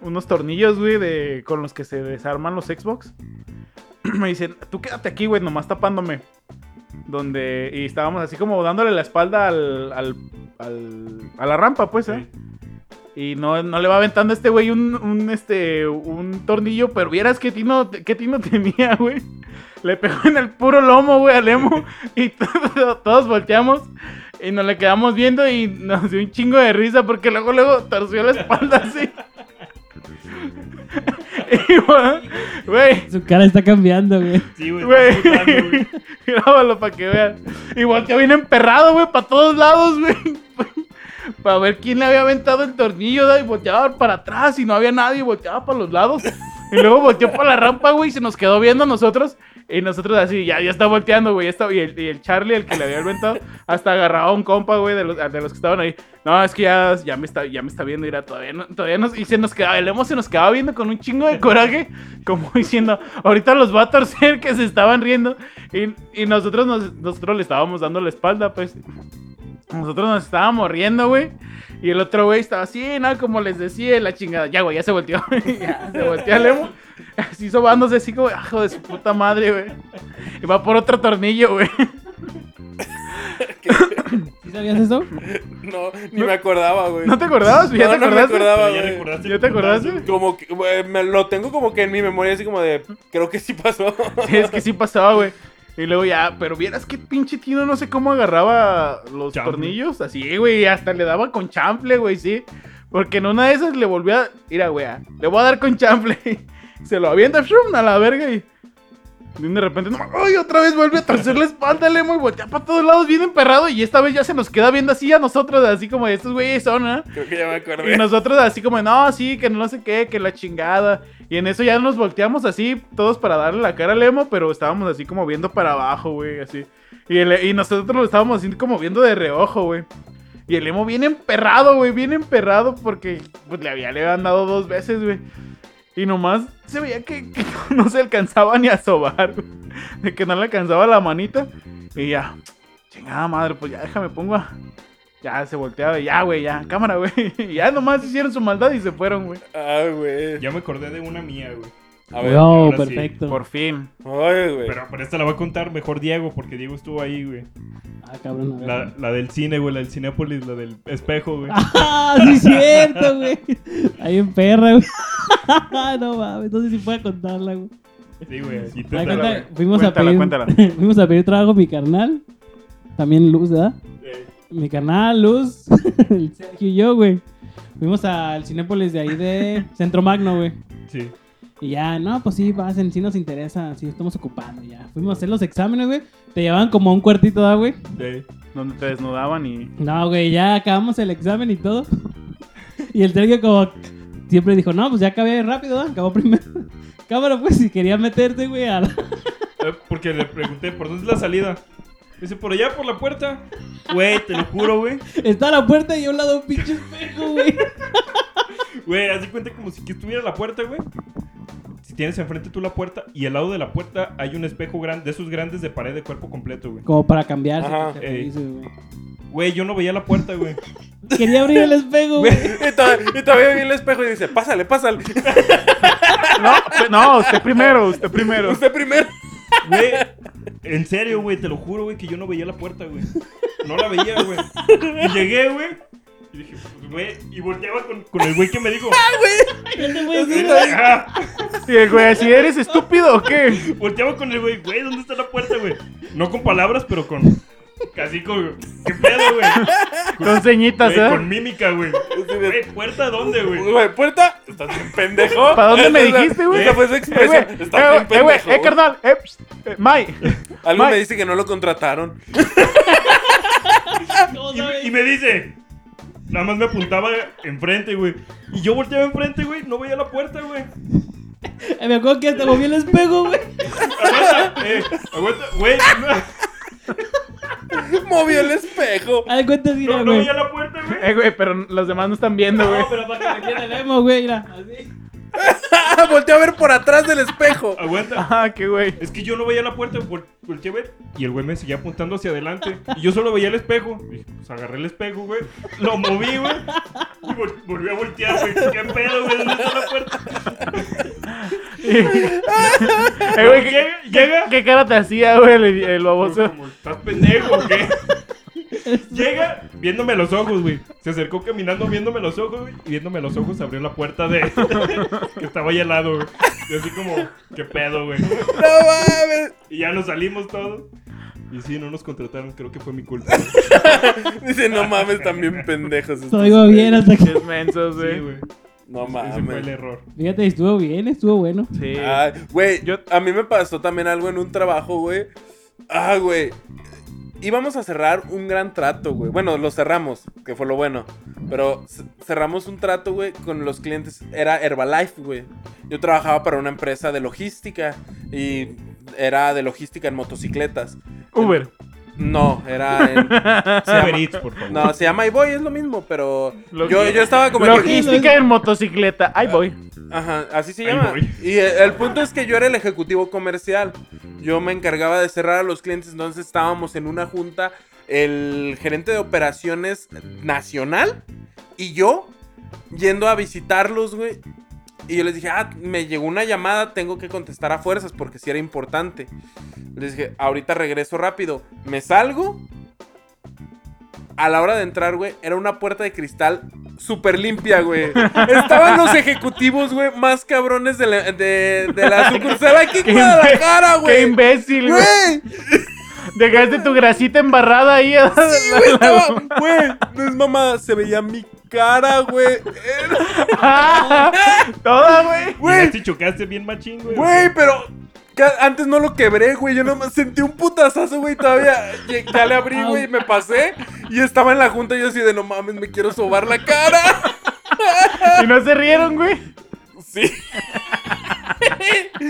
Speaker 2: unos tornillos, güey, de, con los que se desarman los Xbox. me dicen, tú quédate aquí, güey, nomás tapándome. Donde, y estábamos así como dándole la espalda al, al, al- a la rampa, pues, ¿eh? Y no, no le va aventando a este güey un, un, este, un tornillo, pero vieras qué tino, qué tino tenía, güey. Le pegó en el puro lomo, güey, al emo. Y todo- todos volteamos y nos le quedamos viendo y nos dio un chingo de risa porque luego, luego torció la espalda así. y, bueno, güey,
Speaker 5: Su cara está cambiando, güey.
Speaker 4: Sí, güey.
Speaker 2: Güey.
Speaker 4: está flotando, güey.
Speaker 2: Grábalo para que vean. Igual que viene emperrado, güey, para todos lados, güey. Para ver quién le había aventado el tornillo, ¿da? y volteaba para atrás y no había nadie, y volteaba para los lados. Y luego volteó para la rampa, güey, y se nos quedó viendo a nosotros. Y nosotros así, ya, ya está volteando, güey. ya está- Y el, y el Charlie, el que le había aventado, hasta agarraba a un compa, güey, de los, de los que estaban ahí. No, es que ya, ya, me, está, ya me está viendo, mira, todavía no, todavía no. Y se nos quedaba, el emo se nos quedaba viendo con un chingo de coraje, como diciendo, ahorita los va a torcer que se estaban riendo. Y, y nosotros, nos- nosotros le estábamos dando la espalda, pues. Nosotros nos estábamos riendo, güey. Y el otro güey estaba así, ¿no? Como les decía, la chingada. Ya, güey, ya se volteó. ya, se volteó el emo. Así sobándose, así como, ajo de su puta madre, güey. Y va por otro tornillo, güey.
Speaker 5: ¿Sí sabías eso?
Speaker 3: No, ni me acordaba, güey.
Speaker 2: ¿No te acordabas? ¿Ya
Speaker 3: No,
Speaker 2: te
Speaker 3: no me
Speaker 2: acordaste?
Speaker 3: acordaba,
Speaker 4: Pero ya
Speaker 3: güey.
Speaker 4: recordaste.
Speaker 2: ¿Ya
Speaker 4: el
Speaker 2: te acordaste?
Speaker 4: putazo,
Speaker 3: Como que, güey, me lo tengo como que en mi memoria, así como de, creo que sí pasó.
Speaker 2: Sí, es que sí pasaba, güey. Y luego ya, pero vieras qué pinche tino, no sé cómo agarraba los
Speaker 4: Chanfle.
Speaker 2: tornillos. Así, güey, hasta le daba con chanfle, güey, sí. Porque en una de esas le volvía a... Mira, güey, ah, le voy a dar con chanfle. Se lo avienta, shum, a la verga y... y de repente, no, ¡ay! Otra vez vuelve a torcer la espalda, Lemo, y voltea para todos lados bien emperrado. Y esta vez ya se nos queda viendo así a nosotros, así como estos güeyes son, ¿ah?
Speaker 3: Creo que ya me acordé.
Speaker 2: Y nosotros así como, no, sí, que no sé qué, que la chingada. Y en eso ya nos volteamos así, todos para darle la cara al emo, pero estábamos así como viendo para abajo, güey, así. Y, el- e, y nosotros lo estábamos así como viendo de reojo, güey. Y el emo bien emperrado, güey, bien emperrado porque pues, le había le habían dado dos veces, güey. Y nomás se veía que, que no se alcanzaba ni a sobar, güey. De que no le alcanzaba la manita. Y ya, chingada madre, pues ya déjame pongo a... Ya se volteaba, y ya, güey, ya, cámara, güey. Y ya nomás hicieron su maldad y se fueron, güey.
Speaker 3: Ay, Ah, güey.
Speaker 4: Ya me acordé de una mía, güey.
Speaker 3: A ver.
Speaker 5: Wow,
Speaker 4: ahora sí.
Speaker 5: perfecto.
Speaker 2: Por fin.
Speaker 3: Ay, güey.
Speaker 4: Pero, pero esta la va a contar mejor Diego, porque Diego estuvo ahí, güey.
Speaker 5: Ah, cabrón. a ver.
Speaker 4: La, la del cine, güey, la del Cinépolis, la del espejo, güey.
Speaker 5: ¡Ah, sí es cierto, güey! Ahí en perra, güey. no mames, entonces sí puedo contarla, güey.
Speaker 4: Sí, güey. Y
Speaker 5: Haz de
Speaker 4: te
Speaker 5: cuenta,
Speaker 2: güey.
Speaker 5: fuimos,
Speaker 2: Cuéntala,
Speaker 5: a pedir,
Speaker 2: cuéntala.
Speaker 5: fuimos a pedir trago mi carnal. También Luz, ¿verdad? Mi carnal, Luz, el Sergio y yo, güey. Fuimos al Cinépolis de ahí de Centro Magno, güey.
Speaker 4: Sí.
Speaker 5: Y ya, no, pues sí, pasen, sí nos interesa, sí estamos ocupando, ya. Fuimos a hacer los exámenes, güey. Te llevaban como a un cuartito, ¿da, güey?
Speaker 4: sí.
Speaker 2: Donde te desnudaban y.
Speaker 5: No, güey, ya acabamos el examen y todo. Y el Sergio como siempre dijo, no, pues ya acabé rápido, ¿da? acabó primero. Cámara, pues, si querías meterte, güey, a la...
Speaker 4: Eh, Porque le pregunté, ¿por dónde es la salida? Dice, por allá, por la puerta. Güey, te lo juro, güey.
Speaker 5: Está la puerta y a un lado un pinche espejo, güey.
Speaker 4: Güey, haz de cuenta como si que estuviera la puerta, güey. Si tienes enfrente tú la puerta y al lado de la puerta hay un espejo grande, de esos grandes de pared de cuerpo completo, güey.
Speaker 5: Como para cambiarse.
Speaker 3: Ajá,
Speaker 5: que se
Speaker 4: ey.
Speaker 5: dice, güey.
Speaker 4: Güey, yo no veía la puerta, güey.
Speaker 5: Quería abrir el espejo, güey.
Speaker 3: Y, to- y todavía vi el espejo y dice, pásale, pásale.
Speaker 2: No, pe- no, usted primero, usted primero.
Speaker 3: Usted primero.
Speaker 4: Güey, en serio, güey, te lo juro, güey, que yo no veía la puerta, güey. No la veía, güey. Y llegué, güey. Y dije, pues, güey, y volteaba con, con el güey que me dijo.
Speaker 5: Ya te voy a decir, güey.
Speaker 4: "Ah",
Speaker 2: Y el güey, así eres estúpido o qué?
Speaker 4: Volteaba con el güey, güey, ¿dónde está la puerta, güey? No con palabras, pero con. Casi con. ¿Qué pedo, güey?
Speaker 2: Con ceñitas,
Speaker 4: Güey, Con
Speaker 2: ¿eh?
Speaker 4: mímica, güey. Güey, ¿puerta dónde, güey?
Speaker 3: Güey, puerta. Estás bien pendejo.
Speaker 2: ¿Para dónde me
Speaker 3: Esa es la-
Speaker 2: dijiste, güey?
Speaker 3: Esa fue su
Speaker 2: Eh, güey,
Speaker 3: expresión.
Speaker 2: eh,
Speaker 3: Estás
Speaker 2: güey,
Speaker 3: bien
Speaker 2: eh, güey,
Speaker 3: pendejo.
Speaker 2: eh, carnal, eh, pst, eh, Mike.
Speaker 3: Algo
Speaker 2: Mike.
Speaker 3: me dice que no lo contrataron.
Speaker 5: ¿Cómo
Speaker 4: Y, me-
Speaker 5: sabes?
Speaker 4: y me dice. Nada más me apuntaba enfrente, güey. Y yo volteaba enfrente, güey. No veía la puerta, güey.
Speaker 5: Eh, Me acuerdo que hasta moví el espejo, güey.
Speaker 4: Aguanta, eh, aguanta, güey. no-
Speaker 3: Movió el espejo.
Speaker 5: Haz de cuenta, mira,
Speaker 4: No, no
Speaker 5: güey.
Speaker 4: veía la puerta, güey.
Speaker 2: Eh, güey, pero los demás no están viendo, güey.
Speaker 5: No, pero para que me entienda el emo, güey, mira. Así.
Speaker 3: Ah, Volteó a ver por atrás del espejo.
Speaker 4: Aguanta.
Speaker 2: Ah, qué güey.
Speaker 4: Es que yo no veía la puerta, vol- volteé a ver. Y el güey me seguía apuntando hacia adelante. Y yo solo veía el espejo. Dije, pues agarré el espejo, güey. Lo moví, güey. Y vol- volví a voltear, güey. ¿Qué pedo, güey? ¿Dónde está la puerta?
Speaker 2: Eh, güey, ¿qué,
Speaker 4: Llega, llega.
Speaker 2: qué cara te hacía, güey, el, el baboso?
Speaker 4: Como, ¿Estás pendejo o qué? Llega viéndome los ojos, güey. Se acercó caminando viéndome los ojos, güey. Y viéndome los ojos abrió la puerta de... que estaba ahí al lado, güey. Y así como, qué pedo, güey.
Speaker 3: ¡No mames!
Speaker 4: Y ya nos salimos todos. Y sí, no nos contrataron. Creo que fue mi culpa.
Speaker 3: Dice, no mames, también pendejos. estos
Speaker 5: Estuvo
Speaker 3: güeyes".
Speaker 5: bien hasta que.
Speaker 2: Pinches mensos,
Speaker 4: Sí,
Speaker 2: güey.
Speaker 4: güey.
Speaker 3: No
Speaker 4: Ese fue el
Speaker 3: mames.
Speaker 4: error.
Speaker 5: Fíjate, estuvo bien, estuvo bueno.
Speaker 2: Sí.
Speaker 3: Ay, Güey,
Speaker 2: Yo-
Speaker 3: a mí me pasó también algo en un trabajo, güey. Ah, güey. Íbamos a cerrar un gran trato, güey. Bueno, lo cerramos, que fue lo bueno. Pero c- cerramos un trato, güey, con los clientes. Era Herbalife, güey. Yo trabajaba para una empresa de logística y era de logística en motocicletas.
Speaker 2: Uber.
Speaker 3: No, era en... se llama-
Speaker 4: Uber Eats, por favor.
Speaker 3: No, se llama iBoy, es lo mismo, pero
Speaker 2: Lo-
Speaker 3: yo, yo estaba como... en
Speaker 2: Logística en motocicleta. Ahí voy.
Speaker 3: Ajá, así se
Speaker 4: Ahí
Speaker 3: llama.
Speaker 4: voy.
Speaker 3: Y el, el punto es que yo era el ejecutivo comercial. Yo me encargaba de cerrar a los clientes, entonces estábamos en una junta, el gerente de operaciones nacional y yo yendo a visitarlos, güey. Y yo les dije, ah, me llegó una llamada, tengo que contestar a fuerzas porque si era importante. Les dije, ahorita regreso rápido. Me salgo. A la hora de entrar, güey, era una puerta de cristal súper limpia, güey. Estaban los ejecutivos, güey, más cabrones de la, de, de la sucursal aquí en
Speaker 2: Qué
Speaker 3: Guadalajara,
Speaker 2: imbe-
Speaker 3: güey.
Speaker 2: Qué imbécil, güey.
Speaker 3: Güey,
Speaker 2: Dejaste tu grasita embarrada ahí. ¿eh?
Speaker 3: sí, güey, estaba- güey, no es mamá, se veía mi cara, güey. Era-
Speaker 2: Toda, güey.
Speaker 3: Güey,
Speaker 4: Güey. Te chocaste bien machín, güey.
Speaker 3: Güey, pero ca- antes no lo quebré, güey. Yo nomás sentí un putazazo, güey. Todavía lle- ya le abrí, güey, y me pasé. Y estaba en la junta y yo así de no mames, me quiero sobar la cara.
Speaker 2: Y no se rieron, güey.
Speaker 3: Sí. Sí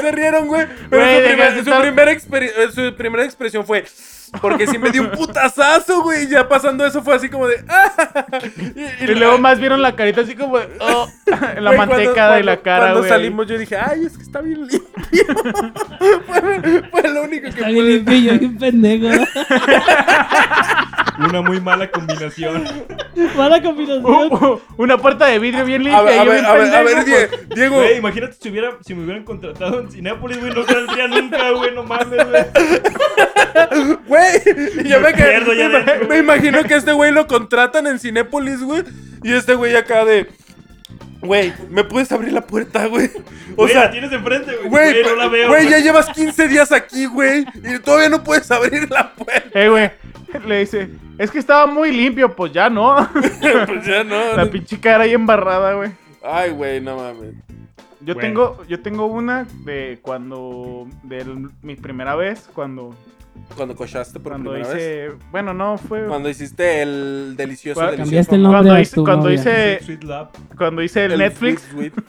Speaker 3: se rieron, güey. Pero
Speaker 2: Güey,
Speaker 3: su, primer-
Speaker 2: dejaste
Speaker 3: su
Speaker 2: estar-
Speaker 3: primera experi- eh, su primera expresión fue. Porque sí me dio un putazazo, güey. Y ya pasando eso fue así como de. "Ah". Y-
Speaker 2: Y luego más vieron la carita así como. de, oh, la
Speaker 3: Güey,
Speaker 2: manteca
Speaker 3: cuando-
Speaker 2: de la
Speaker 3: cuando-
Speaker 2: cara,
Speaker 3: Cuando
Speaker 2: güey.
Speaker 3: salimos yo dije, ay, es que está bien limpio. fue, fue lo único que
Speaker 5: Está
Speaker 3: pude
Speaker 5: bien limpio y un pendejo.
Speaker 4: Una muy mala combinación.
Speaker 5: Mala combinación.
Speaker 2: Uh, uh, una puerta de vidrio bien limpia.
Speaker 3: A ver,
Speaker 2: y
Speaker 3: a
Speaker 2: yo
Speaker 3: ver,
Speaker 2: bien
Speaker 3: a ver, a ver,
Speaker 2: pendejo,
Speaker 3: Die-
Speaker 2: pues.
Speaker 3: Diego.
Speaker 4: Güey, imagínate si, hubiera, si me hubieran contratado en Cinépolis, güey, no saldría nunca, güey, no mames, güey.
Speaker 3: Güey, yo me,
Speaker 4: Me
Speaker 3: que-
Speaker 4: pierdo ya
Speaker 3: me-
Speaker 4: dentro.
Speaker 3: me imagino que este güey lo contratan en Cinépolis, güey. Y este güey acá de. Güey, ¿me puedes abrir la puerta, güey? O
Speaker 4: Güey, la
Speaker 3: sea,
Speaker 4: tienes enfrente, güey.
Speaker 3: güey,
Speaker 4: Güey, no la veo.
Speaker 3: güey, ya llevas 15 días aquí, güey. Y todavía no puedes abrir la puerta.
Speaker 2: Eh, güey. Le dice, es que estaba muy limpio, pues ya no.
Speaker 3: pues ya no.
Speaker 2: La pinche cara ahí embarrada, güey.
Speaker 3: Ay, güey, no mames.
Speaker 2: Yo
Speaker 4: Bueno.
Speaker 2: tengo, yo tengo una de cuando, de el- mi primera vez, cuando,
Speaker 3: Cuando cochaste por
Speaker 2: cuando
Speaker 3: primera vez.
Speaker 2: hice, bueno, no fue,
Speaker 3: Cuando hiciste el delicioso,
Speaker 2: Cuando-
Speaker 3: delicioso.
Speaker 5: Cambiaste el nombre
Speaker 2: cuando
Speaker 5: a
Speaker 2: hice,
Speaker 5: tu
Speaker 2: cuando
Speaker 5: novia.
Speaker 2: hice,
Speaker 4: Sweet Love.
Speaker 2: cuando hice el,
Speaker 3: El
Speaker 2: Netflix,
Speaker 3: Sweet, sweet.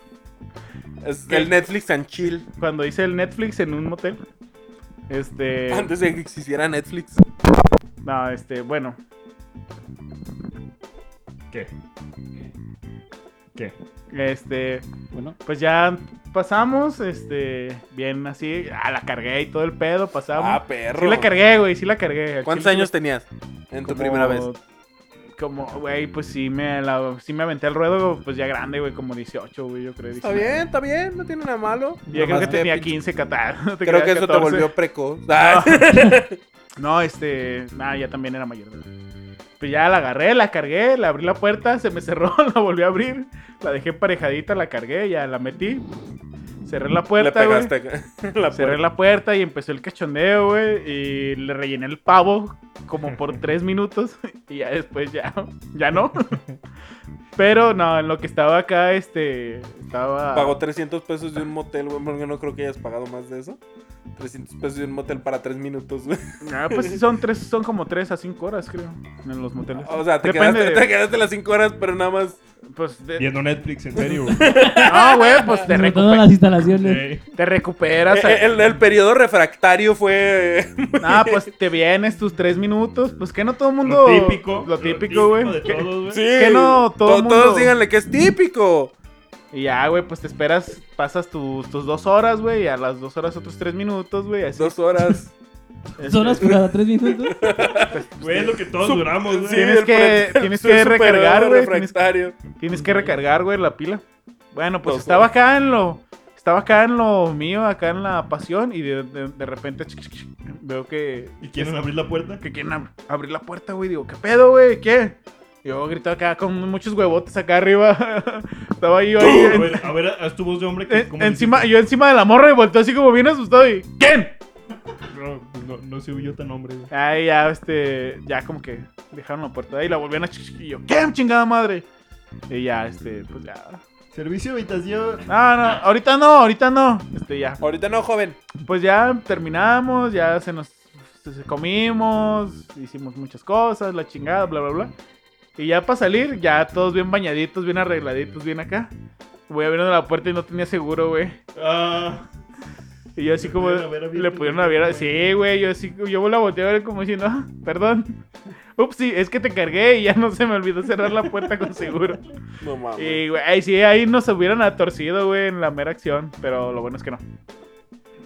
Speaker 3: Es el Netflix and chill.
Speaker 2: cuando hice el Netflix en un motel, este,
Speaker 3: Antes de que existiera Netflix.
Speaker 2: no, este, bueno,
Speaker 4: ¿Qué? ¿Qué?
Speaker 2: este,
Speaker 5: Bueno,
Speaker 2: pues ya pasamos, este, bien así, ah, la cargué y todo el pedo, pasamos.
Speaker 3: Ah, perro.
Speaker 2: sí la cargué, güey, sí la cargué. al
Speaker 3: ¿Cuántos
Speaker 2: chile sí
Speaker 3: años
Speaker 2: la-
Speaker 3: tenías en tu
Speaker 2: como-
Speaker 3: primera vez?
Speaker 2: Como, güey, pues sí me, la, sí me aventé al ruedo, pues ya grande, güey, como 18, güey, yo creo.
Speaker 3: Está
Speaker 2: 19.
Speaker 3: bien, está bien, no tiene nada malo.
Speaker 2: Yo creo
Speaker 3: Nomás
Speaker 2: que
Speaker 3: te
Speaker 2: tenía
Speaker 3: pinche-
Speaker 2: 15, Qatar. no te
Speaker 3: Creo
Speaker 2: creas,
Speaker 3: que eso te
Speaker 2: 14.
Speaker 3: volvió precoz. Ah,
Speaker 2: No, este. Nah, ya también era mayor. de edad. Pues ya la agarré, la cargué, le abrí la puerta, se me cerró, la volví a abrir. La dejé parejadita, la cargué, ya la metí. Cerré la
Speaker 3: Le
Speaker 2: puerta, güey.
Speaker 3: pegaste acá, la
Speaker 2: Cerré
Speaker 3: puerta.
Speaker 2: la puerta y empezó el cachondeo, güey. Y le rellené el pavo como por tres minutos. Y ya después ya, ya no. Pero no, en lo que estaba acá, este. Estaba.
Speaker 3: Pagó 300 pesos de un motel, güey, porque no creo que hayas pagado más de eso. 300 pesos de un motel para 3 minutos, güey.
Speaker 2: Ah, pues sí, son tres, son como tres a cinco horas, creo. En los moteles.
Speaker 3: O sea, te
Speaker 2: Depende
Speaker 3: quedaste,
Speaker 2: de-
Speaker 3: te quedaste las 5 horas, pero nada más.
Speaker 2: Pues de-
Speaker 4: Viendo Netflix, en serio.
Speaker 2: No, güey, pues te,
Speaker 5: sobre
Speaker 2: recupe-
Speaker 5: todo las instalaciones.
Speaker 4: Ey,
Speaker 2: te recuperas.
Speaker 3: Eh, El, el periodo refractario fue. eh,
Speaker 2: Ah, pues te vienes tus tres minutos. Pues que no todo el mundo.
Speaker 4: Lo típico.
Speaker 2: Lo típico, güey.
Speaker 4: de
Speaker 2: Que-
Speaker 4: todos, güey.
Speaker 3: Sí.
Speaker 2: que no, todo
Speaker 3: To-
Speaker 2: mundo-
Speaker 3: Todos díganle que es típico.
Speaker 2: Y ya, güey, pues te esperas, pasas tus, tus dos horas, güey, y a las dos horas otros tres minutos, güey, así.
Speaker 3: Dos horas.
Speaker 2: Este,
Speaker 5: Son horas para tres minutos.
Speaker 2: Pues,
Speaker 4: Güey, es lo que todos duramos, güey.
Speaker 3: Sí,
Speaker 2: Tienes
Speaker 3: el
Speaker 2: que-
Speaker 3: pre-
Speaker 2: tienes
Speaker 3: su-
Speaker 2: que
Speaker 3: su periodo
Speaker 2: recargar, güey, tienes-
Speaker 3: refractario.
Speaker 2: Tienes que recargar, güey, la pila. Bueno, pues
Speaker 3: Dos
Speaker 2: estaba
Speaker 3: horas.
Speaker 2: acá en lo... Estaba acá en lo mío, acá en la pasión, y de, de- de repente veo que
Speaker 4: ¿Y quieren abrir la puerta?
Speaker 2: que quieren ab- abrir la puerta, güey. Digo, ¿qué pedo, güey? ¿Qué? Yo grito acá con muchos huevotes acá arriba. Estaba yo ahí.
Speaker 4: A
Speaker 2: en-
Speaker 4: ver, a ver, haz tu voz de hombre que
Speaker 2: en-
Speaker 4: como
Speaker 2: Eh, encima, yo encima de la morra y volteo así como bien asustado y ¿Quién?
Speaker 4: No, no, no se huyó tan hombre, güey.
Speaker 2: Ahí ya, este, ya como que dejaron la puerta ahí, la volvían a ch- y yo, ¿Quién, chingada madre? Y ya, este, pues ya.
Speaker 4: Servicio de habitación.
Speaker 2: No, no, ahorita no, ahorita no. Este, ya.
Speaker 3: Ahorita no, joven.
Speaker 2: Pues ya terminamos, ya se nos se- se comimos, hicimos muchas cosas, la chingada, bla, bla, bla. Y ya para salir, ya todos bien bañaditos, bien arregladitos, bien acá. Voy abriendo la puerta y no tenía seguro, güey.
Speaker 4: Ah,
Speaker 2: Y yo así
Speaker 4: Le
Speaker 2: como...
Speaker 4: pudieron haber abierto
Speaker 2: le
Speaker 4: el
Speaker 2: pudieron
Speaker 4: cajón,
Speaker 2: haber...
Speaker 4: güey.
Speaker 2: Sí, güey, yo así... Yo la volteé a ver como diciendo, "Ah, perdón. Ups, sí, es que te cargué y ya no se me olvidó cerrar la puerta con seguro.
Speaker 3: No mames.
Speaker 2: Y, güey, ay, sí, ahí nos hubieran atorcido, güey, en la mera acción. Pero lo bueno es que no.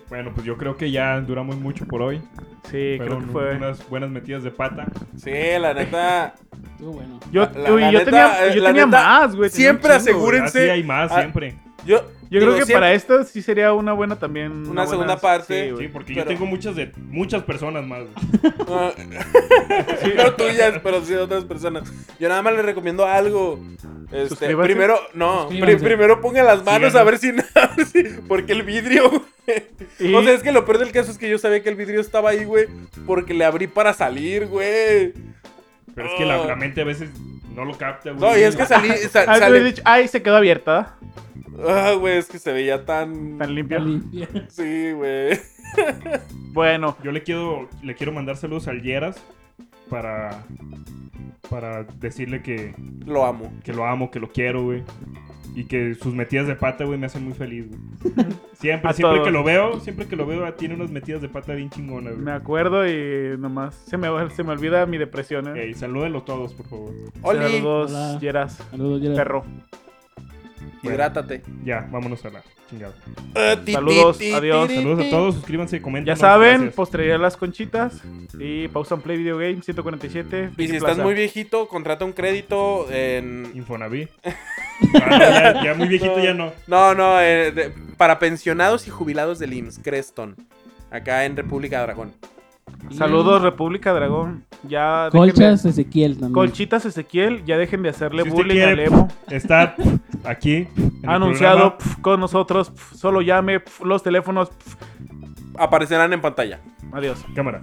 Speaker 4: bueno, pues yo creo que ya duramos mucho por hoy.
Speaker 2: Sí, creo
Speaker 4: Fueron
Speaker 2: que fue...
Speaker 4: unas buenas metidas de pata.
Speaker 3: Sí, la neta.
Speaker 5: Estuvo bueno.
Speaker 2: Yo,
Speaker 3: La- la-
Speaker 2: uy,
Speaker 3: la
Speaker 2: yo
Speaker 3: neta,
Speaker 2: tenía,
Speaker 3: eh,
Speaker 2: yo
Speaker 3: la
Speaker 2: tenía
Speaker 3: neta,
Speaker 2: más, güey. tenía un
Speaker 3: siempre
Speaker 2: chingo, güey.
Speaker 3: asegúrense-
Speaker 4: Así hay más
Speaker 3: Ah,
Speaker 4: siempre.
Speaker 3: Yo,
Speaker 2: Yo
Speaker 3: digo,
Speaker 2: creo que
Speaker 3: siempre-
Speaker 2: para esto sí sería una buena también. Una, buena-
Speaker 3: segunda parte.
Speaker 2: sí, güey.
Speaker 4: Sí, porque yo
Speaker 3: Pero-
Speaker 4: tengo muchas de muchas personas más. güey.
Speaker 3: Ah, no tuyas, pero sí de otras personas. Yo nada más les recomiendo algo. Este,
Speaker 2: Suscríbase.
Speaker 3: primero, no, pri-
Speaker 5: Suscríbanse.
Speaker 3: primero pongan las manos
Speaker 4: Síganos.
Speaker 3: a ver si a ver si- porque el vidrio. güey.
Speaker 2: Y-
Speaker 3: O sea, es que lo peor del caso es que yo sabía que el vidrio estaba ahí, güey, porque le abrí para salir, güey.
Speaker 4: Pero es que la, la mente a veces no lo capta, güey.
Speaker 3: Ah. No, y es que salí, sa-
Speaker 2: Ah, tú
Speaker 3: sale-
Speaker 2: habías dicho, ay, se quedó abierta. ¿eh?
Speaker 3: Ah, güey, es que se veía tan
Speaker 2: Tan limpia.
Speaker 5: Está limpia.
Speaker 3: Sí, güey.
Speaker 2: Bueno,
Speaker 4: Yo le quiero, le quiero mandar saludos al Yeras para, para decirle que,
Speaker 3: Lo amo.
Speaker 4: que lo amo, que lo quiero, güey. Y que sus metidas de pata, güey, me hacen muy feliz, güey. Siempre,
Speaker 2: A
Speaker 4: siempre
Speaker 2: todos.
Speaker 4: que lo veo, siempre que lo veo, ah, tiene unas metidas de pata bien chingonas,
Speaker 2: me
Speaker 4: güey.
Speaker 2: acuerdo y nomás se me, va- se me olvida mi depresión. ¿eh?
Speaker 4: Ey, salúdenlo todos, por favor.
Speaker 3: Oli,
Speaker 2: Saludos,
Speaker 5: Hola.
Speaker 2: Yeras,
Speaker 5: Saludos, Gerard.
Speaker 2: perro.
Speaker 3: hidrátate.
Speaker 4: Ya, vámonos a la chingada.
Speaker 3: Ah, ti, ti,
Speaker 2: Saludos,
Speaker 3: ti,
Speaker 2: adiós.
Speaker 3: ti, ti.
Speaker 4: Saludos a todos, suscríbanse, comenten.
Speaker 2: Ya saben, pues. postrería las conchitas y pausa and play video game 147.
Speaker 3: Y si
Speaker 2: Friki
Speaker 3: estás
Speaker 2: Plaza.
Speaker 3: muy viejito, contrata un crédito en
Speaker 4: Infonavit. Ah, no, ya, ya muy viejito, ya no.
Speaker 3: No, no, eh, de- para pensionados y jubilados del IMSS, Creston. Acá en República Dragón.
Speaker 2: Saludos, República Dragón. Ya déjenme-
Speaker 5: Colchas Ezequiel también.
Speaker 2: Colchitas Ezequiel, ya dejen de hacerle
Speaker 4: Si usted
Speaker 2: bullying
Speaker 4: quiere,
Speaker 2: al emo.
Speaker 4: Está aquí. en el
Speaker 2: Anunciado
Speaker 4: programa.
Speaker 2: pf, con nosotros, pf, solo llame pf, los teléfonos. pf.
Speaker 3: Aparecerán en pantalla.
Speaker 2: Adiós.
Speaker 4: Cámara.